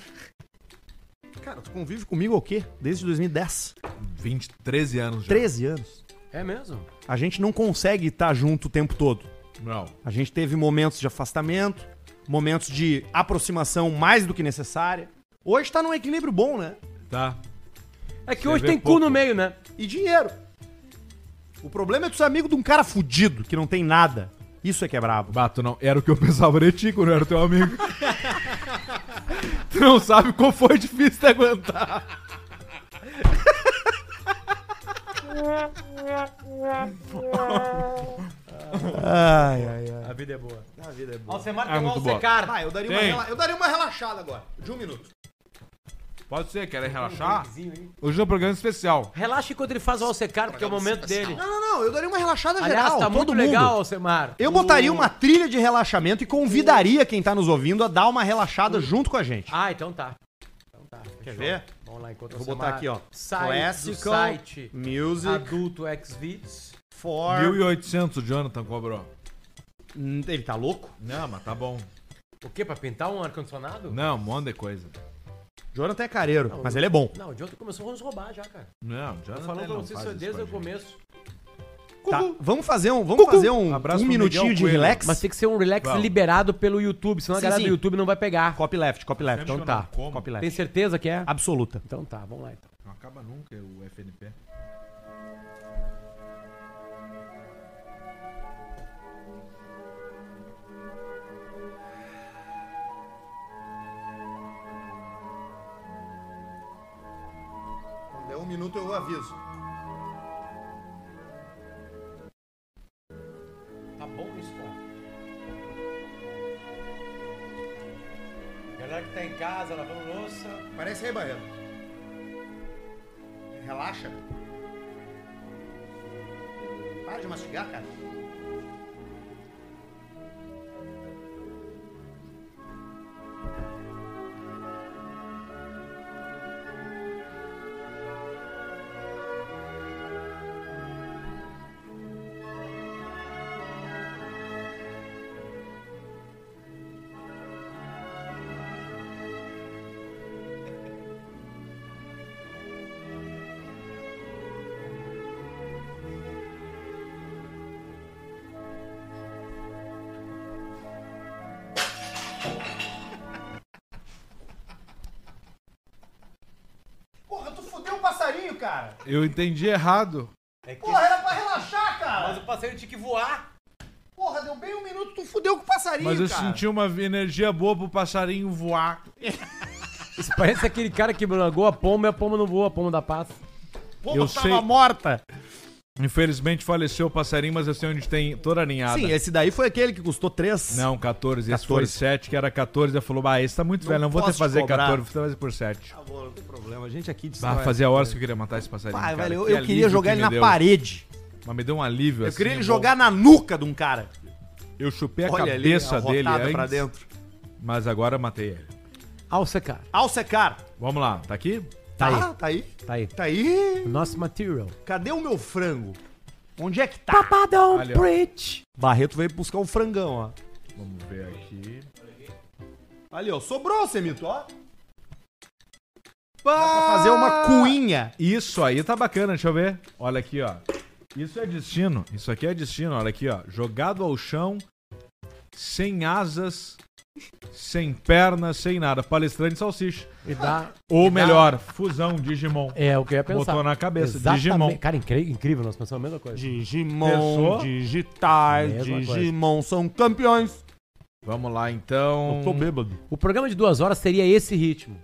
Speaker 4: é-
Speaker 25: Cara, tu convive comigo o quê? Desde 2010.
Speaker 2: 20, 13 anos já.
Speaker 25: 13 anos.
Speaker 4: É mesmo?
Speaker 1: A gente não consegue estar junto o tempo todo.
Speaker 2: Não.
Speaker 1: A gente teve momentos de afastamento, momentos de aproximação mais do que necessária. Hoje tá num equilíbrio bom, né?
Speaker 2: Tá.
Speaker 4: É que
Speaker 2: Você
Speaker 4: hoje
Speaker 2: vê
Speaker 4: tem cu
Speaker 2: pouco.
Speaker 4: no meio, né?
Speaker 1: E dinheiro. O problema é que tu é amigo de um cara fudido, que não tem nada. Isso é que é brabo.
Speaker 2: Bato, não. Era o que eu pensava de ti quando eu era teu amigo. tu não sabe qual foi difícil de aguentar.
Speaker 1: Ai, ai, ai.
Speaker 4: A vida é boa.
Speaker 1: A vida é boa.
Speaker 4: Alcemar
Speaker 2: É muito boa.
Speaker 1: Ah, eu daria, uma
Speaker 2: Tem.
Speaker 1: rela- eu daria uma relaxada agora, de um minuto.
Speaker 2: Pode ser, querem relaxar? Hoje é um programa especial.
Speaker 4: Relaxa enquanto ele faz o Alcecar, porque é o
Speaker 10: um
Speaker 4: momento
Speaker 10: assim,
Speaker 4: dele.
Speaker 1: Não, não, não, eu daria uma relaxada geral,
Speaker 4: Aliás, tá
Speaker 1: todo
Speaker 4: muito
Speaker 1: mundo. Uh.
Speaker 4: legal, Alcemar.
Speaker 1: Eu botaria uma trilha de relaxamento e convidaria quem tá nos ouvindo a dar uma relaxada junto com a gente.
Speaker 4: Ah, então tá. Então tá.
Speaker 1: Quer
Speaker 4: fechou.
Speaker 1: ver?
Speaker 4: Vamos lá, enquanto
Speaker 1: Vou
Speaker 4: Alcemar
Speaker 1: botar aqui, ó.
Speaker 4: Sai do
Speaker 1: Classical
Speaker 4: site
Speaker 1: Music
Speaker 4: Adulto Xvideos.
Speaker 1: for...
Speaker 2: 1.800 o Jonathan cobrou.
Speaker 1: Hum, Ele tá louco?
Speaker 2: Não, mas tá bom.
Speaker 4: O quê? Pra pintar um ar-condicionado?
Speaker 2: Não, um monte de coisa.
Speaker 1: Jonathan é careiro, mas ele é bom.
Speaker 4: Não, o Jonathan começou a nos roubar já, cara.
Speaker 2: Não, já
Speaker 4: Tô falando pra
Speaker 2: não
Speaker 4: vocês
Speaker 2: faz
Speaker 4: isso
Speaker 2: isso
Speaker 4: desde
Speaker 2: com a
Speaker 4: o
Speaker 2: gente.
Speaker 4: começo.
Speaker 1: Tá, vamos fazer um, vamos fazer um,
Speaker 2: Abraço
Speaker 1: um
Speaker 2: pro
Speaker 1: minutinho
Speaker 2: Miguel
Speaker 1: de
Speaker 2: Coelho.
Speaker 1: relax.
Speaker 4: Mas tem que ser um relax
Speaker 2: Vamos.
Speaker 4: liberado pelo YouTube, senão a
Speaker 1: Sim,
Speaker 4: galera
Speaker 1: sim.
Speaker 4: do YouTube não vai pegar.
Speaker 1: Copy left, copy left.
Speaker 4: Então tá.
Speaker 2: Como?
Speaker 1: Copy
Speaker 4: Tem
Speaker 1: left.
Speaker 4: certeza que
Speaker 1: Ah.
Speaker 4: é?
Speaker 1: Absoluta.
Speaker 4: Então tá, vamos lá então.
Speaker 2: Não acaba nunca o FNP.
Speaker 1: Quando é um minuto eu aviso.
Speaker 4: Tá
Speaker 23: tá em casa, lavando louça.
Speaker 25: Parece aí, Baiano. Relaxa. Para de mastigar, cara. Porra, tu fudeu um passarinho, cara.
Speaker 2: Eu entendi errado.
Speaker 25: Porra, era pra relaxar, cara.
Speaker 23: Mas o passarinho tinha que voar.
Speaker 25: Porra, deu bem um minuto, tu fudeu com o passarinho,
Speaker 2: Mas eu
Speaker 25: cara.
Speaker 2: senti uma energia boa pro passarinho voar.
Speaker 4: Isso parece aquele cara que bragou a pomba e a pomba não voa, a pomba da paz.
Speaker 2: Pomba Eu
Speaker 25: tá
Speaker 2: tava sei.
Speaker 4: morta.
Speaker 2: Infelizmente faleceu o passarinho, mas eu sei onde tem toda a ninhada.
Speaker 1: Sim, esse daí foi aquele que custou 3.
Speaker 2: Não, 14. Esse foi
Speaker 1: 14.
Speaker 2: 7, que era 14. Ele falou, ah, esse tá muito velho, não vou ter
Speaker 1: posso
Speaker 2: que fazer
Speaker 1: cobrar. é
Speaker 2: 14, vou ter que fazer por 7.
Speaker 1: Tá Não tem problema, a gente aqui
Speaker 2: Ah, fazia horas que eu queria matar esse passarinho,
Speaker 1: Pai,
Speaker 2: cara.
Speaker 1: velho, eu-
Speaker 2: Que
Speaker 1: eu queria
Speaker 2: alívio
Speaker 1: jogar
Speaker 2: que
Speaker 1: ele
Speaker 2: me
Speaker 1: na parede.
Speaker 2: Mas me deu um alívio,
Speaker 1: Eu queria ele
Speaker 2: bom.
Speaker 1: jogar na nuca de um cara.
Speaker 2: Eu chupei a
Speaker 1: Olha ali,
Speaker 2: cabeça
Speaker 1: arrotada
Speaker 2: dele antes,
Speaker 1: pra dentro.
Speaker 2: mas agora matei ele.
Speaker 4: Ao secar.
Speaker 1: Ao secar.
Speaker 2: Vamos lá, tá aqui?
Speaker 1: Tá, tá aí.
Speaker 4: Tá aí.
Speaker 1: Tá aí.
Speaker 4: Nosso material.
Speaker 1: Cadê o meu frango? Onde é que tá? Papadão
Speaker 2: Ali, ó. preach.
Speaker 1: Barreto veio buscar um frangão, ó.
Speaker 2: Vamos ver aqui.
Speaker 1: Ali, ó. Sobrou, Semito, ó. pra fazer uma cuinha.
Speaker 2: Isso aí tá bacana, deixa eu ver. Olha aqui, ó. Isso é destino. Isso aqui é destino, olha aqui, ó. Jogado ao chão, sem asas, sem pernas, sem nada. Palestrante salsicha.
Speaker 4: E dá-
Speaker 2: Ou
Speaker 4: e dá-
Speaker 2: melhor, fusão Digimon.
Speaker 4: É o que eu ia pensar.
Speaker 2: Botou na cabeça,
Speaker 4: Exatamente.
Speaker 2: Digimon.
Speaker 4: Cara, incri- incrível, nós pensamos a mesma coisa.
Speaker 26: Digimon, digitais,
Speaker 4: Mesma coisa.
Speaker 26: Digimon são campeões.
Speaker 2: Vamos lá, então.
Speaker 1: Hum.
Speaker 26: Eu tô bêbado.
Speaker 4: O programa de duas horas seria esse ritmo.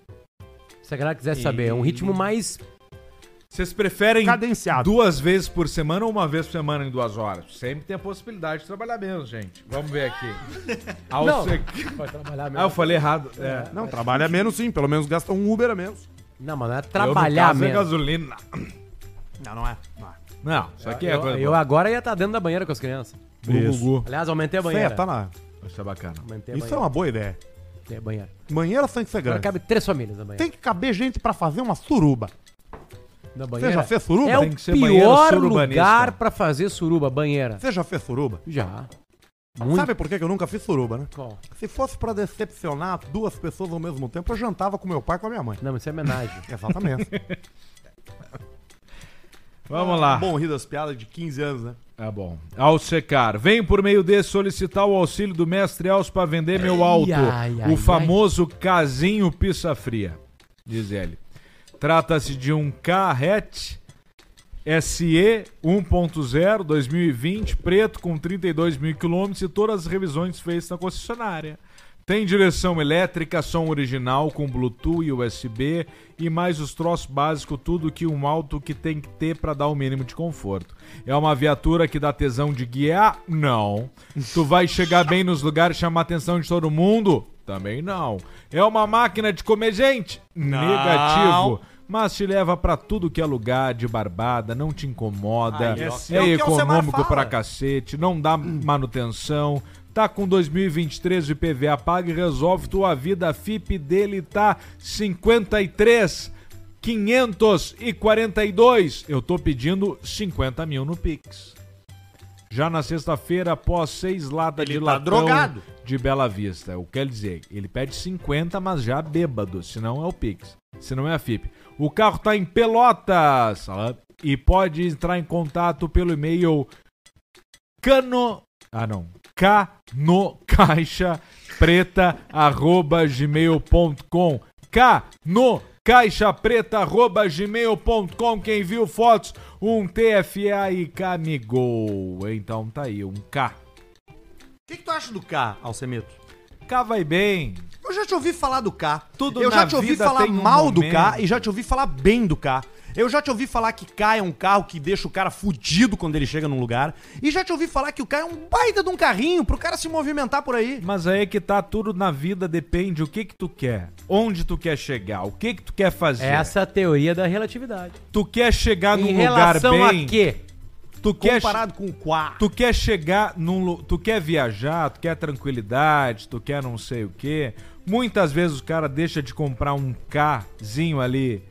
Speaker 4: Se a galera quiser saber, é um ritmo mais.
Speaker 2: Vocês preferem
Speaker 26: Cadenciado.
Speaker 2: duas vezes por semana ou uma vez por semana em duas horas? Sempre tem a possibilidade de trabalhar menos, gente. Vamos ver aqui. Ao
Speaker 4: Não,
Speaker 2: sec-
Speaker 4: pode trabalhar mesmo.
Speaker 2: Ah, eu falei errado. É.
Speaker 26: Não, trabalha menos sim, pelo menos gasta um Uber a menos.
Speaker 4: Não, mas não é
Speaker 2: Eu, no
Speaker 4: trabalhar
Speaker 2: caso, é
Speaker 4: mesmo.
Speaker 2: gasolina.
Speaker 26: Não, não é. Não é.
Speaker 2: Não, isso aqui é
Speaker 4: eu,
Speaker 2: coisa
Speaker 4: eu
Speaker 2: boa.
Speaker 4: agora ia estar dentro da banheira com as crianças.
Speaker 2: Isso. Gugu.
Speaker 4: Aliás, aumentei a banheira.
Speaker 26: Fé, tá na...
Speaker 2: Isso é bacana.
Speaker 4: Aumentei a
Speaker 26: Isso é
Speaker 4: banheira.
Speaker 26: uma boa ideia.
Speaker 4: É banheira.
Speaker 26: Banheira tem que ser
Speaker 4: Agora
Speaker 26: grande.
Speaker 4: cabe três famílias na banheira.
Speaker 26: Tem que caber gente pra fazer uma suruba.
Speaker 4: Na
Speaker 26: Você já fez suruba?
Speaker 4: É
Speaker 2: Tem
Speaker 4: o
Speaker 2: que ser
Speaker 4: pior
Speaker 2: banheiro surubanista.
Speaker 4: lugar pra fazer suruba, banheira.
Speaker 26: Você já fez suruba?
Speaker 4: Já. Muito.
Speaker 26: Sabe por que que eu nunca fiz suruba, né?
Speaker 4: Qual?
Speaker 26: Se fosse pra decepcionar duas pessoas ao mesmo tempo, eu jantava com meu pai e com a minha mãe.
Speaker 4: Não, mas isso é homenagem.
Speaker 26: Exatamente.
Speaker 2: Vamos lá.
Speaker 26: Bom rir das piadas de 15 anos, né?
Speaker 2: Tá bom. Ao secar. Vem por meio de solicitar o auxílio do mestre Elcio para vender meu auto.
Speaker 4: ai, ai,
Speaker 2: o famoso casinho pizza fria. Diz ele. Trata-se de um carrete SE 1.0 2020, preto com 32 mil quilômetros e todas as revisões feitas na concessionária. Tem direção elétrica, som original com Bluetooth e USB e mais os troços básicos, tudo que um auto que tem que ter para dar o mínimo de conforto. É uma viatura que dá tesão de guiar? Não. Tu vai chegar bem nos lugares e chamar a atenção de todo mundo? Também não. É uma máquina de comer gente? Negativo. Mas te leva pra tudo que é lugar de barbada, não te incomoda,
Speaker 26: Aí, ó. É o que
Speaker 2: é
Speaker 26: o
Speaker 2: econômico
Speaker 26: Alcemar
Speaker 2: pra
Speaker 26: fala.
Speaker 2: cacete, não dá manutenção, tá com 2023 de PVA paga e resolve tua vida. A FIP dele tá 53 542. Eu tô pedindo 50 mil no Pix. Já na sexta-feira, após seis latas
Speaker 26: Ele
Speaker 2: de
Speaker 26: tá
Speaker 2: latão
Speaker 26: drogado.
Speaker 2: de Bela Vista. O que quer dizer, ele pede 50, mas já bêbado, se não é o Pix, se não é a FIP. O carro tá em Pelotas e pode entrar em contato pelo e-mail cano... Ah, não. canocaixa preta arroba gmail.com cano caixa preta arroba gmail.com quem viu fotos um TFA e camigou então tá aí um K
Speaker 1: O que, que tu acha do K, Alcemeto?
Speaker 2: K vai bem
Speaker 1: Eu já te ouvi falar do K.
Speaker 2: Tudo
Speaker 1: Eu
Speaker 2: na
Speaker 1: já te ouvi
Speaker 2: vida
Speaker 1: falar
Speaker 2: tem um
Speaker 1: mal do
Speaker 2: momento.
Speaker 1: K e já te ouvi falar bem do K. Eu já te ouvi falar que Kai é um carro que deixa o cara fudido quando ele chega num lugar. E já te ouvi falar que o Kai é um baita de um carrinho pro cara se movimentar por aí.
Speaker 2: Mas aí que tá tudo na vida, depende o que que tu quer, onde tu quer chegar, o que que tu quer fazer.
Speaker 4: Essa é a teoria da relatividade.
Speaker 2: Tu quer chegar
Speaker 4: Em
Speaker 2: Tá num lugar
Speaker 4: relação
Speaker 2: bem...
Speaker 4: a quê?
Speaker 2: Tu quer
Speaker 4: Comparado
Speaker 1: com o quá.
Speaker 2: Tu quer chegar num... lu- Tu quer viajar, tu quer tranquilidade, tu quer não sei o quê. Muitas vezes o cara deixa de comprar um Kzinho ali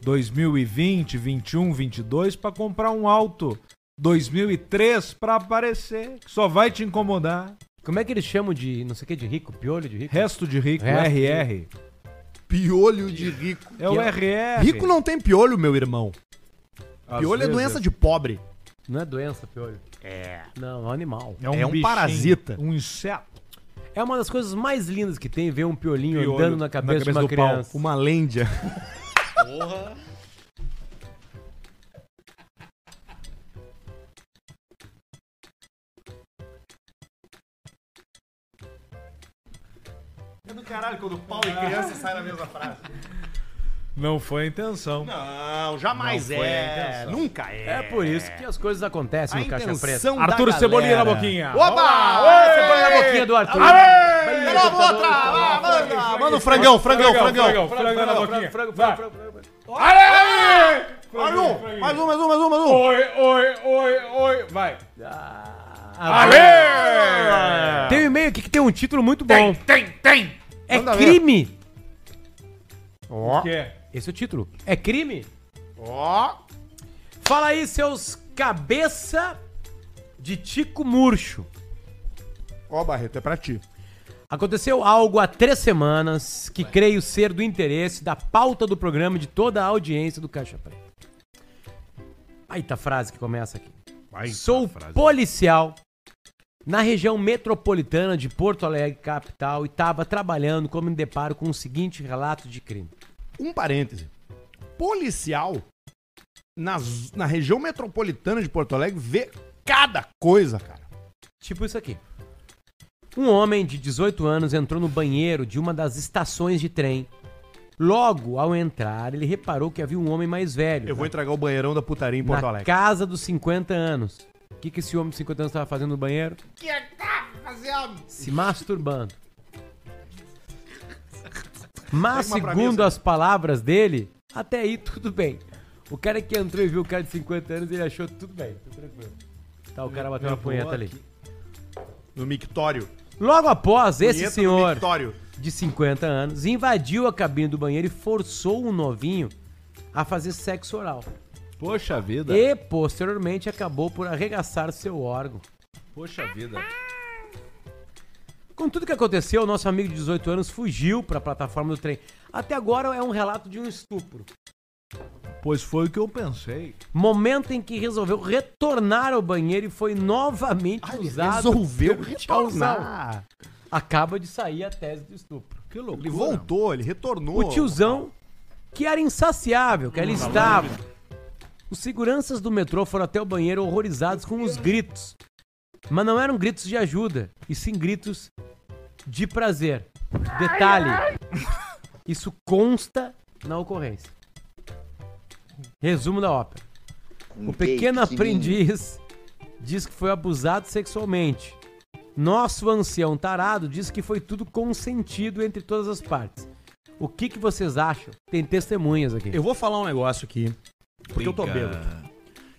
Speaker 2: 2020, 21, 22 pra comprar um alto 2003 pra aparecer, que só vai te incomodar.
Speaker 4: Como é que eles chamam de, não sei o que, de rico, piolho de rico?
Speaker 2: Resto de rico,
Speaker 4: Resto de-
Speaker 2: RR.
Speaker 27: Piolho de rico.
Speaker 2: É o RR.
Speaker 1: Rico não tem piolho, meu irmão.
Speaker 2: Às
Speaker 1: piolho é
Speaker 2: vezes.
Speaker 1: doença de pobre.
Speaker 4: Não é doença, piolho. É. Não, é um animal.
Speaker 1: É um bichinho,
Speaker 2: Um inseto.
Speaker 4: É uma das coisas mais lindas que tem ver um piolinho
Speaker 1: Piolho
Speaker 4: andando na
Speaker 1: na
Speaker 4: cabeça,
Speaker 1: cabeça
Speaker 4: de uma
Speaker 1: do pau.
Speaker 4: criança.
Speaker 1: Uma lêndia.
Speaker 28: Porra.
Speaker 1: É do caralho quando pau e criança sai na mesma frase.
Speaker 2: Não foi a intenção.
Speaker 1: Não, jamais
Speaker 2: Não foi a
Speaker 1: é.
Speaker 2: intenção.
Speaker 1: Nunca é.
Speaker 4: É por isso que as coisas acontecem no Caixa Preta.
Speaker 2: Arthur Cebolinha na boquinha.
Speaker 4: Opa!
Speaker 1: Opa!
Speaker 4: Olha você põe na boquinha do Arthur.
Speaker 1: Aê! Pela outra! Ah,
Speaker 4: lá, um
Speaker 1: Manda, manda o frangão, frangão, frangão.
Speaker 2: Frango na boquinha. Vai.
Speaker 1: Mais um, mais um, mais um, mais um, mais um.
Speaker 2: Oi, oi, oi, oi. Vai.
Speaker 4: Alê! Tem um e-mail aqui que tem um título muito bom. Tem, tem, É
Speaker 1: Manda ver.
Speaker 4: crime.
Speaker 1: Ó.
Speaker 4: Esse é o título. É crime?
Speaker 1: Ó.
Speaker 4: Fala aí, seus cabeça de tico murcho.
Speaker 1: Ó, Barreto, é pra ti.
Speaker 4: Aconteceu algo há três semanas que creio ser do interesse da pauta do programa e de toda a audiência do Caixa Preta. Baita frase que começa aqui.
Speaker 1: tá
Speaker 4: Sou policial na região metropolitana de Porto Alegre, capital, e estava trabalhando quando me deparo com o seguinte relato de crime.
Speaker 1: Um parêntese. Policial nas, na região metropolitana de Porto Alegre vê cada coisa, cara.
Speaker 4: Tipo isso aqui. Um homem de 18 anos entrou no banheiro de uma das estações de trem. Logo ao entrar, ele reparou que havia um homem mais velho.
Speaker 1: Eu vou entregar o banheirão da putaria em Porto
Speaker 4: na
Speaker 1: Alegre.
Speaker 4: casa dos 50 anos. O que, que esse homem de 50 anos estava fazendo no banheiro?
Speaker 28: Que
Speaker 1: é
Speaker 28: tá fazendo?
Speaker 4: Se masturbando. Mas,
Speaker 28: Pega uma pra
Speaker 4: segundo
Speaker 28: mesa.
Speaker 4: as palavras dele, até aí tudo bem. O cara que entrou e viu o cara de 50 anos, ele achou tudo bem, tudo tranquilo. Tá, o cara bateu uma
Speaker 1: Eu vou
Speaker 4: punheta ali.
Speaker 1: aqui. No mictório.
Speaker 4: Logo após, esse
Speaker 1: Punheta no
Speaker 4: senhor
Speaker 1: mictório.
Speaker 4: de 50 anos invadiu a cabine do banheiro e forçou o novinho a fazer sexo oral.
Speaker 2: Poxa vida.
Speaker 4: E posteriormente acabou por arregaçar seu órgão.
Speaker 2: Poxa vida.
Speaker 4: Com tudo que aconteceu, nosso amigo de 18 anos fugiu para a plataforma do trem. Até agora é um relato de um estupro.
Speaker 2: Pois foi o que eu pensei.
Speaker 4: Momento em que resolveu retornar ao banheiro e foi novamente usado.
Speaker 1: resolveu
Speaker 4: pelo tiozão.
Speaker 1: retornar.
Speaker 4: Acaba de sair a tese do estupro.
Speaker 2: Que loucura.
Speaker 1: Ele voltou, ele retornou.
Speaker 4: O tiozão, que era insaciável, que ali estava. Os seguranças do metrô foram até o banheiro horrorizados com os gritos. Mas não eram gritos de ajuda, e sim gritos de prazer. Detalhe: isso consta na ocorrência. Resumo da ópera:
Speaker 8: Um
Speaker 4: o pequeno aprendiz diz que foi abusado sexualmente. Nosso ancião tarado diz que foi tudo consentido entre todas as partes. O que, que vocês acham? Tem testemunhas aqui.
Speaker 1: Eu vou falar um negócio aqui, porque eu tô
Speaker 4: Diga.
Speaker 1: bêbado.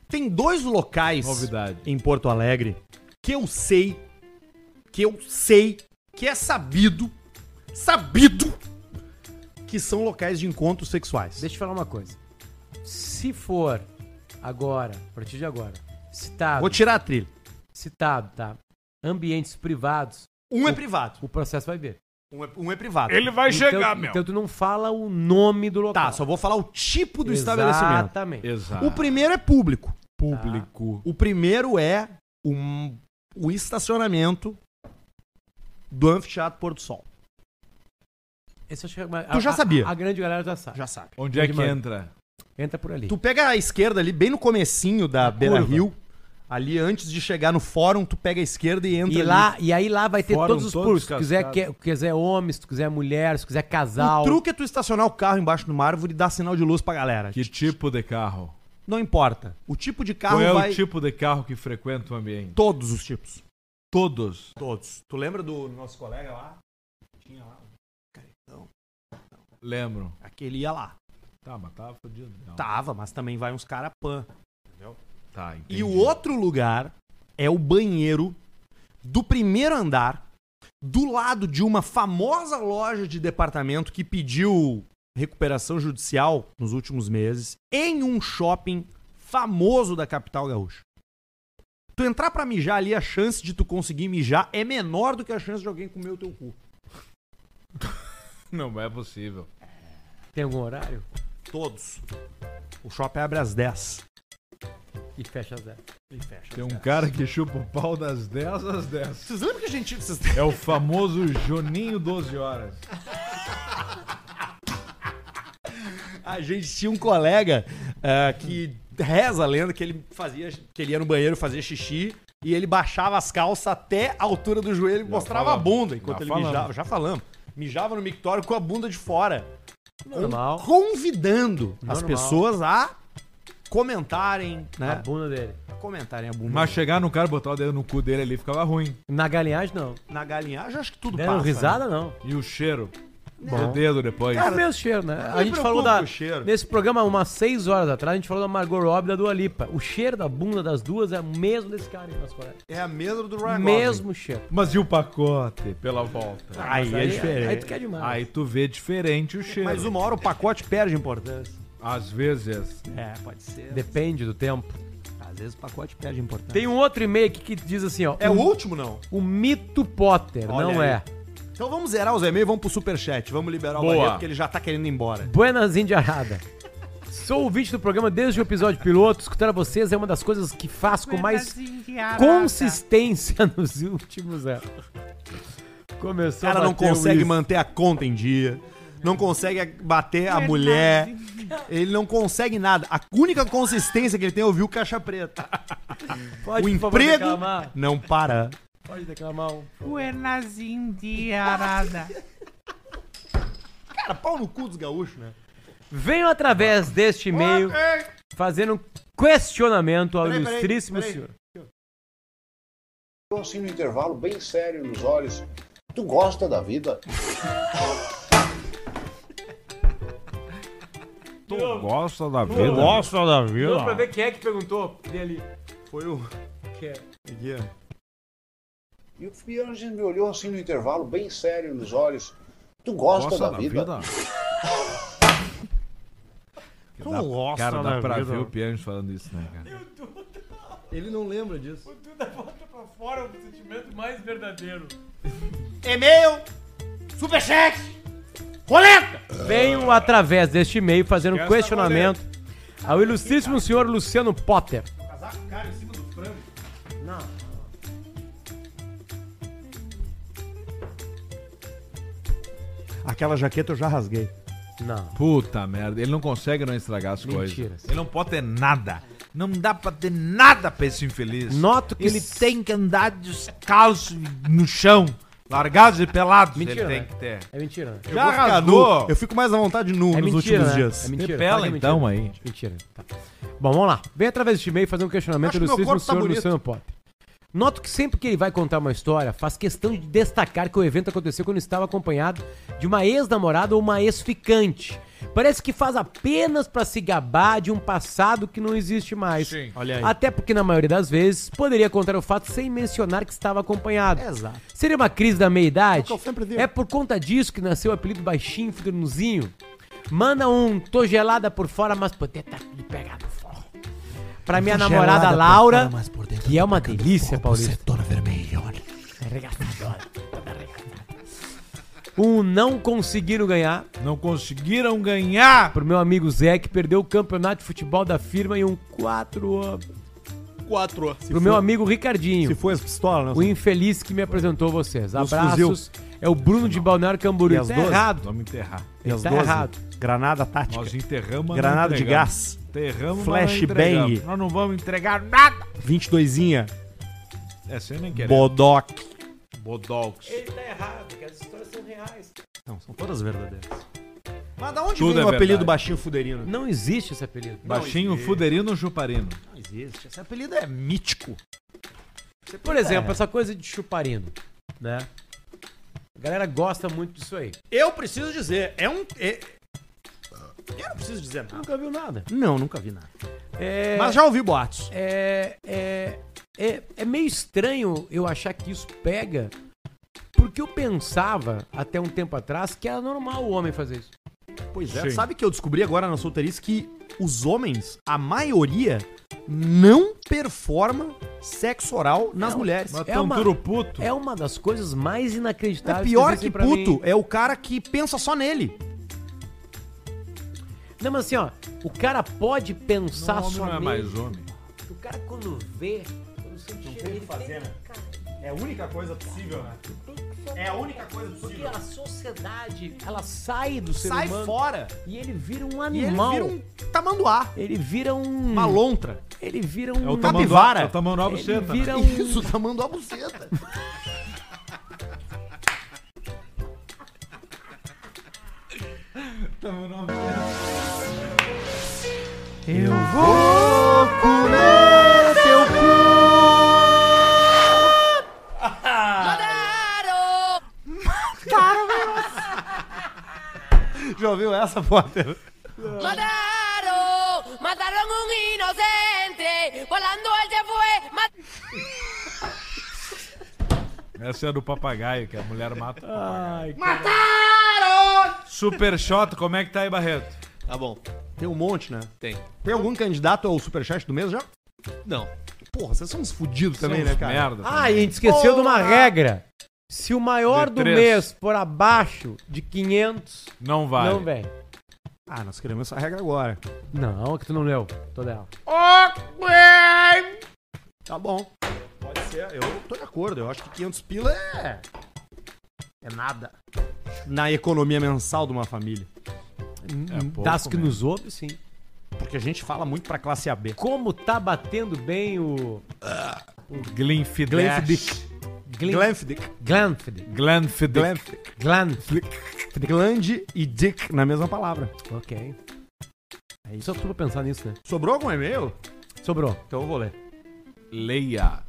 Speaker 1: Tem dois locais
Speaker 2: Novidade.
Speaker 1: em Porto Alegre que eu sei, que eu sei, que é sabido, sabido, que são locais de encontros sexuais.
Speaker 4: Deixa eu falar uma coisa. Se for agora, a partir de agora, citado.
Speaker 1: Vou tirar a trilha.
Speaker 4: Citado, tá? Ambientes privados.
Speaker 1: Um é privado.
Speaker 4: O processo vai ver.
Speaker 1: Um é, um é privado.
Speaker 4: Ele vai chegar, meu. Então tu não fala o nome do local.
Speaker 1: Tá, só vou falar o tipo do estabelecimento.
Speaker 4: Exatamente.
Speaker 2: Exato.
Speaker 1: O primeiro é público. Tá.
Speaker 2: Público.
Speaker 1: O primeiro é um- o estacionamento do Anfiteatro Porto Sol.
Speaker 4: Esse eu acho que é uma-
Speaker 1: Tu já
Speaker 4: a- a-
Speaker 1: sabia.
Speaker 4: A, grande galera já sabe.
Speaker 1: Já sabe.
Speaker 2: Onde é que
Speaker 4: manda?
Speaker 2: entra?
Speaker 4: Entra por ali.
Speaker 1: Tu pega a esquerda ali, bem no comecinho da Beira Rio, Ali, antes de chegar no fórum, tu pega a esquerda e entra
Speaker 4: E,
Speaker 1: ali.
Speaker 4: lá, e aí lá vai ter
Speaker 1: Fórum
Speaker 4: todos os
Speaker 1: todos
Speaker 4: pulos. Se tu quiser, que,
Speaker 1: cascados.
Speaker 4: quiser homem, se tu quiser mulher, se tu quiser casal.
Speaker 1: O truque é tu estacionar o carro embaixo de uma árvore e dar sinal de luz pra galera. Que
Speaker 2: tipo de carro?
Speaker 1: Não importa. O tipo de carro
Speaker 2: Qual é
Speaker 1: vai...
Speaker 2: o tipo de carro que frequenta o ambiente?
Speaker 1: Todos os tipos.
Speaker 2: Todos.
Speaker 1: Todos. Tu lembra do nosso colega lá? Tinha lá um caretão.
Speaker 2: Lembro.
Speaker 1: Aquele ia lá.
Speaker 2: Tá, mas tava fodido. Não.
Speaker 1: Tava, mas também vai uns cara pan. Entendeu?
Speaker 2: Tá,
Speaker 1: Tá. E o outro lugar é o banheiro do primeiro andar, do lado de uma famosa loja de departamento que pediu recuperação judicial nos últimos meses, em um shopping famoso da capital gaúcha. Tu entrar pra mijar ali, a chance de tu conseguir mijar é menor do que a chance de alguém comer o teu cu.
Speaker 2: Não é possível.
Speaker 4: Tem algum horário?
Speaker 1: Todos. O shopping abre às 10.
Speaker 4: E fecha zero.
Speaker 1: E fecha.
Speaker 2: Tem um cara que chupa o pau das 10 às 10.
Speaker 1: Vocês lembram que a gente. vocês-
Speaker 2: É o famoso Joninho 12 horas.
Speaker 1: A gente tinha um colega ah, que reza a lenda que ele fazia, que ele ia no banheiro fazer xixi e ele baixava as calças até a altura do joelho e mostrava
Speaker 2: falamos,
Speaker 1: a bunda enquanto
Speaker 2: já
Speaker 1: ele
Speaker 2: falamos.
Speaker 1: mijava. Já falamos. Mijava no mictório com a bunda de fora.
Speaker 4: Normal.
Speaker 1: Convidando as
Speaker 4: Normal.
Speaker 1: pessoas a comentarem, né?
Speaker 4: A bunda dele.
Speaker 1: Comentarem a bunda.
Speaker 2: Mas chegar no cara e botar o dedo no cu dele ali ficava ruim.
Speaker 4: Na galinhagem, não.
Speaker 1: Na galinhagem acho que tudo
Speaker 4: Deram
Speaker 1: passa,
Speaker 4: risada,
Speaker 1: né?
Speaker 4: não.
Speaker 2: E o cheiro?
Speaker 4: Bom.
Speaker 2: O dedo depois.
Speaker 4: É o mesmo cheiro, né?
Speaker 1: não
Speaker 4: A
Speaker 1: me
Speaker 4: gente
Speaker 1: preocupo
Speaker 4: falou da.
Speaker 1: com o cheiro.
Speaker 4: Nesse programa, umas 6 horas atrás, a gente falou da Margot Robbie e da Dua Lipa. O cheiro da bunda das duas é o mesmo desse cara aí, nosso colega.
Speaker 1: É a mesma do Ryan
Speaker 4: Mesmo
Speaker 1: Gosling.
Speaker 4: cheiro.
Speaker 2: Mas e o pacote pela volta?
Speaker 1: Ah, Aí mas é aí- diferente. aí tu quer demais.
Speaker 2: Aí tu vê diferente o cheiro.
Speaker 1: Mas uma hora o pacote perde importância.
Speaker 2: Às vezes.
Speaker 1: É, pode ser.
Speaker 4: Depende do tempo.
Speaker 1: Às vezes o pacote perde importância.
Speaker 4: Tem um outro e-mail aqui que diz assim, ó.
Speaker 1: É o último, não?
Speaker 4: O Mito Potter,
Speaker 1: Olha
Speaker 4: não
Speaker 1: aí.
Speaker 4: é.
Speaker 1: Então vamos zerar os e-mails, vamos pro superchat. Vamos liberar
Speaker 4: Boa.
Speaker 1: o Barreto, porque ele já tá querendo ir embora.
Speaker 4: Buenas Indiarada. Sou ouvinte do programa desde o episódio piloto. Escutar vocês é uma das coisas que faço com mais consistência nos últimos anos.
Speaker 1: O
Speaker 4: Começou a
Speaker 1: cara não
Speaker 4: bater Então o
Speaker 1: consegue
Speaker 4: isso.
Speaker 1: manter a conta em dia, não consegue bater a
Speaker 4: Verdade.
Speaker 1: mulher, ele não consegue nada. A única consistência que ele tem é ouvir o Caixa Preta.
Speaker 4: Pode,
Speaker 1: o
Speaker 4: por favor,
Speaker 1: emprego
Speaker 4: reclamar.
Speaker 1: não para.
Speaker 4: Pode declamar um.
Speaker 23: Buenas indiarada.
Speaker 1: Cara, Tá pau no cu dos gaúchos, né?
Speaker 4: Venho através deste e-mail fazendo um questionamento ao
Speaker 29: Peraí, peraí,
Speaker 4: ilustríssimo
Speaker 29: peraí.
Speaker 4: senhor.
Speaker 29: Então, assim no intervalo, bem sério nos olhos. Tu gosta da vida?
Speaker 2: Tu gosta da
Speaker 1: Tu
Speaker 2: vida?
Speaker 1: gosta da vida?
Speaker 4: Vamos pra ver quem é que perguntou dele.
Speaker 1: Foi o.
Speaker 4: Que é.
Speaker 29: E o Fianges me olhou assim no intervalo, bem sério nos olhos. Tu gosta, da, vida?
Speaker 1: Tu gosta
Speaker 2: cara, dá
Speaker 1: da
Speaker 2: pra
Speaker 1: vida?
Speaker 2: ver o Piange falando isso, né, cara?
Speaker 1: Ele não lembra disso.
Speaker 10: O Duda volta pra fora é o sentimento mais verdadeiro.
Speaker 1: E-mail, superchat, roleta!
Speaker 4: Venho através deste e-mail fazendo
Speaker 29: é
Speaker 4: um
Speaker 1: Essa
Speaker 4: questionamento ao ilustríssimo senhor Luciano Potter.
Speaker 1: Casaco, cara, em cima do frango. Não. Aquela jaqueta eu já rasguei.
Speaker 4: Não.
Speaker 2: Puta merda, ele não consegue não estragar as
Speaker 4: Mentiras.
Speaker 2: coisas. Ele não pode ter nada. Não dá pra ter nada pra esse infeliz.
Speaker 4: Noto que
Speaker 2: ele
Speaker 4: ele-
Speaker 2: tem que andar descalço no chão, largados e pelados.
Speaker 4: Mentira,
Speaker 2: ele tem
Speaker 4: né?
Speaker 2: que ter.
Speaker 4: É mentira.
Speaker 2: Eu
Speaker 1: Já
Speaker 2: vou ficar
Speaker 1: rasgou.
Speaker 2: nu.
Speaker 1: Eu fico mais à vontade nu
Speaker 4: É
Speaker 1: nos
Speaker 4: mentira,
Speaker 1: últimos
Speaker 4: né?
Speaker 1: dias.
Speaker 4: É mentira.
Speaker 2: Repela,
Speaker 4: Claro que é
Speaker 2: então,
Speaker 4: mentira.
Speaker 2: aí.
Speaker 4: Mentira. Tá. Bom, vamos lá. Vem através deste e-mail fazer um questionamento
Speaker 1: Acho que meu
Speaker 4: ilustríssimo
Speaker 1: corpo tá
Speaker 4: senhor
Speaker 1: bonito.
Speaker 4: Luciano Potter. Noto que sempre que ele vai contar uma história, faz questão de destacar que o evento aconteceu quando estava acompanhado de uma ex-namorada ou uma ex-ficante. Parece que faz apenas pra se gabar de um passado que não existe mais.
Speaker 1: Sim. Olha aí.
Speaker 4: Até porque, na maioria das vezes, poderia contar o fato sem mencionar que estava acompanhado.
Speaker 1: Exato.
Speaker 4: Seria uma crise da meia-idade?
Speaker 1: É o que eu sempre digo.
Speaker 4: É por conta disso que nasceu o apelido baixinho, fidenuzinho. Manda um tô gelada por fora, mas por dentro tá me pegar por fora. Pra minha
Speaker 23: Tô gelada
Speaker 4: namorada
Speaker 23: por
Speaker 4: Laura,
Speaker 23: fora, mas por
Speaker 1: tá
Speaker 23: dentro
Speaker 4: que é uma delícia, Paulista.
Speaker 1: tá
Speaker 4: Um não conseguiram ganhar.
Speaker 2: Não conseguiram ganhar.
Speaker 4: Pro meu amigo Zé, que perdeu o campeonato de futebol da firma e um 4
Speaker 1: Quatro.
Speaker 4: Pro meu amigo Ricardinho.
Speaker 1: Se foi as pistolas,
Speaker 4: O
Speaker 1: né?
Speaker 4: infeliz que me apresentou vocês.
Speaker 1: Nos
Speaker 4: Abraços É o Bruno de Balneário Camboriú.
Speaker 26: E as
Speaker 4: Tá
Speaker 26: doze?
Speaker 4: errado.
Speaker 2: Vamos enterrar.
Speaker 26: E
Speaker 4: Ele
Speaker 26: as
Speaker 4: tá
Speaker 26: 12?
Speaker 4: errado.
Speaker 26: Granada tática.
Speaker 2: Nós enterramos. mas
Speaker 26: Granada
Speaker 2: não
Speaker 26: de
Speaker 2: entregamos.
Speaker 26: gás.
Speaker 2: Enterramos. mas não
Speaker 26: Flashbang.
Speaker 2: entregamos. Nós não vamos entregar nada.
Speaker 26: 22zinha.
Speaker 2: É, você nem quer.
Speaker 26: Bodoc.
Speaker 2: Bodox.
Speaker 4: Ele tá errado, porque as histórias são reais.
Speaker 1: Não, são todas verdadeiras.
Speaker 4: Mas da
Speaker 1: onde
Speaker 2: Tudo
Speaker 1: vem
Speaker 2: é
Speaker 1: o apelido
Speaker 2: verdade.
Speaker 1: baixinho fuderino?
Speaker 4: Não existe esse apelido.
Speaker 2: Baixinho, fuderino, chuparino.
Speaker 1: Não existe. Esse apelido é mítico.
Speaker 4: Por exemplo, essa coisa de chuparino, né? A galera gosta muito disso aí.
Speaker 1: Eu preciso dizer, é um. é- Eu não preciso dizer nada.
Speaker 4: Nunca viu nada.
Speaker 1: Não, nunca vi nada.
Speaker 4: É-
Speaker 1: Mas já ouvi boatos.
Speaker 4: É, é, é, é meio estranho eu achar que isso pega, porque eu pensava até um tempo atrás que era normal o homem fazer isso.
Speaker 1: Pois
Speaker 4: Sim.
Speaker 1: é, sabe que eu descobri agora na solteirice que os homens, a maioria, não performa sexo oral nas
Speaker 4: Não,
Speaker 1: mulheres.
Speaker 4: mas
Speaker 2: Então,
Speaker 4: tão duro puto.
Speaker 1: É
Speaker 4: uma das coisas mais inacreditáveis.
Speaker 1: É pior
Speaker 4: que
Speaker 1: que,
Speaker 4: existem pra
Speaker 1: puto,
Speaker 4: mim.
Speaker 1: é o cara que pensa só nele.
Speaker 4: Não, mas assim, ó, o cara pode pensar
Speaker 2: Não, homem
Speaker 4: só
Speaker 2: não é
Speaker 4: nele.
Speaker 2: mais homem.
Speaker 4: O cara quando vê, quando sente
Speaker 1: Não
Speaker 4: cheiro,
Speaker 1: tem o que
Speaker 4: ele
Speaker 1: fazer,
Speaker 4: tem-
Speaker 1: né? É a única coisa possível, né? É a única coisa possível.
Speaker 4: Porque a sociedade, ela sai do ser
Speaker 1: Sai
Speaker 4: humano
Speaker 1: fora.
Speaker 4: e ele vira um
Speaker 1: E ele
Speaker 4: animal.
Speaker 1: vira um tamanduá.
Speaker 4: Ele vira um.
Speaker 1: Uma lontra.
Speaker 4: Ele vira
Speaker 1: É
Speaker 4: um.
Speaker 1: o tamanduá- Capivara.
Speaker 2: é o tamanduá
Speaker 4: Ele
Speaker 2: buceta, né?
Speaker 4: Vira um.
Speaker 1: Isso, tamanduá buceta.
Speaker 23: Eu vou comer teu cu.
Speaker 1: Já ouviu essa, Potter?
Speaker 23: Mataron, mataron un inocente, volando él se fue.
Speaker 2: Essa é a do papagaio, que a mulher mata o papagaio.
Speaker 23: Mataron.
Speaker 2: Super shot, como é que tá aí, Barreto?
Speaker 1: Tá bom. Tem um monte, né?
Speaker 2: Tem.
Speaker 1: Tem algum candidato ao superchat do mês já?
Speaker 2: Não.
Speaker 1: Porra, vocês são uns fudidos
Speaker 4: São
Speaker 1: também,
Speaker 4: uns
Speaker 1: né, cara?
Speaker 4: merda Ah, e a gente esqueceu de uma regra. Se o maior
Speaker 1: De
Speaker 4: do
Speaker 1: três.
Speaker 4: mês for abaixo de 500,
Speaker 2: não
Speaker 4: vai. Não vem.
Speaker 1: Ah, nós queremos essa regra agora.
Speaker 4: Não, é que tu não leu. Toda ela.
Speaker 23: Ok.
Speaker 1: Tá bom. Pode ser. Eu tô de acordo. Eu acho que 500 pila é... É nada. Na economia mensal de uma família.
Speaker 4: pouco
Speaker 1: das que
Speaker 4: mesmo.
Speaker 1: nos ouve, sim. Porque a gente fala muito pra classe AB.
Speaker 4: Como tá batendo bem o.
Speaker 2: O Glenfiddich.
Speaker 4: Glenfiddich.
Speaker 1: Glenfiddich.
Speaker 4: Glenfiddich.
Speaker 2: Glenfiddich.
Speaker 1: Glenfiddich. Glenfiddich. Gland e Dick na mesma palavra.
Speaker 4: Ok. É isso. Só tu pra pensar nisso, né?
Speaker 1: Sobrou algum e-mail?
Speaker 4: Sobrou.
Speaker 1: Então eu vou ler.
Speaker 2: Leia.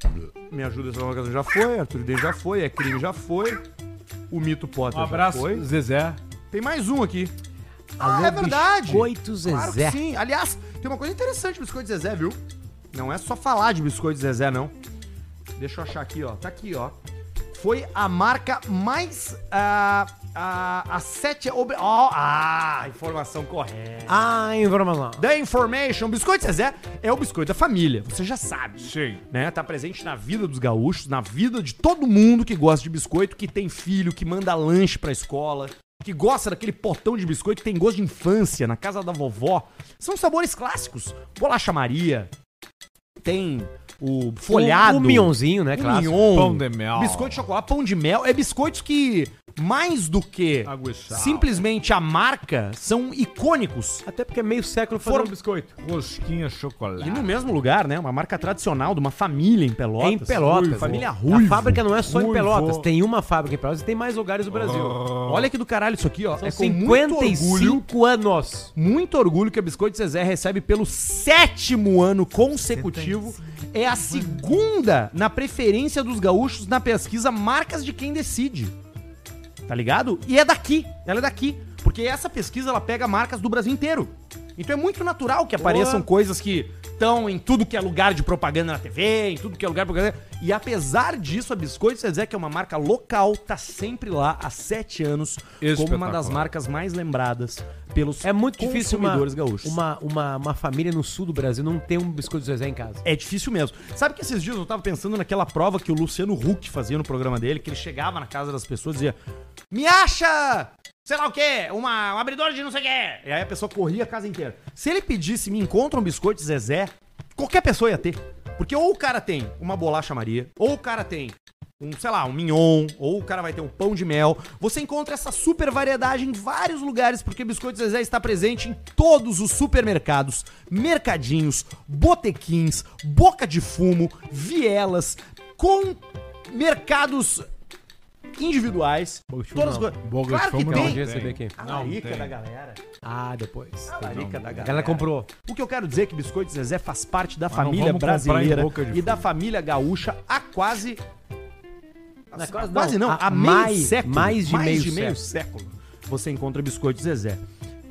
Speaker 1: Me ajuda essa locação já foi, Arthur D já foi, é crime já foi. O mito Potter
Speaker 2: Um abraço,
Speaker 1: já foi.
Speaker 2: Zezé.
Speaker 1: Tem mais um aqui.
Speaker 4: Alô,
Speaker 1: ah, é verdade.
Speaker 4: Biscoito Zezé.
Speaker 1: Claro que sim. Aliás, tem uma coisa interessante do Biscoito Zezé, viu? Não é só falar de Biscoito Zezé, não. Deixa eu achar aqui, ó. Tá aqui, ó. Foi a marca mais. ah, ah, a sete. obri- Ó, ah, informação correta.
Speaker 4: Ah, informação.
Speaker 1: The Information. Biscoito Zezé é o biscoito da família, você já sabe.
Speaker 2: Sim.
Speaker 1: Né? Tá presente na vida dos gaúchos, na vida de todo mundo que gosta de biscoito, que tem filho, que manda lanche pra escola, que gosta daquele potão de biscoito que tem gosto de infância, na casa da vovó. São sabores clássicos. Bolacha Maria, tem o folhado.
Speaker 4: O- o mionzinho, né,
Speaker 1: O
Speaker 4: clássico.
Speaker 1: mion.
Speaker 2: Pão de mel.
Speaker 1: Biscoito de chocolate, pão de mel. É biscoitos que, mais do que
Speaker 2: Água e sal.
Speaker 1: simplesmente a marca, são icônicos.
Speaker 4: Até porque é meio século
Speaker 1: fazendo
Speaker 4: um biscoito.
Speaker 2: Rosquinha chocolate.
Speaker 1: E no mesmo lugar, né? Uma marca tradicional de uma família em Pelotas.
Speaker 4: É em Pelotas.
Speaker 1: Ruivo. Família
Speaker 4: ruim.
Speaker 1: Ruivo.
Speaker 4: A fábrica não é só em
Speaker 1: Ruivo.
Speaker 4: Pelotas. Tem uma fábrica em Pelotas e tem mais lugares do Brasil.
Speaker 1: Olha que do caralho isso aqui, ó.
Speaker 4: São
Speaker 1: é com muito
Speaker 4: 55
Speaker 1: orgulho,
Speaker 4: anos.
Speaker 1: muito orgulho que a Biscoito Zezé recebe pelo sétimo ano consecutivo. É a segunda na preferência dos gaúchos na pesquisa Marcas de Quem Decide. Tá ligado? E é daqui. Ela é daqui. Porque essa pesquisa ela pega marcas do Brasil inteiro. Então é muito natural que apareçam coisas que estão em tudo que é lugar de propaganda na TV, em tudo que é lugar de propaganda. E apesar disso, a Biscoito Zezé, que é uma marca local, tá sempre lá há sete anos, como uma
Speaker 4: Espetacular.
Speaker 1: das marcas mais lembradas pelos
Speaker 4: É muito difícil uma,
Speaker 1: consumidores gaúchos.
Speaker 4: uma, uma, uma família no sul do Brasil não ter um biscoito Zezé em casa.
Speaker 1: É difícil mesmo. Sabe que esses dias eu tava pensando naquela prova que o Luciano Huck fazia no programa dele, que ele chegava na casa das pessoas e dizia: Me acha! Sei lá o quê, uma, um abridor de não sei o quê. E aí a pessoa corria a casa inteira. Se ele pedisse, me encontra um biscoito Zezé, qualquer pessoa ia ter. Porque ou o cara tem uma bolacha Maria, ou o cara tem um, sei lá, um mignon, ou o cara vai ter um pão de mel. Você encontra essa super variedade em vários lugares, porque Biscoito Zezé está presente em todos os supermercados, mercadinhos, botequins, boca de fumo, vielas, com mercados individuais. Todas as
Speaker 4: não.
Speaker 1: coisas.
Speaker 4: Boca de
Speaker 1: Claro que
Speaker 4: fumo não,
Speaker 1: tem.
Speaker 4: onde receber aqui?
Speaker 1: A
Speaker 4: Não,
Speaker 1: larica
Speaker 4: tem.
Speaker 1: da galera.
Speaker 4: Ah, depois.
Speaker 1: A larica da galera.
Speaker 4: Ela comprou.
Speaker 1: O que eu quero dizer é que Biscoito Zezé faz parte da
Speaker 4: Mas não
Speaker 1: família
Speaker 4: vamos comprar em
Speaker 1: brasileira
Speaker 4: boca de
Speaker 1: e da família gaúcha há quase.
Speaker 4: Na
Speaker 1: há
Speaker 4: quase não,
Speaker 1: quase não,
Speaker 4: há
Speaker 1: há meio
Speaker 4: mais-
Speaker 1: século.
Speaker 4: mais de meio
Speaker 1: século. Você encontra Biscoito Zezé.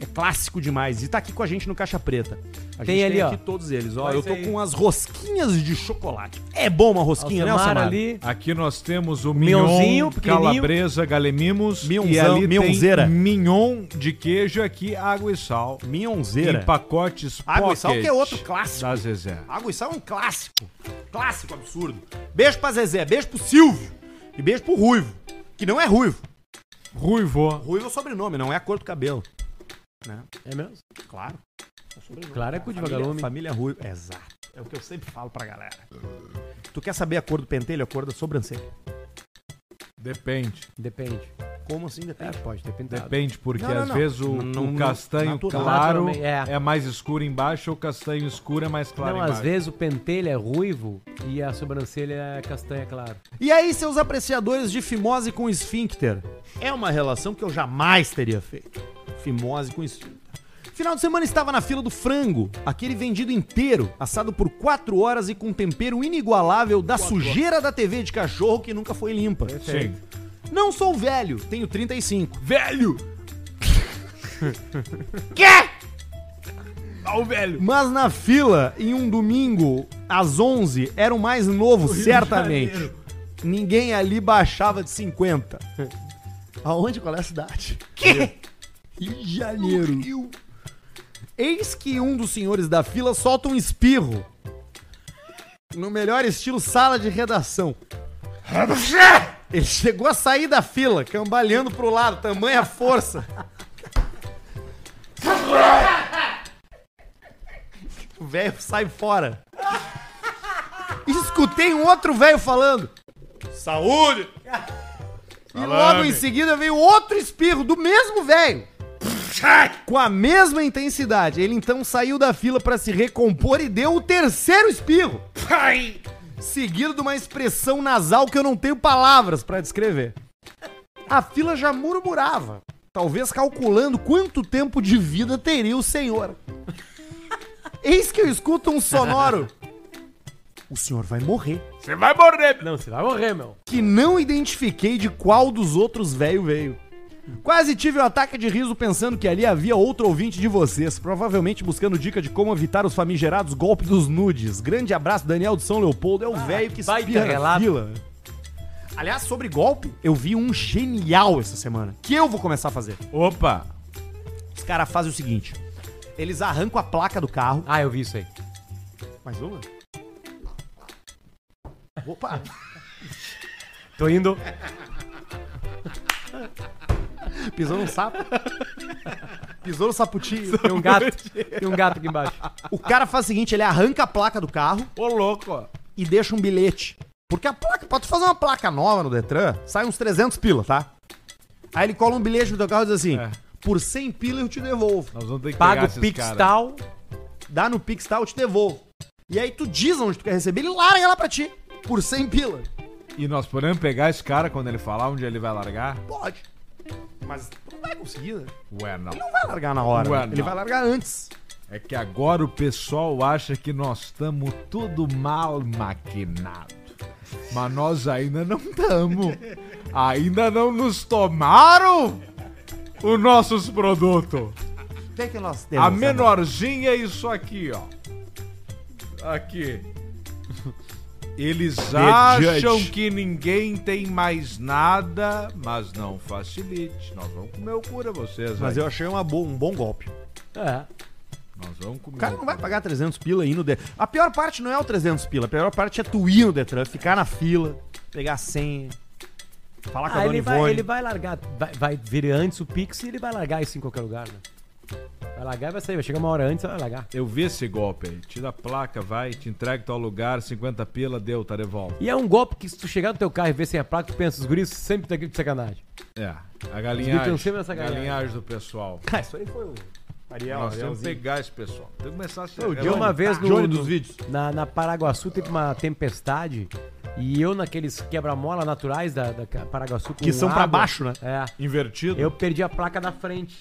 Speaker 1: É clássico demais. E tá aqui com a gente no Caixa Preta. A
Speaker 4: Tem
Speaker 1: gente
Speaker 4: ali,
Speaker 1: tem
Speaker 4: ó.
Speaker 1: aqui todos eles. Ó,
Speaker 4: Vai
Speaker 1: eu tô
Speaker 4: sair.
Speaker 1: com as rosquinhas de chocolate. É bom uma rosquinha, né, Samara?
Speaker 2: Aqui nós temos o
Speaker 1: Mionzinho,
Speaker 2: mignon,
Speaker 1: pequenininho.
Speaker 2: calabresa, galemimos e
Speaker 1: Mionzão,
Speaker 2: ali
Speaker 1: mionzeira.
Speaker 2: tem mignon de queijo aqui, água e sal.
Speaker 1: Mionzeira.
Speaker 2: Em pacotes
Speaker 1: Água e Sal,
Speaker 2: pocket
Speaker 1: que é outro clássico.
Speaker 2: Da Zezé.
Speaker 1: Água e Sal é um clássico. Clássico absurdo. Beijo pra Zezé, beijo pro Silvio e beijo pro Ruivo, que não é Ruivo.
Speaker 2: Ruivo.
Speaker 1: Ruivo é o sobrenome, não é a cor do cabelo.
Speaker 4: É mesmo?
Speaker 1: Claro. É o sobrenome.
Speaker 4: Claro, é cu de
Speaker 1: Família-
Speaker 4: vagalume.
Speaker 1: Família Ruivo. Exato. É o que eu sempre falo pra galera. Tu quer saber a cor do pentelho, a cor da sobrancelha?
Speaker 2: Depende.
Speaker 4: Depende.
Speaker 1: Como assim depende?
Speaker 4: É, pode ter pintado.
Speaker 2: Depende, porque
Speaker 4: Não, não,
Speaker 2: às
Speaker 4: não.
Speaker 2: vezes o,
Speaker 4: Não, não,
Speaker 2: o
Speaker 4: não.
Speaker 2: castanho
Speaker 4: Natural.
Speaker 2: claro
Speaker 4: Naturalmente,
Speaker 2: é. mais escuro embaixo ou o castanho escuro é mais claro
Speaker 4: Não,
Speaker 2: embaixo.
Speaker 4: às vezes o pentelho é ruivo e a sobrancelha é castanha, claro.
Speaker 1: E aí, seus apreciadores de fimose com esfíncter? É uma relação que eu jamais teria feito. Fimose com esfíncter. Final de semana estava na fila do frango, aquele vendido inteiro, assado por 4 horas e com tempero inigualável da sujeira da TV de cachorro que nunca foi limpa.
Speaker 2: Perfeito.
Speaker 1: Não sou velho, tenho 35.
Speaker 2: Velho!
Speaker 1: Quê?
Speaker 2: Ó, velho!
Speaker 1: Mas na fila, em um domingo, às 11, era o mais novo,
Speaker 30: Rio de
Speaker 1: certamente.
Speaker 30: Janeiro.
Speaker 1: Ninguém ali baixava de 50. Aonde? Qual é a cidade? Que? Rio de Janeiro. Eis que um dos senhores da fila solta um espirro. No melhor estilo sala de redação. Ele chegou a sair da fila, cambaleando pro lado, tamanha força. O velho sai fora. Escutei um outro velho falando. Saúde! E logo em seguida veio outro espirro do mesmo velho. Com a mesma intensidade. Ele então saiu da fila pra se recompor e deu o terceiro espirro. Seguido de uma expressão nasal que eu não tenho palavras pra descrever. A fila já murmurava, talvez calculando quanto tempo de vida teria o senhor. Eis que eu escuto um sonoro. O senhor vai morrer.
Speaker 2: Você vai morrer.
Speaker 4: Não, você vai morrer, meu.
Speaker 1: Que não identifiquei de qual dos outros velho veio. Quase tive um ataque de riso pensando que ali havia outro ouvinte de vocês, provavelmente buscando dica de como evitar os famigerados golpes dos nudes. Grande abraço, Daniel de São Leopoldo. É o velho que
Speaker 4: baita
Speaker 1: espirra na
Speaker 4: relato.
Speaker 1: fila. Aliás, sobre golpe, eu vi um genial essa semana, que eu vou começar a fazer.
Speaker 2: Opa!
Speaker 1: Os caras fazem o seguinte, eles arrancam a placa do carro.
Speaker 4: Ah, eu vi isso aí.
Speaker 1: Mais uma? Opa!
Speaker 4: Tô indo.
Speaker 1: Pisou num sapo. Pisou no saputinho.
Speaker 4: Tem um gato. Tem um gato aqui embaixo.
Speaker 1: O cara faz o seguinte, ele arranca a placa do carro.
Speaker 2: Ô, louco!
Speaker 1: E deixa um bilhete. Porque a placa, pra tu fazer uma placa nova no Detran, sai uns 300 pila, tá? Aí ele cola um bilhete no teu carro e diz assim, por 100 pila eu te devolvo.
Speaker 2: Nós vamos ter que
Speaker 1: Paga
Speaker 2: pegar
Speaker 1: o
Speaker 2: esses
Speaker 1: Pix tá?
Speaker 2: cara.
Speaker 1: tal, dá no Pix tal, eu te devolvo. E aí tu diz onde tu quer receber, ele larga lá pra ti, por 100 pila.
Speaker 2: E nós podemos pegar esse cara quando ele falar onde ele vai largar?
Speaker 1: Pode. Mas tu não vai conseguir, né?
Speaker 2: Ué, não.
Speaker 1: Não vai largar na hora,
Speaker 2: Ué,
Speaker 1: né? ele
Speaker 2: não.
Speaker 1: vai largar antes.
Speaker 2: É que agora o pessoal acha que nós estamos tudo mal maquinado. Mas nós ainda não estamos. Ainda não nos tomaram os nossos produtos.
Speaker 1: O que, é que nós temos?
Speaker 2: A
Speaker 1: né?
Speaker 2: menorzinha é isso aqui, ó. Aqui. Eles acham
Speaker 1: judge.
Speaker 2: que ninguém tem mais nada, mas não facilite. Nós vamos comer o cura vocês,
Speaker 1: Mas
Speaker 2: aí.
Speaker 1: eu achei uma boa- um bom golpe.
Speaker 4: É.
Speaker 2: Nós vamos comer.
Speaker 1: O cara não vai pagar 300 pila aí no Detran. A pior parte não é o 300 pila, a pior parte é tu ir no Detran, ficar na fila, pegar a senha, falar com a
Speaker 4: Ah,
Speaker 1: dona
Speaker 4: ele vai,
Speaker 1: Ivone.
Speaker 4: ele vai largar, vai, vai vir antes o Pix e ele vai largar isso em qualquer lugar, né? Vai largar e vai sair. Vai chegar uma hora antes, vai largar.
Speaker 2: Eu vi esse golpe aí. Tira a placa, vai, te entrega em tal lugar, 50 pila, deu, tá de volta.
Speaker 4: E é um golpe que se tu chegar no teu carro e ver sem a placa, tu pensa, os guris sempre tá aqui de sacanagem.
Speaker 2: É, a
Speaker 4: Os
Speaker 2: galinhagem.
Speaker 4: Beatles sempre nessa galinhagem.
Speaker 2: galinhagem do pessoal.
Speaker 4: Ah, isso aí foi o Ariel,
Speaker 2: Nós temos que
Speaker 4: Arielzinho.
Speaker 2: pegar esse pessoal. Tem que começar a é ser.
Speaker 4: Eu, uma
Speaker 1: tá
Speaker 4: vez no, no- Na, na Paraguaçu teve uma tempestade e eu naqueles quebra-mola naturais da, da Paraguaçu com
Speaker 1: Que são pra
Speaker 4: água,
Speaker 1: baixo, né?
Speaker 4: É.
Speaker 2: Invertido.
Speaker 4: Eu perdi a placa da frente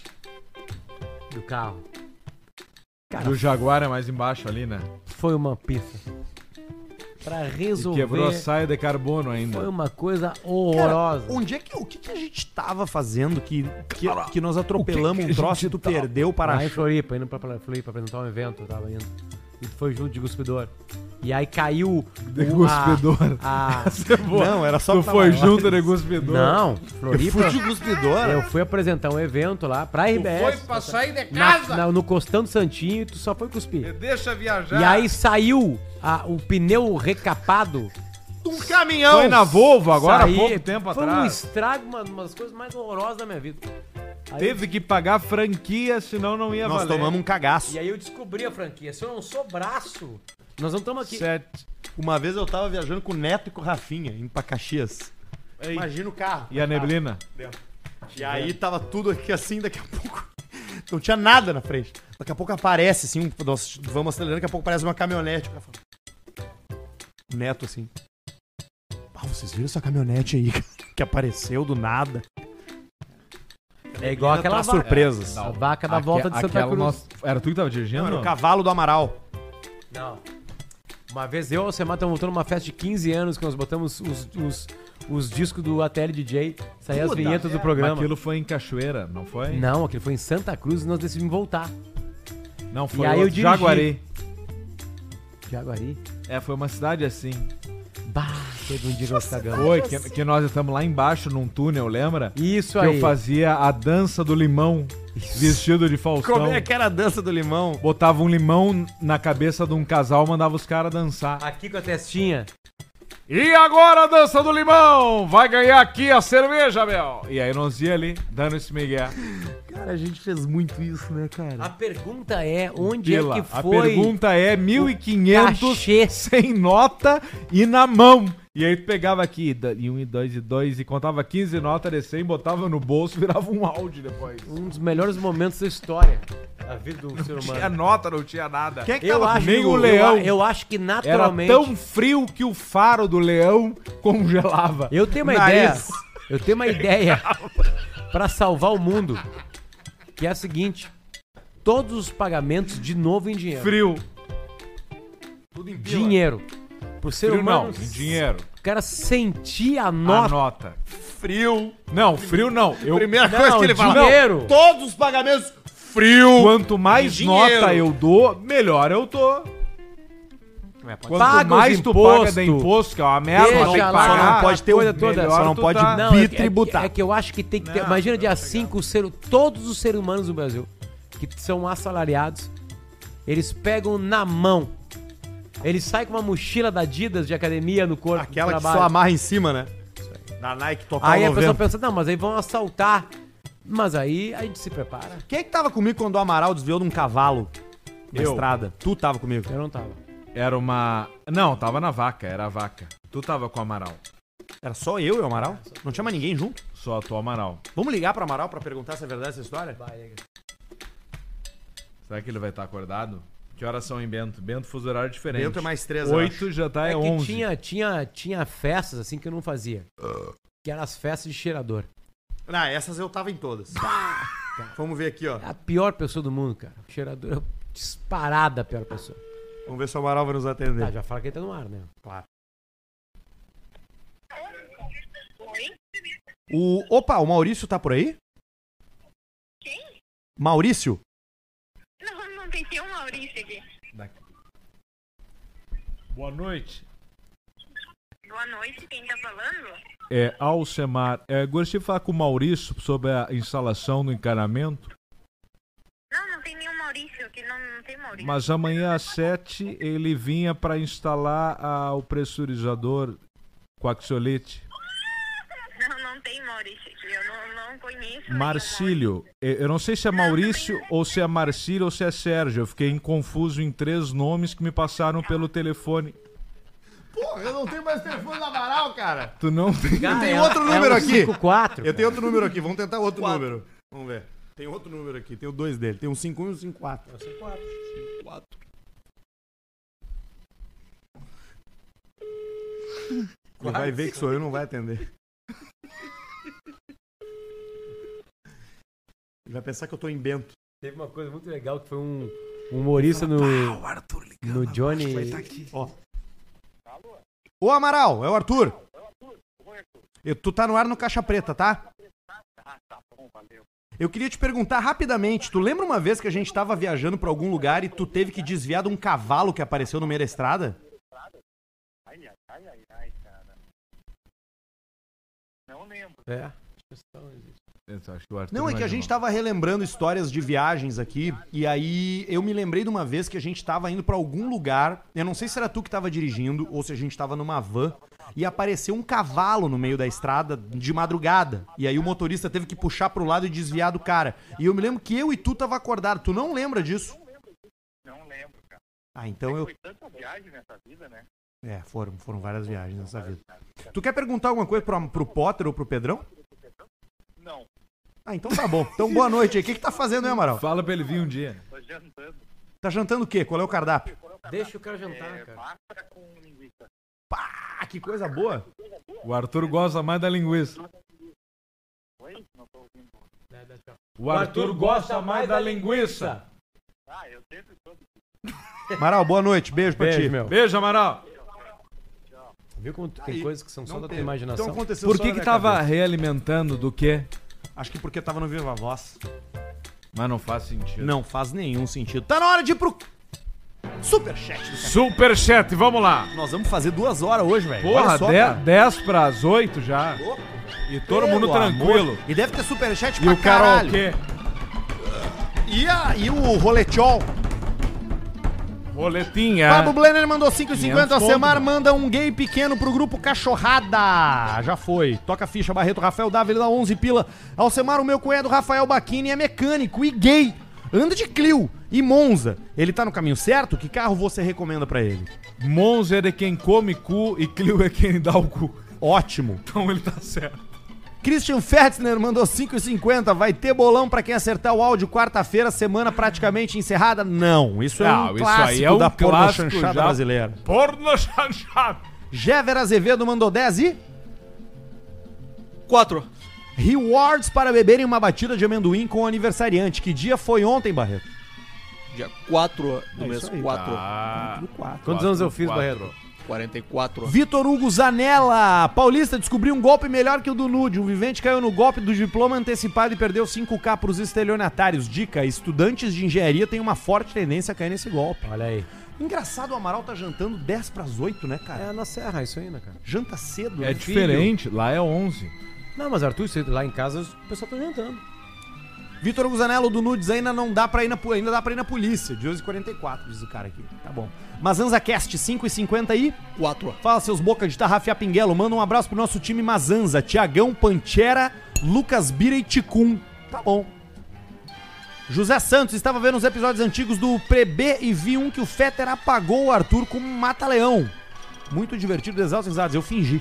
Speaker 4: do carro. Cara,
Speaker 2: Do Jaguar é mais embaixo ali, né?
Speaker 4: Foi uma pista. Pra resolver.
Speaker 2: quebrou a saia de carbono ainda.
Speaker 4: Foi um uma coisa
Speaker 26: Cara,
Speaker 4: horrorosa.
Speaker 1: um
Speaker 26: onde é que o que, que a gente tava fazendo que que, que nós atropelamos um troço e tu perdeu o
Speaker 4: Lá em
Speaker 26: para-choque?
Speaker 4: Floripa, indo pra pra Floripa apresentar um evento, eu tava indo. E tu foi junto de cuspidor. E aí caiu.
Speaker 2: De
Speaker 4: o-
Speaker 2: cuspidor.
Speaker 4: A, a...
Speaker 2: Essa é boa. Tu foi junto de cuspidor.
Speaker 4: tá Não,
Speaker 2: Eu
Speaker 4: Floripa.
Speaker 2: fui de cuspidor.
Speaker 4: Eu fui apresentar um evento lá pra RBS.
Speaker 2: pra sair de
Speaker 4: tá na- na- no Costão do Santinho e tu só foi cuspir.
Speaker 2: Deixa viajar.
Speaker 4: E aí saiu a- o pneu recapado.
Speaker 2: Um caminhão. Foi na Volvo agora, há
Speaker 4: Saí-
Speaker 2: pouco tempo
Speaker 4: foi um
Speaker 2: atrás.
Speaker 4: estrago, mano, uma das coisas mais horrorosas da minha vida. Aí-
Speaker 2: Teve que pagar franquia, senão não ia valer.
Speaker 1: um
Speaker 4: E aí eu descobri a franquia. Se eu não sou braço, nós não estamos
Speaker 1: um
Speaker 4: aqui.
Speaker 1: Sete. Uma vez eu tava viajando com o Neto e com o Rafinha, indo pra Caxias.
Speaker 4: Ei.
Speaker 1: Imagina o carro.
Speaker 2: E a neblina?
Speaker 1: Dentro. E aí tava tudo aqui assim, daqui a pouco. Não tinha nada na frente. Daqui a pouco aparece, assim, um- nós vamos acelerando, daqui a pouco aparece uma caminhonete. O cara fala, Neto, assim. Ah, vocês viram essa caminhonete aí, cara, que apareceu do nada.
Speaker 4: É igual aquela
Speaker 1: traz
Speaker 4: vaca.
Speaker 1: surpresas.
Speaker 4: É, a vaca da volta de Santa
Speaker 2: aquela
Speaker 4: Cruz.
Speaker 2: nós- Era tu que tava dirigindo?
Speaker 1: Não, era o cavalo do Amaral.
Speaker 4: Não. Uma vez eu e o Alcemar estamos voltando numa festa de 15 anos que nós botamos os, os, os discos do ATL DJ, saíram as
Speaker 2: Puta
Speaker 4: vinhetas do
Speaker 2: merda.
Speaker 4: programa.
Speaker 2: Aquilo foi em Cachoeira, não foi?
Speaker 4: Não, aquilo foi em Santa Cruz e nós decidimos voltar.
Speaker 2: Não,
Speaker 4: E
Speaker 2: foi
Speaker 4: aí eu
Speaker 2: outro.
Speaker 4: dirigi.
Speaker 2: Jaguari.
Speaker 4: Jaguari?
Speaker 2: É, foi uma cidade assim.
Speaker 4: Bah, teve um dia que nós cagamos.
Speaker 2: Foi, que, que nós estamos lá embaixo num túnel, lembra?
Speaker 4: Isso
Speaker 2: que
Speaker 4: aí.
Speaker 2: eu fazia a dança do limão vestido de Faustão.
Speaker 1: Como é que era a dança do limão?
Speaker 2: Botava um limão na cabeça de um casal, mandava os caras dançar.
Speaker 4: Aqui com a testinha.
Speaker 2: E agora a dança do limão! Vai ganhar aqui a cerveja, Bel! E aí nós ia ali, dando esse migué.
Speaker 1: Cara, a gente fez muito isso, né, cara?
Speaker 4: A pergunta é onde
Speaker 2: Pila.
Speaker 4: é que
Speaker 2: a
Speaker 4: foi?
Speaker 2: pergunta é
Speaker 4: o
Speaker 2: 1.500
Speaker 4: cachê?
Speaker 2: sem nota e na mão. E aí tu pegava aqui, da- e um, e dois, e dois, e contava 15 notas de 100, botava no bolso, virava um áudio depois.
Speaker 4: Um dos melhores momentos da história. A vida do ser humano.
Speaker 2: Tinha nota, não tinha nada.
Speaker 4: Quem é que tava comigo?
Speaker 2: Nem o
Speaker 4: Eu-
Speaker 2: leão.
Speaker 4: eu acho que naturalmente-
Speaker 2: Era tão frio que o faro do leão congelava.
Speaker 4: Eu tenho uma
Speaker 2: Nariz.
Speaker 4: ideia. Eu tenho uma ideia pra salvar o mundo. Que é a seguinte: todos os pagamentos de novo em dinheiro.
Speaker 2: Frio.
Speaker 25: Tudo em pila.
Speaker 4: Dinheiro. Pro ser
Speaker 2: Frio não,
Speaker 4: humano.
Speaker 2: em dinheiro.
Speaker 4: O cara sentir a
Speaker 2: A
Speaker 4: nota.
Speaker 2: nota.
Speaker 1: Frio.
Speaker 2: Não, frio não. Eu...
Speaker 1: Primeira
Speaker 4: Não,
Speaker 1: coisa que ele fala.
Speaker 4: dinheiro.
Speaker 1: não, Todos os pagamentos frio.
Speaker 2: Quanto mais
Speaker 1: E dinheiro.
Speaker 2: nota eu dou, melhor eu tô. Quanto
Speaker 4: É, Paga os
Speaker 2: mais tu paga de
Speaker 4: imposto.
Speaker 2: imposto, que é uma merda,
Speaker 4: Deixa
Speaker 2: mas tem que
Speaker 4: lá,
Speaker 1: só
Speaker 2: pagar.
Speaker 1: não pode ter o-
Speaker 2: coisa
Speaker 1: melhor
Speaker 2: toda, só não
Speaker 1: tu
Speaker 2: pode
Speaker 1: tá-
Speaker 4: Não, é que-
Speaker 1: bitributar.
Speaker 4: É, que eu acho que tem que ter.
Speaker 2: Não,
Speaker 4: imagina dia 5, o ser, todos os seres humanos do Brasil que são assalariados, eles pegam na mão. Eles saem com uma mochila da Adidas de academia no corpo. do
Speaker 1: Aquela que
Speaker 4: trabalho.
Speaker 1: só amarra em cima, né? Na Nike tocar
Speaker 4: Aí
Speaker 1: o
Speaker 4: a pessoa
Speaker 1: 90.
Speaker 4: pensa, não, mas aí vão assaltar. Mas aí a gente se prepara.
Speaker 1: Quem é que tava comigo quando o Amaral desviou de um cavalo na
Speaker 2: Eu.
Speaker 1: estrada? Tu tava comigo.
Speaker 4: Eu não tava.
Speaker 2: Era uma. Não, tava na vaca, era a vaca. Tu tava com o Amaral.
Speaker 1: Era só eu e o Amaral? Não tinha mais ninguém junto?
Speaker 2: Só tu, Amaral.
Speaker 1: Vamos ligar pro Amaral pra perguntar se é verdade essa história?
Speaker 2: Será que ele vai estar acordado? Que horas são em Bento? Bento fuso horário diferente.
Speaker 1: Bento é mais três, eu
Speaker 2: Oito já tá é,
Speaker 4: é que
Speaker 2: 11.
Speaker 4: tinha, tinha, tinha festas assim que eu não fazia. Que eram as festas de cheirador.
Speaker 1: Não, essas eu tava em todas. Vamos ver aqui, ó.
Speaker 4: A pior pessoa do mundo, cara. O cheirador é disparada a pior pessoa.
Speaker 1: Vamos ver se o Amaral vai nos atender.
Speaker 4: Tá, já fala que ele tá no ar, né?
Speaker 1: Claro. O... Opa, o Maurício tá por aí?
Speaker 31: Quem?
Speaker 1: Maurício?
Speaker 31: Não, não tem que um Maurício aqui.
Speaker 2: Boa noite.
Speaker 31: Boa noite, quem tá falando?
Speaker 2: É, Alcemar, é, gostaria de falar com o Maurício sobre a instalação do encanamento,
Speaker 31: Não, não tem nenhum Maurício aqui, não, não tem Maurício.
Speaker 2: mas amanhã às sete ele vinha para instalar ah, o pressurizador coaxiolite.
Speaker 31: Não, não tem Maurício aqui, eu não, não, não conheço.
Speaker 2: Marcílio, eu eu não sei se é Maurício ou se é Marcílio ou se é Sérgio. Eu fiquei em- confuso em três nomes que me passaram pelo telefone.
Speaker 25: Porra, eu não tenho mais telefone da Amaral, cara.
Speaker 2: Tu não tem.
Speaker 1: Eu
Speaker 4: Ah,
Speaker 1: tenho
Speaker 4: é um
Speaker 1: outro número aqui. Eu tenho outro número aqui. Vamos tentar outro
Speaker 25: Quatro.
Speaker 1: número. Vamos ver. Tem outro número aqui. Tem o dois dele. Tem um 5 e um 5 4. Ele vai ver que sou eu e não vai atender. Ele vai pensar que eu tô em Bento.
Speaker 4: Teve uma coisa muito legal que foi um um humorista no.
Speaker 1: Ah,
Speaker 4: no Johnny.
Speaker 1: tá Ó. Ô, Amaral, é o Arthur. Eu- tu tá no ar no Caixa Preta, tá? Eu queria te perguntar rapidamente, tu lembra uma vez que a gente tava viajando pra algum lugar e tu teve que desviar de um cavalo que apareceu no meio da estrada?
Speaker 32: Ai, ai, ai, ai, ai, cara. Não lembro.
Speaker 4: É.
Speaker 2: Então,
Speaker 1: Não, é que a gente tava relembrando histórias de viagens aqui, e aí eu me lembrei de uma vez que a gente tava indo pra algum lugar, eu não sei se era tu que tava dirigindo ou se a gente tava numa van, e apareceu um cavalo no meio da estrada de madrugada, e aí o motorista teve que puxar pro lado e desviar do cara. E eu me lembro que eu e tu tava acordado, tu não lembra disso?
Speaker 32: Não lembro, cara.
Speaker 1: Ah, então eu...
Speaker 32: Foi tanta viagem nessa vida, né?
Speaker 1: É, foram, foram várias viagens nessa vida. Tu quer perguntar alguma coisa pro, pro Potter ou pro Pedrão?
Speaker 32: Não.
Speaker 1: Ah, então tá bom. Então boa noite aí. O que que tá fazendo, hein, Amaral?
Speaker 2: Fala pra ele vir um dia.
Speaker 32: Tô jantando.
Speaker 1: Tá jantando o quê? Qual é o cardápio?
Speaker 4: Deixa o cara jantar,
Speaker 32: é,
Speaker 4: cara.
Speaker 32: Massa com linguiça.
Speaker 1: Ah, que coisa boa.
Speaker 2: O Arthur gosta mais da linguiça.
Speaker 32: Oi? Não tô ouvindo.
Speaker 2: O Arthur gosta mais da linguiça.
Speaker 32: Ah, eu sempre tô.
Speaker 1: Amaral, boa noite. Beijo pra
Speaker 4: Beijo,
Speaker 1: ti.
Speaker 4: meu.
Speaker 2: Beijo, Amaral.
Speaker 4: Viu como tem
Speaker 1: Aí,
Speaker 4: coisas que são só
Speaker 1: não
Speaker 4: da tua
Speaker 1: teve.
Speaker 4: imaginação?
Speaker 1: Então aconteceu
Speaker 2: Por
Speaker 1: só
Speaker 2: que
Speaker 1: na
Speaker 2: que
Speaker 1: minha
Speaker 2: tava
Speaker 1: cabeça.
Speaker 2: realimentando do quê?
Speaker 1: Acho que porque tava no Viva Voz.
Speaker 2: Mas não faz sentido.
Speaker 1: Não faz nenhum sentido. Tá na hora de ir pro Superchat. do cara.
Speaker 2: Superchat, vamos lá.
Speaker 1: Nós vamos fazer duas horas hoje, velho.
Speaker 2: Porra,
Speaker 1: Olha só, cara.
Speaker 2: 10, para as 8 já. E todo mundo
Speaker 1: Pelo
Speaker 2: tranquilo.
Speaker 1: amor. E deve ter superchat
Speaker 2: E
Speaker 1: pra
Speaker 2: o
Speaker 1: Ah, caralho.
Speaker 2: karaokê.
Speaker 1: E, a, e o roletol.
Speaker 2: Roletinha.
Speaker 1: Pablo Blenner mandou 5,50.
Speaker 2: 500 Ah, conto,
Speaker 1: Alcemar
Speaker 2: mano.
Speaker 1: manda um gay pequeno pro grupo Cachorrada. Já foi. Toca a ficha, Barreto. Rafael Dávila, dá 11 pila. Alcemar, o meu cunhado Rafael Baquini é mecânico e gay. Anda de Clio e Monza. Ele tá no caminho certo? Que carro você recomenda pra ele?
Speaker 2: Monza é de quem come cu e Clio é quem dá o cu.
Speaker 1: Ótimo.
Speaker 2: Então ele tá certo.
Speaker 1: Christian Fertzner mandou 5,50. Vai ter bolão pra quem acertar o áudio quarta-feira, semana praticamente encerrada? Não, isso é
Speaker 2: Não,
Speaker 1: um
Speaker 2: isso
Speaker 1: clássico
Speaker 2: aí é um
Speaker 1: da porno
Speaker 2: clássico
Speaker 1: chanchada
Speaker 2: já-
Speaker 1: brasileira.
Speaker 2: Porno chanchado.
Speaker 1: Jever Azevedo mandou 10 e... 4. Rewards para beberem uma batida de amendoim com o aniversariante. Que dia foi ontem, Barreto?
Speaker 33: Dia 4 do
Speaker 1: É
Speaker 33: mês
Speaker 1: isso aí.
Speaker 33: 4.
Speaker 2: Ah,
Speaker 1: Quantos anos eu fiz,
Speaker 33: Barreto? 44.
Speaker 1: Vitor Hugo Zanella. Paulista descobriu um golpe melhor que o do nude. Um vivente caiu no golpe do diploma antecipado e perdeu 5K para os estelionatários. Dica, estudantes de engenharia têm uma forte tendência a cair nesse golpe.
Speaker 4: Olha aí.
Speaker 1: Engraçado, o Amaral tá jantando 10 para as 8, né, cara?
Speaker 4: É na serra isso aí, né, cara?
Speaker 1: Janta cedo,
Speaker 2: É
Speaker 1: né?
Speaker 2: diferente, lá é 11.
Speaker 4: Não, mas Arthur, você- lá em casa o pessoal tá jantando.
Speaker 1: Vitor Guzanello do Nudes ainda não dá pra ir na, pu- ainda dá pra ir na polícia. De 11h44, diz o cara aqui. Tá bom. Mazanzacast, 5h50 e...
Speaker 33: 4.
Speaker 1: Fala, seus boca de tarrafia pinguelo. Manda um abraço pro nosso time Mazanza. Tiagão, Pantera, Lucas Bira e Ticum. Tá bom. José Santos estava vendo os episódios antigos do Prebê e vi um que o Fetter apagou o Arthur como um mata-leão. Muito divertido, exaltos risadas. Eu fingi.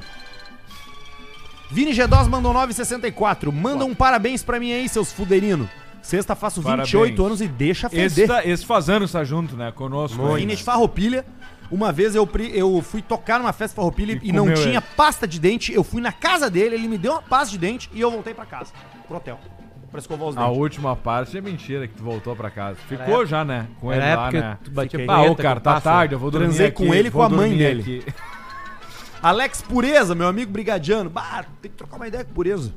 Speaker 1: Vini Gedós mandou 9,64. Manda um parabéns pra mim aí, seus fuderino. Sexta faço 28
Speaker 2: Parabéns.
Speaker 1: anos e deixa
Speaker 2: Esse,
Speaker 1: feder.
Speaker 2: tá, esse faz anos tá junto, né? Conosco. aí,
Speaker 1: Vini
Speaker 2: né?
Speaker 1: de Farroupilha. Uma vez eu, pri- eu fui tocar numa festa de Farroupilha e, não
Speaker 2: comeu
Speaker 1: tinha
Speaker 2: ele.
Speaker 1: pasta de dente. Eu fui na casa dele, ele me deu uma pasta de dente e eu voltei pra casa, pro hotel, pra escovar os
Speaker 2: A
Speaker 1: dentes.
Speaker 2: última parte é mentira que tu voltou pra casa.
Speaker 1: Era
Speaker 2: Ficou
Speaker 1: época-
Speaker 2: já, né? Com
Speaker 4: era
Speaker 2: ele lá,
Speaker 4: época
Speaker 2: né?
Speaker 4: que tu batia
Speaker 2: Fiquei. Ah,
Speaker 4: punheta
Speaker 2: ô, cara,
Speaker 4: com
Speaker 2: tá
Speaker 4: tafa.
Speaker 2: tarde, eu vou dormir
Speaker 1: Transei
Speaker 2: aqui,
Speaker 1: com ele e
Speaker 2: vou
Speaker 1: com a mãe
Speaker 2: dormir
Speaker 1: dele.
Speaker 2: aqui.
Speaker 1: Alex Pureza, meu amigo brigadiano. Bah, tem que trocar uma ideia com o Pureza.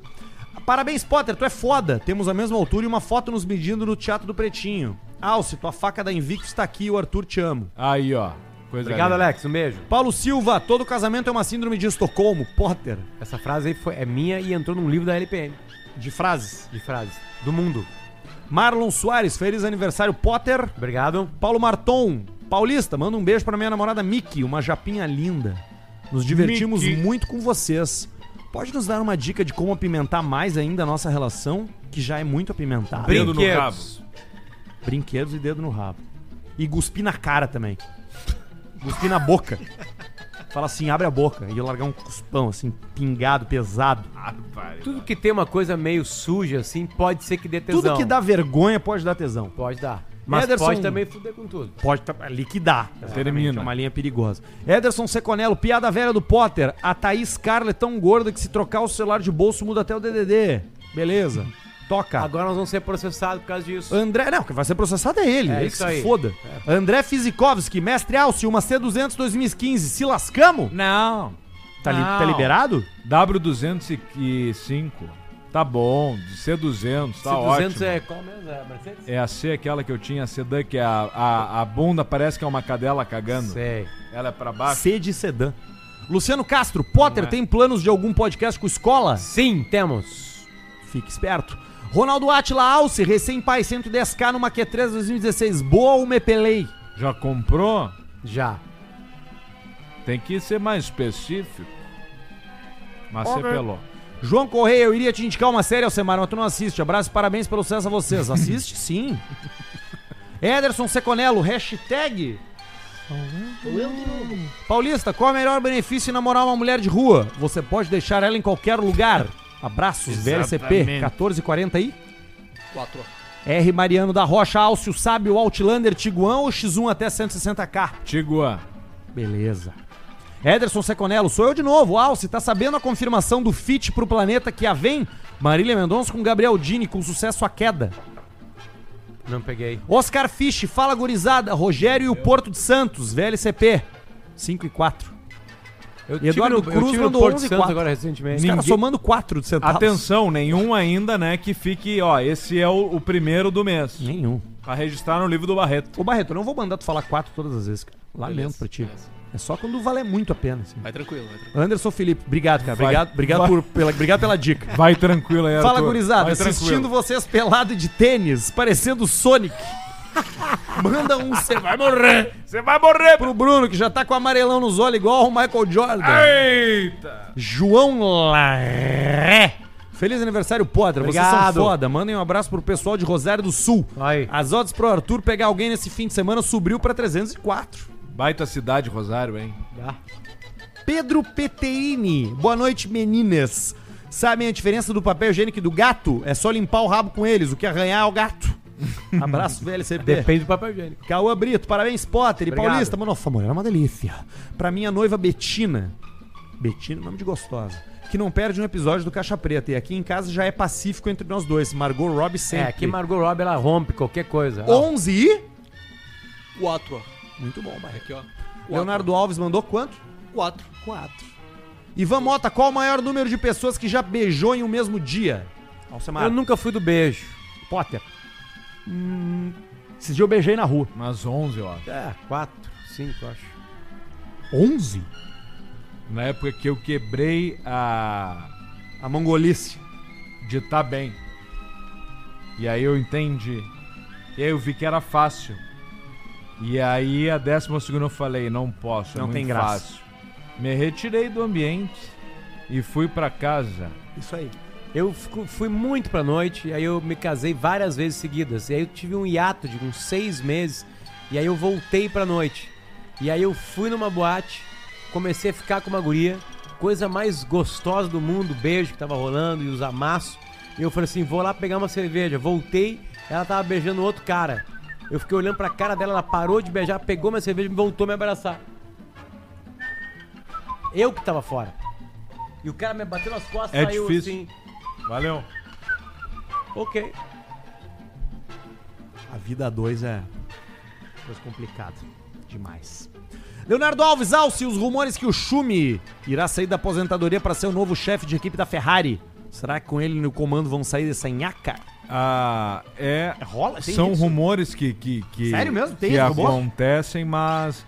Speaker 1: Parabéns, Potter, tu é foda. Temos a mesma altura e uma foto nos medindo no Teatro do Pretinho. Alce, tua faca da Invictus tá aqui, o Arthur te amo.
Speaker 2: Aí, ó. Coisa
Speaker 4: Obrigado,
Speaker 2: linda.
Speaker 4: Alex. Um beijo.
Speaker 1: Paulo Silva, todo casamento é uma síndrome de Estocolmo. Potter,
Speaker 4: Essa frase aí foi, é minha e entrou num livro da LPM.
Speaker 1: de frases.
Speaker 4: De frases. Do mundo.
Speaker 1: Marlon Soares, feliz aniversário, Potter.
Speaker 4: Obrigado.
Speaker 1: Paulo Marton, paulista, manda um beijo pra minha namorada Miki, uma japinha linda. Nos divertimos
Speaker 2: Miki.
Speaker 1: muito com vocês. Pode nos dar uma dica de como apimentar mais ainda a nossa relação, que já é muito apimentada.
Speaker 2: Dedo no Brinquedos.
Speaker 1: Brinquedos e dedo no rabo. E cuspir na cara também. Cuspir na boca. Fala assim, abre a boca. E eu largar um cuspão, assim, pingado, pesado.
Speaker 2: Ah,
Speaker 4: Tudo que tem uma coisa meio suja, assim, pode ser que dê tesão.
Speaker 1: Tudo que dá vergonha pode dar tesão.
Speaker 4: Pode dar.
Speaker 1: Mas
Speaker 4: Mas
Speaker 1: pode
Speaker 4: pode
Speaker 1: também
Speaker 4: também fuder com tudo.
Speaker 1: Pode tá- liquidar.
Speaker 4: Exatamente,
Speaker 1: É uma linha perigosa. Ederson Seconello, piada velha do Potter. A Thaís Scarlett é tão gorda que se trocar o celular de bolso muda até o DDD. Beleza. Toca.
Speaker 4: Agora nós vamos ser processados por causa disso.
Speaker 1: André, não, que vai ser processado é ele.
Speaker 4: É
Speaker 1: ele
Speaker 4: isso
Speaker 1: que se
Speaker 4: aí.
Speaker 1: foda. André Fisikovski, mestre Alce, uma C200 2015. Se lascamos?
Speaker 2: Não.
Speaker 1: Tá, li- tá liberado?
Speaker 2: W205. Tá bom, de C200, tá ótimo.
Speaker 4: é qual mesmo? É a Mercedes?
Speaker 2: É a C, aquela que eu tinha, a sedã, que é a, a, a bunda parece que é uma cadela cagando.
Speaker 4: Sei.
Speaker 2: Ela é pra baixo.
Speaker 1: C de sedã. Luciano Castro, Potter,
Speaker 2: Não é.
Speaker 1: tem planos de algum podcast com escola?
Speaker 4: Sim, temos.
Speaker 1: Fique esperto. Ronaldo Atila Alce, recém-pai, 110k numa Q3 2016. Boa ou Mepelei?
Speaker 2: Já comprou?
Speaker 4: Já.
Speaker 2: Tem que ser mais específico. Mas
Speaker 1: Ok.
Speaker 2: você pelou.
Speaker 1: João Correia, eu iria te indicar uma série, Alcemar, mas tu não assiste. Abraço e parabéns pelo sucesso a vocês. Assiste sim. Ederson Seconello, hashtag. Paulista, qual é o melhor benefício em namorar uma mulher de rua? Você pode deixar ela em qualquer lugar. Abraços, VLCP,
Speaker 10: Exatamente.
Speaker 1: 1440 aí.
Speaker 10: Quatro.
Speaker 1: R. Mariano da Rocha, Alcio Sábio, Outlander, Tiguan ou X1 até 160k?
Speaker 2: Tiguan.
Speaker 1: Beleza. Ederson Seconello, sou eu de novo. Alce, tá sabendo a confirmação do fit pro planeta que a vem? Marília Mendonça com Gabriel Dini, com sucesso à queda.
Speaker 4: Não peguei.
Speaker 1: Oscar Fisch, fala gurizada. Rogério e o Porto de Santos, VLCP. 5 e 4.
Speaker 4: Eu
Speaker 1: Eduardo
Speaker 4: tive no, eu
Speaker 1: Cruz
Speaker 4: tive no
Speaker 1: mandou
Speaker 4: Porto
Speaker 1: 11 e
Speaker 4: Santos
Speaker 1: 4.
Speaker 4: agora recentemente.
Speaker 1: Os caras somando 4 de centavos.
Speaker 2: Atenção, nenhum ainda, né, que fique, ó, esse é o, o primeiro do mês.
Speaker 1: Nenhum.
Speaker 2: Pra registrar no livro do Barreto.
Speaker 1: Ô Barreto, eu não vou mandar tu falar 4 todas as vezes, cara. Lamento
Speaker 10: Beleza,
Speaker 1: pra ti. É só quando valer muito a pena. assim.
Speaker 10: Vai tranquilo, vai tranquilo.
Speaker 1: Anderson Felipe, obrigado, cara.
Speaker 2: Vai-
Speaker 1: Obrigado, obrigado,
Speaker 2: vai-
Speaker 1: por- pela, obrigado pela dica.
Speaker 2: Vai tranquilo aí,
Speaker 1: Fala,
Speaker 2: Arthur.
Speaker 1: gurizada.
Speaker 2: Vai
Speaker 1: Assistindo
Speaker 2: tranquilo.
Speaker 1: vocês pelado de tênis, parecendo Sonic. Manda um, você vai morrer.
Speaker 2: Você vai morrer.
Speaker 1: Pro Bruno, que já tá com amarelão nos olhos igual o Michael Jordan.
Speaker 2: Eita!
Speaker 1: João Larré. Feliz aniversário, Potter. Vocês
Speaker 4: Obrigado.
Speaker 1: são foda. Mandem um abraço pro pessoal de Rosário do Sul. As odds pro Arthur pegar alguém nesse fim de semana subiu pra 304.
Speaker 2: Baita cidade, Rosário, hein?
Speaker 1: Pedro Peteini. Boa noite, meninas. Sabem a diferença do papel higiênico e do gato? É só limpar o rabo com eles. O que arranhar é o gato. Abraço, VLCP.
Speaker 4: Depende do papel higiênico.
Speaker 1: Cauã Brito, parabéns, Potter. E
Speaker 4: Obrigado.
Speaker 1: Paulista, mano, nossa mulher é uma delícia. Pra minha noiva Betina. Betina, é um nome de gostosa. Que não perde um episódio do Caixa Preta. E aqui em casa já é pacífico entre nós dois. Margot Robbie sempre.
Speaker 4: É, que Margot Robbie, ela rompe qualquer coisa.
Speaker 1: 11 e...
Speaker 10: Quatro.
Speaker 1: Muito bom, Barreto.
Speaker 10: Aqui, ó.
Speaker 1: Leonardo Alves mandou quanto?
Speaker 10: Quatro.
Speaker 1: Quatro. Ivan Mota, qual o maior número de pessoas que já beijou em um mesmo dia? Alcemar.
Speaker 4: Eu nunca fui do beijo.
Speaker 1: Potter. Hum, esse dia eu beijei na rua.
Speaker 2: Mas 11, ó.
Speaker 4: É, quatro, cinco, acho.
Speaker 1: 11?
Speaker 2: Na época que eu quebrei a.
Speaker 1: A mongolice.
Speaker 2: de tá bem. E aí eu entendi. E aí eu vi que era fácil. E aí a décima segunda eu falei, não posso,
Speaker 1: Não
Speaker 2: é muito
Speaker 1: tem graça.
Speaker 2: fácil. Me retirei do ambiente e fui pra casa.
Speaker 1: Isso aí.
Speaker 4: Eu fico- fui muito pra noite, aí eu me casei várias vezes seguidas. E aí eu tive um hiato de uns seis meses, e aí eu voltei pra noite. E aí eu fui numa boate, comecei a ficar com uma guria, coisa mais gostosa do mundo, o beijo que tava rolando e os amassos. E eu falei assim: vou lá pegar uma cerveja. Voltei, ela tava beijando outro cara. Eu fiquei olhando pra cara dela, ela parou de beijar, pegou minha cerveja e voltou a me abraçar. Eu que tava fora. E o cara me bateu nas costas,
Speaker 2: É
Speaker 4: saiu
Speaker 2: difícil.
Speaker 4: assim.
Speaker 2: Valeu.
Speaker 4: Ok.
Speaker 1: A vida a dois é coisa complicada demais. Leonardo Alves Alce, os rumores que o Schumi irá sair da aposentadoria para ser o novo chefe de equipe da Ferrari. Será que com ele no comando vão sair dessa nhaca?
Speaker 2: Ah, é.
Speaker 1: Rola? Tem
Speaker 2: são
Speaker 1: isso?
Speaker 2: rumores que, que, que-
Speaker 1: Sério mesmo? Tem
Speaker 2: que
Speaker 1: esse rumor?
Speaker 2: acontecem, mas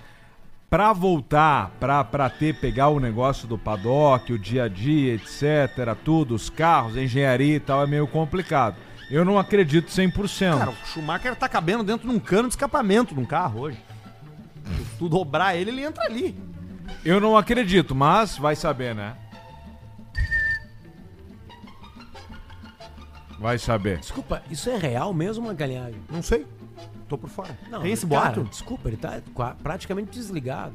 Speaker 2: pra voltar, pra, pra ter, pegar o negócio do paddock, o dia a dia, etc., tudo, os carros, a engenharia e tal, é meio complicado. Eu não acredito 100%.
Speaker 1: Cara, o Schumacher tá cabendo dentro de um cano de escapamento num carro hoje. Se tu dobrar ele, ele entra ali.
Speaker 2: Eu não acredito, mas vai saber, né? Vai saber.
Speaker 4: Desculpa, isso é real mesmo, Magalhães?
Speaker 1: Não sei. Tô por fora.
Speaker 4: Não,
Speaker 1: Tem esse
Speaker 4: cara,
Speaker 1: boato?
Speaker 4: desculpa, ele tá qua- praticamente desligado.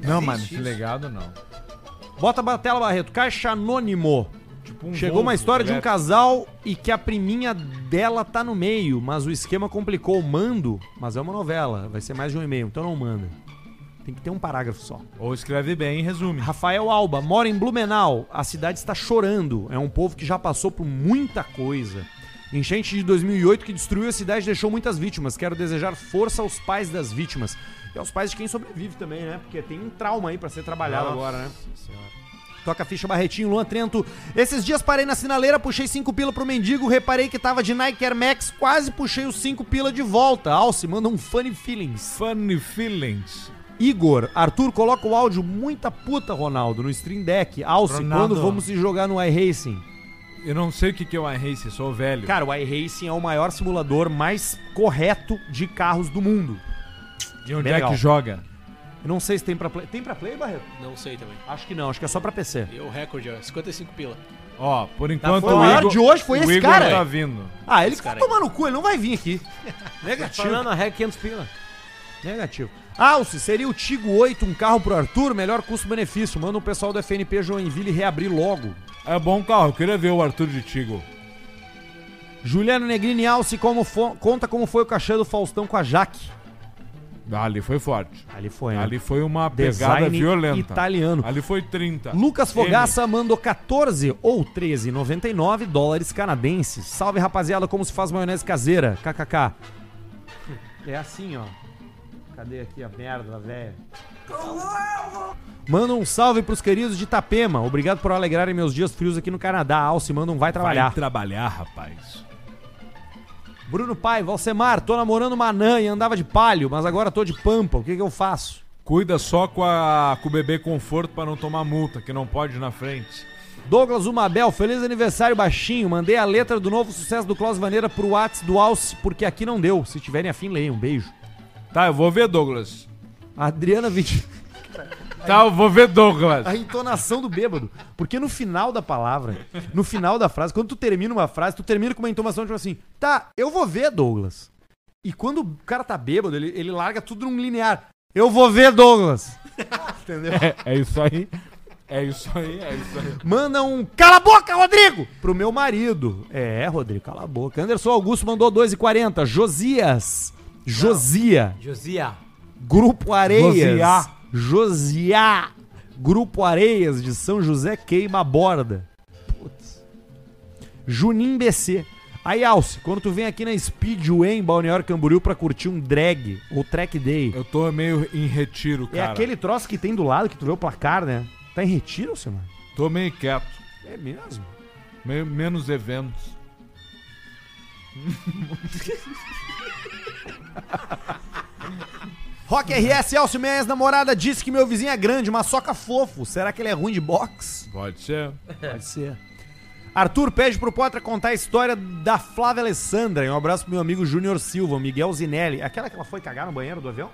Speaker 2: Não, mas
Speaker 1: Existe isso.
Speaker 2: legado não.
Speaker 1: Bota a tela, Barreto. Caixa anônimo.
Speaker 2: um
Speaker 1: Chegou uma
Speaker 2: Volvo
Speaker 1: história de um
Speaker 2: elétrico.
Speaker 1: casal e que a priminha dela tá no meio, mas o esquema complicou. Mando, mas é uma novela, vai ser mais de um e-mail, então não manda. Tem que ter um parágrafo só.
Speaker 2: Ou escreve bem e resume.
Speaker 1: Rafael Alba mora em Blumenau. A cidade está chorando. É um povo que já passou por muita coisa. Enchente de 2008 que destruiu a cidade e deixou muitas vítimas. Quero desejar força aos pais das vítimas. E aos pais de quem sobrevive também, né? Porque tem um trauma aí pra ser trabalhado
Speaker 4: Nossa
Speaker 1: agora, né? Toca a ficha Barretinho, Luan Trento. Esses dias parei na sinaleira, puxei cinco pila pro mendigo, reparei que tava de Nike Air Max, quase puxei os cinco pila de volta. Alce, manda um funny feelings.
Speaker 2: Funny feelings.
Speaker 1: Igor, Arthur, coloca o áudio muita puta, Ronaldo, no Stream Deck. Alce,
Speaker 2: Ronaldo.
Speaker 1: quando vamos se jogar no iRacing?
Speaker 2: Eu não sei o que que é o iRace, sou velho.
Speaker 1: Cara, o iRacing é o maior simulador mais correto de carros do mundo.
Speaker 2: e onde
Speaker 1: bem
Speaker 2: é
Speaker 1: legal.
Speaker 2: que joga?
Speaker 1: Eu não sei se tem pra Play. Tem pra Play, Barreto?
Speaker 33: Não sei também.
Speaker 1: Acho que não, acho que é só pra PC.
Speaker 33: E o recorde, ó, 55 pila.
Speaker 2: Ó, por enquanto
Speaker 1: foi Tá o maior de hoje foi
Speaker 2: o
Speaker 1: esse
Speaker 2: Igor
Speaker 1: cara.
Speaker 2: tá vindo.
Speaker 1: Ah, ele
Speaker 33: Esse
Speaker 1: vai
Speaker 33: cara aí.
Speaker 1: tomar no cu, ele não vai vir aqui. Negativo.
Speaker 4: Falando a REC 500 pila.
Speaker 1: Negativo. Alce, seria o Tigo 8 um carro pro Arthur? Melhor custo-benefício. Manda o pessoal do FNP Joinville reabrir logo.
Speaker 2: É bom carro, eu queria ver o Arthur de Tigo.
Speaker 1: Juliano Negrini Alce como fo- conta como foi o cachê do Faustão com a Jaque.
Speaker 2: Ali foi forte.
Speaker 1: Ali foi, né?
Speaker 2: Ali foi uma pegada
Speaker 1: É. Design
Speaker 2: violenta.
Speaker 1: italiano.
Speaker 2: Ali foi 30.
Speaker 1: Lucas
Speaker 2: M.
Speaker 1: Fogaça mandou 14 ou 13,99 dólares canadenses. Salve rapaziada, como se faz maionese caseira? KKK. É assim, ó. Cadê aqui a merda, velho? Manda um salve pros queridos de Itapema. Obrigado por alegrarem meus dias frios aqui no Canadá. Alce, manda um vai trabalhar.
Speaker 2: Vai trabalhar, rapaz.
Speaker 1: Bruno Pai, Valsemar, tô namorando uma anã e andava de palho, mas agora tô de pampa. O que que eu faço?
Speaker 2: Cuida só com, a, com o bebê conforto pra não tomar multa, que não pode ir na frente.
Speaker 1: Douglas Umabel, feliz aniversário baixinho. Mandei a letra do novo sucesso do Klaus Vaneira pro Whats do Alce, porque aqui não deu. Se tiverem afim, leiam. Um beijo.
Speaker 2: Tá, eu vou ver, Douglas.
Speaker 1: Adriana Vit...
Speaker 2: Tá, eu vou ver, Douglas.
Speaker 1: A entonação do bêbado. Porque no final da palavra, no final da frase, quando tu termina uma frase, tu termina com uma entonação tipo assim, tá, eu vou ver, Douglas. E quando o cara tá bêbado, ele, ele larga tudo num linear. Eu vou ver, Douglas. Entendeu?
Speaker 2: É, é isso aí. É isso aí, é isso aí.
Speaker 1: Manda um cala a boca, Rodrigo! Pro meu marido. É, Rodrigo, cala a boca. Anderson Augusto mandou 2,40. Josias. Josia.
Speaker 4: Josia.
Speaker 1: Grupo Areias.
Speaker 4: Josiá.
Speaker 1: Josiá. Grupo Areias de São José queima a borda. Putz. Junim BC. Aí, Alce, quando tu vem aqui na Speedway em Balneário Camboriú pra curtir um drag ou track day,
Speaker 2: Eu tô meio em retiro,
Speaker 1: é
Speaker 2: cara.
Speaker 1: aquele troço que tem do lado que tu vê o placar, né? Tá em retiro, seu mano?
Speaker 2: Tô meio quieto.
Speaker 1: É mesmo?
Speaker 2: Meio, menos eventos.
Speaker 1: Rock RS, Elcio, minha ex-namorada disse que meu vizinho é grande, mas soca fofo. Será que ele é ruim de boxe?
Speaker 2: Pode ser.
Speaker 1: Pode ser. Arthur pede pro Potra contar a história da Flávia Alessandra. E um abraço pro meu amigo Júnior Silva, Miguel Zinelli. Aquela que ela foi cagar no banheiro do avião?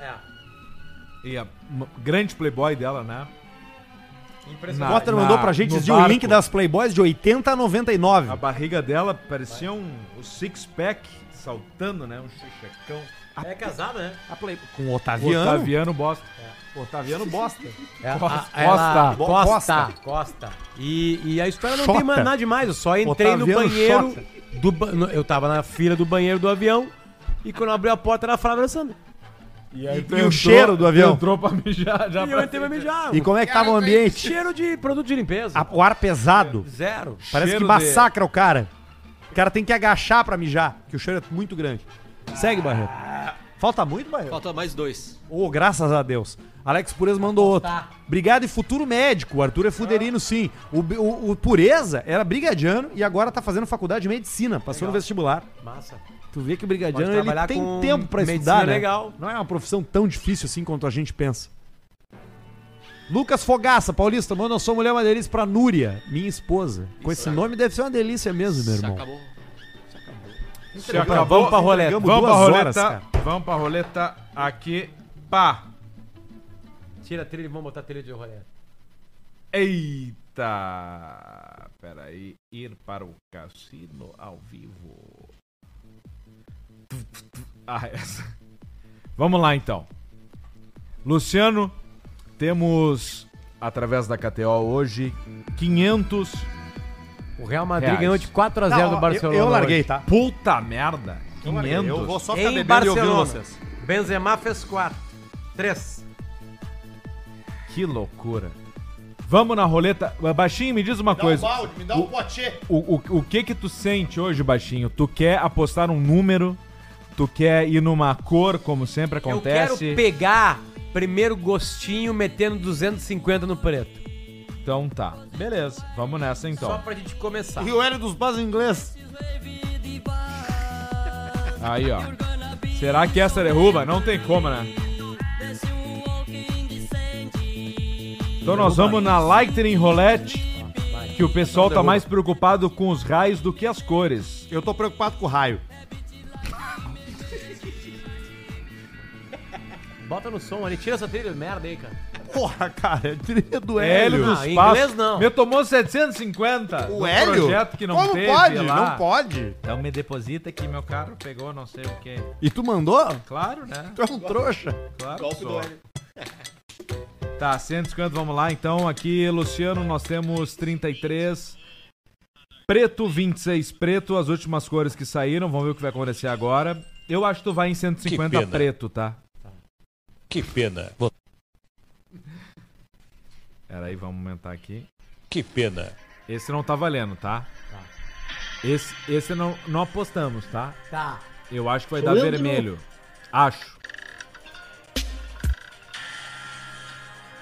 Speaker 4: É.
Speaker 2: E a uma- grande playboy dela, né?
Speaker 1: O
Speaker 2: Na-
Speaker 1: Potra
Speaker 2: na-
Speaker 1: mandou pra gente
Speaker 2: no
Speaker 1: dizer o
Speaker 2: barco.
Speaker 1: link das Playboys de 80 a 99.
Speaker 2: A barriga dela parecia um, um six-pack saltando, né? Um xixecão.
Speaker 4: É casada, né?
Speaker 1: A Play... Com o Otaviano.
Speaker 2: Otaviano bosta.
Speaker 1: Otaviano bosta.
Speaker 4: É, a-
Speaker 2: Costa.
Speaker 4: a- ela-
Speaker 1: Ah, Bo-
Speaker 4: Costa. Costa. E, e a história não
Speaker 1: Xota.
Speaker 4: tem mais nada demais. Eu só entrei no
Speaker 1: Otaviano
Speaker 4: banheiro.
Speaker 1: Xota.
Speaker 4: Do, ba- no- eu tava na fila do banheiro do avião. E quando eu abri a porta, era a Flávia Alessandra.
Speaker 2: E, aí tu
Speaker 1: e o cheiro do avião?
Speaker 2: Entrou pra mijar já.
Speaker 4: E eu
Speaker 2: pra-
Speaker 4: entrei pra mijar.
Speaker 1: E como é que tava o ambiente?
Speaker 4: Cheiro de produto de limpeza.
Speaker 1: A- O ar pesado.
Speaker 4: Zero.
Speaker 1: Parece que
Speaker 2: Cheiro
Speaker 1: massacra o cara. O cara tem que agachar pra mijar, que o cheiro é muito grande. Segue, Barreto. Falta muito, Barreto?
Speaker 33: Falta mais dois.
Speaker 1: Ô, graças a Deus. Alex Pureza mandou outro. Obrigado e futuro médico. O Arthur é fuderino,
Speaker 4: Ah.
Speaker 1: sim. O, B- o- o Pureza era brigadiano e agora tá fazendo faculdade de medicina. Passou no vestibular.
Speaker 4: Massa.
Speaker 1: Tu vê que o brigadiano
Speaker 4: Pode
Speaker 1: ele
Speaker 4: trabalhar
Speaker 1: tem
Speaker 4: com
Speaker 1: tempo pra
Speaker 4: medicina
Speaker 1: estudar, né?
Speaker 4: legal.
Speaker 1: Não é uma profissão tão difícil assim quanto a gente pensa. Lucas Fogaça, paulista, manda sua mulher uma delícia pra Núria, minha esposa. Com esse nome deve ser uma delícia mesmo, meu
Speaker 33: Se
Speaker 1: irmão.
Speaker 33: Tá, acabou.
Speaker 2: Se
Speaker 1: Então,
Speaker 2: acabou,
Speaker 1: vamos pra roleta.
Speaker 2: entregamos
Speaker 1: Vamos
Speaker 2: duas
Speaker 1: pra roleta.
Speaker 2: horas, cara. vamos pra roleta aqui. Pá.
Speaker 4: Tira a trilha e vamos botar a trilha de rolê.
Speaker 2: Eita! Peraí, ir para o cassino ao vivo. Ah, essa. Vamos lá então. Luciano, temos através da KTO hoje 500.
Speaker 4: O Real Madrid ganhou de 4 a 0 do Barcelona.
Speaker 2: Eu, larguei,
Speaker 4: hoje.
Speaker 2: tá? Puta merda.
Speaker 25: Então,
Speaker 4: Eu larguei.
Speaker 2: 500.
Speaker 4: Eu vou só ficar
Speaker 1: Em
Speaker 4: bebendo
Speaker 1: Barcelona.
Speaker 4: e ouvindo vocês.
Speaker 1: Benzema fez 4. 3.
Speaker 2: Que loucura. Vamos na roleta. Baixinho, me diz uma
Speaker 25: Dá
Speaker 2: coisa.
Speaker 25: um balde, me dá um pote.
Speaker 2: O, o, o que que tu sente hoje, baixinho? Tu quer apostar um número? Tu quer ir numa cor, como sempre
Speaker 4: Eu
Speaker 2: acontece?
Speaker 4: quero pegar primeiro gostinho metendo 250 no preto.
Speaker 2: Então tá. Beleza, vamos nessa então.
Speaker 4: Só pra gente começar.
Speaker 1: E o Hélio dos Pás em inglês.
Speaker 2: Aí, ó. Será que essa é derruba? Não tem como, né? Então nós vamos na Lightning Roulette, que o pessoal tá mais preocupado com os raios do que as cores.
Speaker 1: Eu tô preocupado com o raio.
Speaker 4: Bota no som ali, tira essa trilha de merda aí, cara.
Speaker 1: Porra, cara, é trilha do Hélio.
Speaker 2: Hélio
Speaker 1: Ah,
Speaker 2: dos
Speaker 4: Não, em
Speaker 2: Passos.
Speaker 4: inglês não.
Speaker 2: Me tomou 750.
Speaker 1: O
Speaker 2: num
Speaker 1: Hélio?
Speaker 2: projeto que não
Speaker 1: Como
Speaker 2: teve
Speaker 1: pode?
Speaker 2: lá.
Speaker 1: Não pode.
Speaker 2: Então me deposita que meu carro pegou não sei o quê.
Speaker 1: E tu mandou?
Speaker 2: Claro, né?
Speaker 1: Tu é um trouxa.
Speaker 2: Claro.
Speaker 1: Golpe
Speaker 2: sou.
Speaker 1: do Hélio.
Speaker 2: Tá, 150, vamos lá então. Aqui, Luciano, nós temos 33. Preto, 26 preto, as últimas cores que saíram. Vamos ver o que vai acontecer agora. Eu acho que tu vai em 150
Speaker 34: Que pena.
Speaker 2: preto, tá?
Speaker 34: Que pena.
Speaker 2: Pera aí, vamos aumentar aqui.
Speaker 34: Que pena.
Speaker 2: Esse não tá valendo, tá?
Speaker 4: Tá.
Speaker 2: Esse, esse não, não apostamos, tá?
Speaker 4: Tá.
Speaker 2: Eu acho que vai
Speaker 4: Sou
Speaker 2: dar
Speaker 4: eu de
Speaker 2: vermelho.
Speaker 4: novo.
Speaker 2: Acho.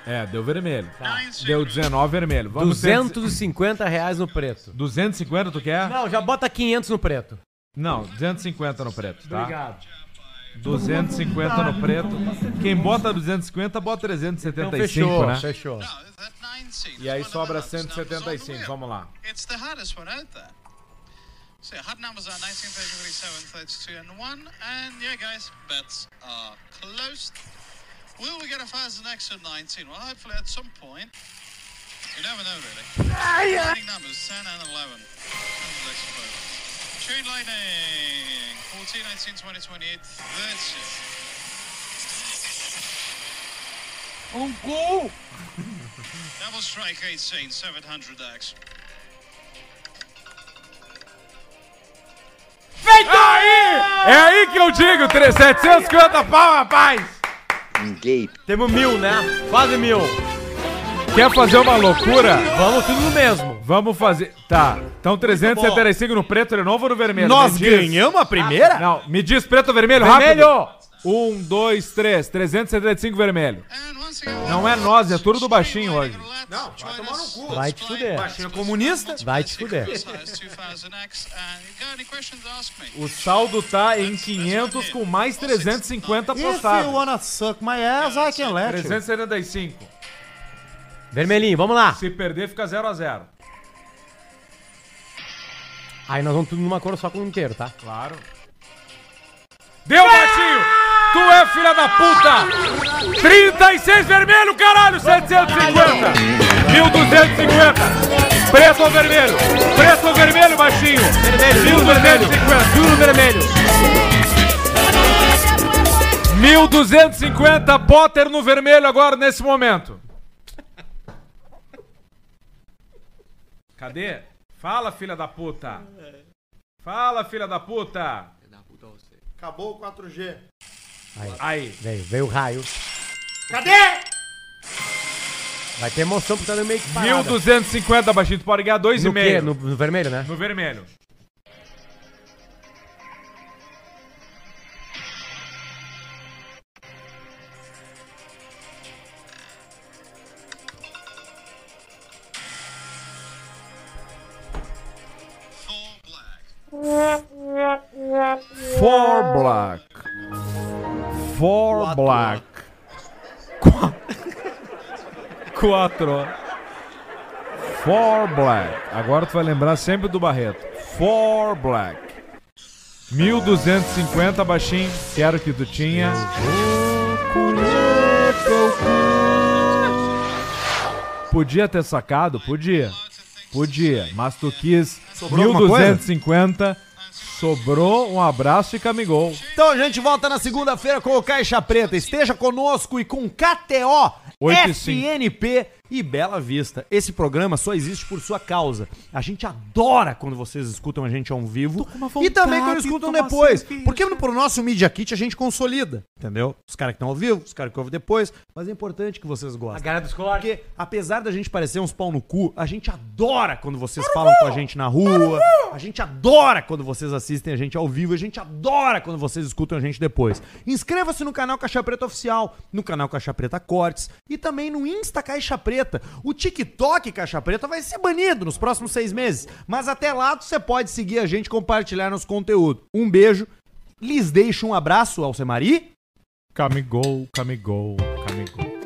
Speaker 2: É, deu vermelho.
Speaker 4: Tá.
Speaker 2: Deu 19 vermelho.
Speaker 4: 250 reais no preto.
Speaker 2: 250 tu quer?
Speaker 4: Não, já bota 500 no preto.
Speaker 2: Não, 250 no preto, tá?
Speaker 4: Obrigado.
Speaker 2: 250 no preto. Quem bota 250, bota 375,
Speaker 4: Então fechou, um
Speaker 2: né?
Speaker 4: fechou.
Speaker 2: E aí
Speaker 35: é
Speaker 2: sobra 175, vamos lá.
Speaker 35: It's the hardest one out there. So yeah, hard numbers are 19, 37, 32, and 1. And yeah, guys, bets are closed. Will we get a faster next to 19? Well, hopefully at some point. You never know, really. Lightning numbers 10 and 11. Numbers explode. Chain lightning 14, 19, 20, 28, 30.
Speaker 10: Um gol!
Speaker 35: Double strike 18, 700x.
Speaker 2: Feito! Aí! É aí que eu digo, 3, 750 pau, rapaz!
Speaker 36: Ninguém.
Speaker 4: Temos mil, né? Quase mil.
Speaker 2: Quer fazer uma loucura?
Speaker 4: Vamos tudo no mesmo.
Speaker 2: Vamos fazer. Tá. Então 375 no preto de novo ou no vermelho?
Speaker 1: Nós
Speaker 2: Me diz.
Speaker 1: ganhamos a primeira?
Speaker 2: Não, me diz preto ou vermelho,
Speaker 1: Vermelho!
Speaker 2: rápido. Um, dois, três. 375 vermelho. Não é nós, é tudo do baixinho hoje.
Speaker 25: Não, vai tomar no cu.
Speaker 4: Vai te fuder.
Speaker 25: Baixinho
Speaker 2: comunista? Vai te fuder.
Speaker 35: Size 2000x. And you got any questions, ask me.
Speaker 2: O saldo tá em 500 com mais 350
Speaker 1: If
Speaker 2: apostados.
Speaker 1: you wanna suck my ass, I can let you.
Speaker 2: 375.
Speaker 4: Vermelhinho, vamos lá.
Speaker 2: Se perder, fica 0 a 0
Speaker 4: Aí nós vamos tudo numa cor só com o inteiro, tá?
Speaker 2: Claro. Deu, baixinho! Tu é filha da puta! 36 vermelho, caralho! 750! 1250! Preto ou vermelho? Preto ou vermelho, baixinho? Vermelho, 1250! Juro vermelho! 1250 Potter no vermelho agora nesse momento. Cadê? Fala, filha da puta! Fala, filha da puta!
Speaker 25: Acabou o 4G.
Speaker 4: Aí.
Speaker 2: Aí.
Speaker 4: Veio, veio o raio.
Speaker 25: Cadê?
Speaker 4: Vai ter emoção porque tá no meio que parada.
Speaker 2: 1250, baixinho, tu pode ganhar
Speaker 4: No quê?
Speaker 2: 2,5.
Speaker 4: No, no vermelho, né?
Speaker 2: No vermelho. Four black. Four black. Quatro. Four black. Agora tu vai lembrar sempre do Barreto. Four black. 1250 baixinho, quero que tu tinha. Podia ter sacado? Podia. Podia. Mas tu quis
Speaker 37: Sobrou alguma
Speaker 2: 1250. Sobrou um abraço e camigol.
Speaker 1: Então a gente volta na segunda-feira com o Caixa Preta. Esteja conosco e com KTO,
Speaker 2: Oito e cinco.
Speaker 1: FNP e Bela Vista. Esse programa só existe por sua causa. A gente adora quando vocês escutam a gente ao vivo e também quando escutam depois. Porque no pro nosso Media Kit a gente consolida, entendeu? Os caras que estão ao vivo, os caras que ouvem depois. Mas é importante que vocês gostem. A galera dos Porque apesar da gente parecer uns pau no cu, a gente adora quando vocês falam com a gente na rua. A gente adora quando vocês assistem a gente ao vivo. A gente adora quando vocês escutam a gente depois. Inscreva-se no canal Caixa Preta Oficial, no canal Caixa Preta Cortes e também no Insta Caixa Preta. O TikTok Caixa Preta vai ser banido nos próximos seis meses. Mas até lá você pode seguir a gente e compartilhar nosso conteúdo. Um beijo. Lhes deixo um abraço, Alcemari.
Speaker 2: Camigol, camigol, camigol.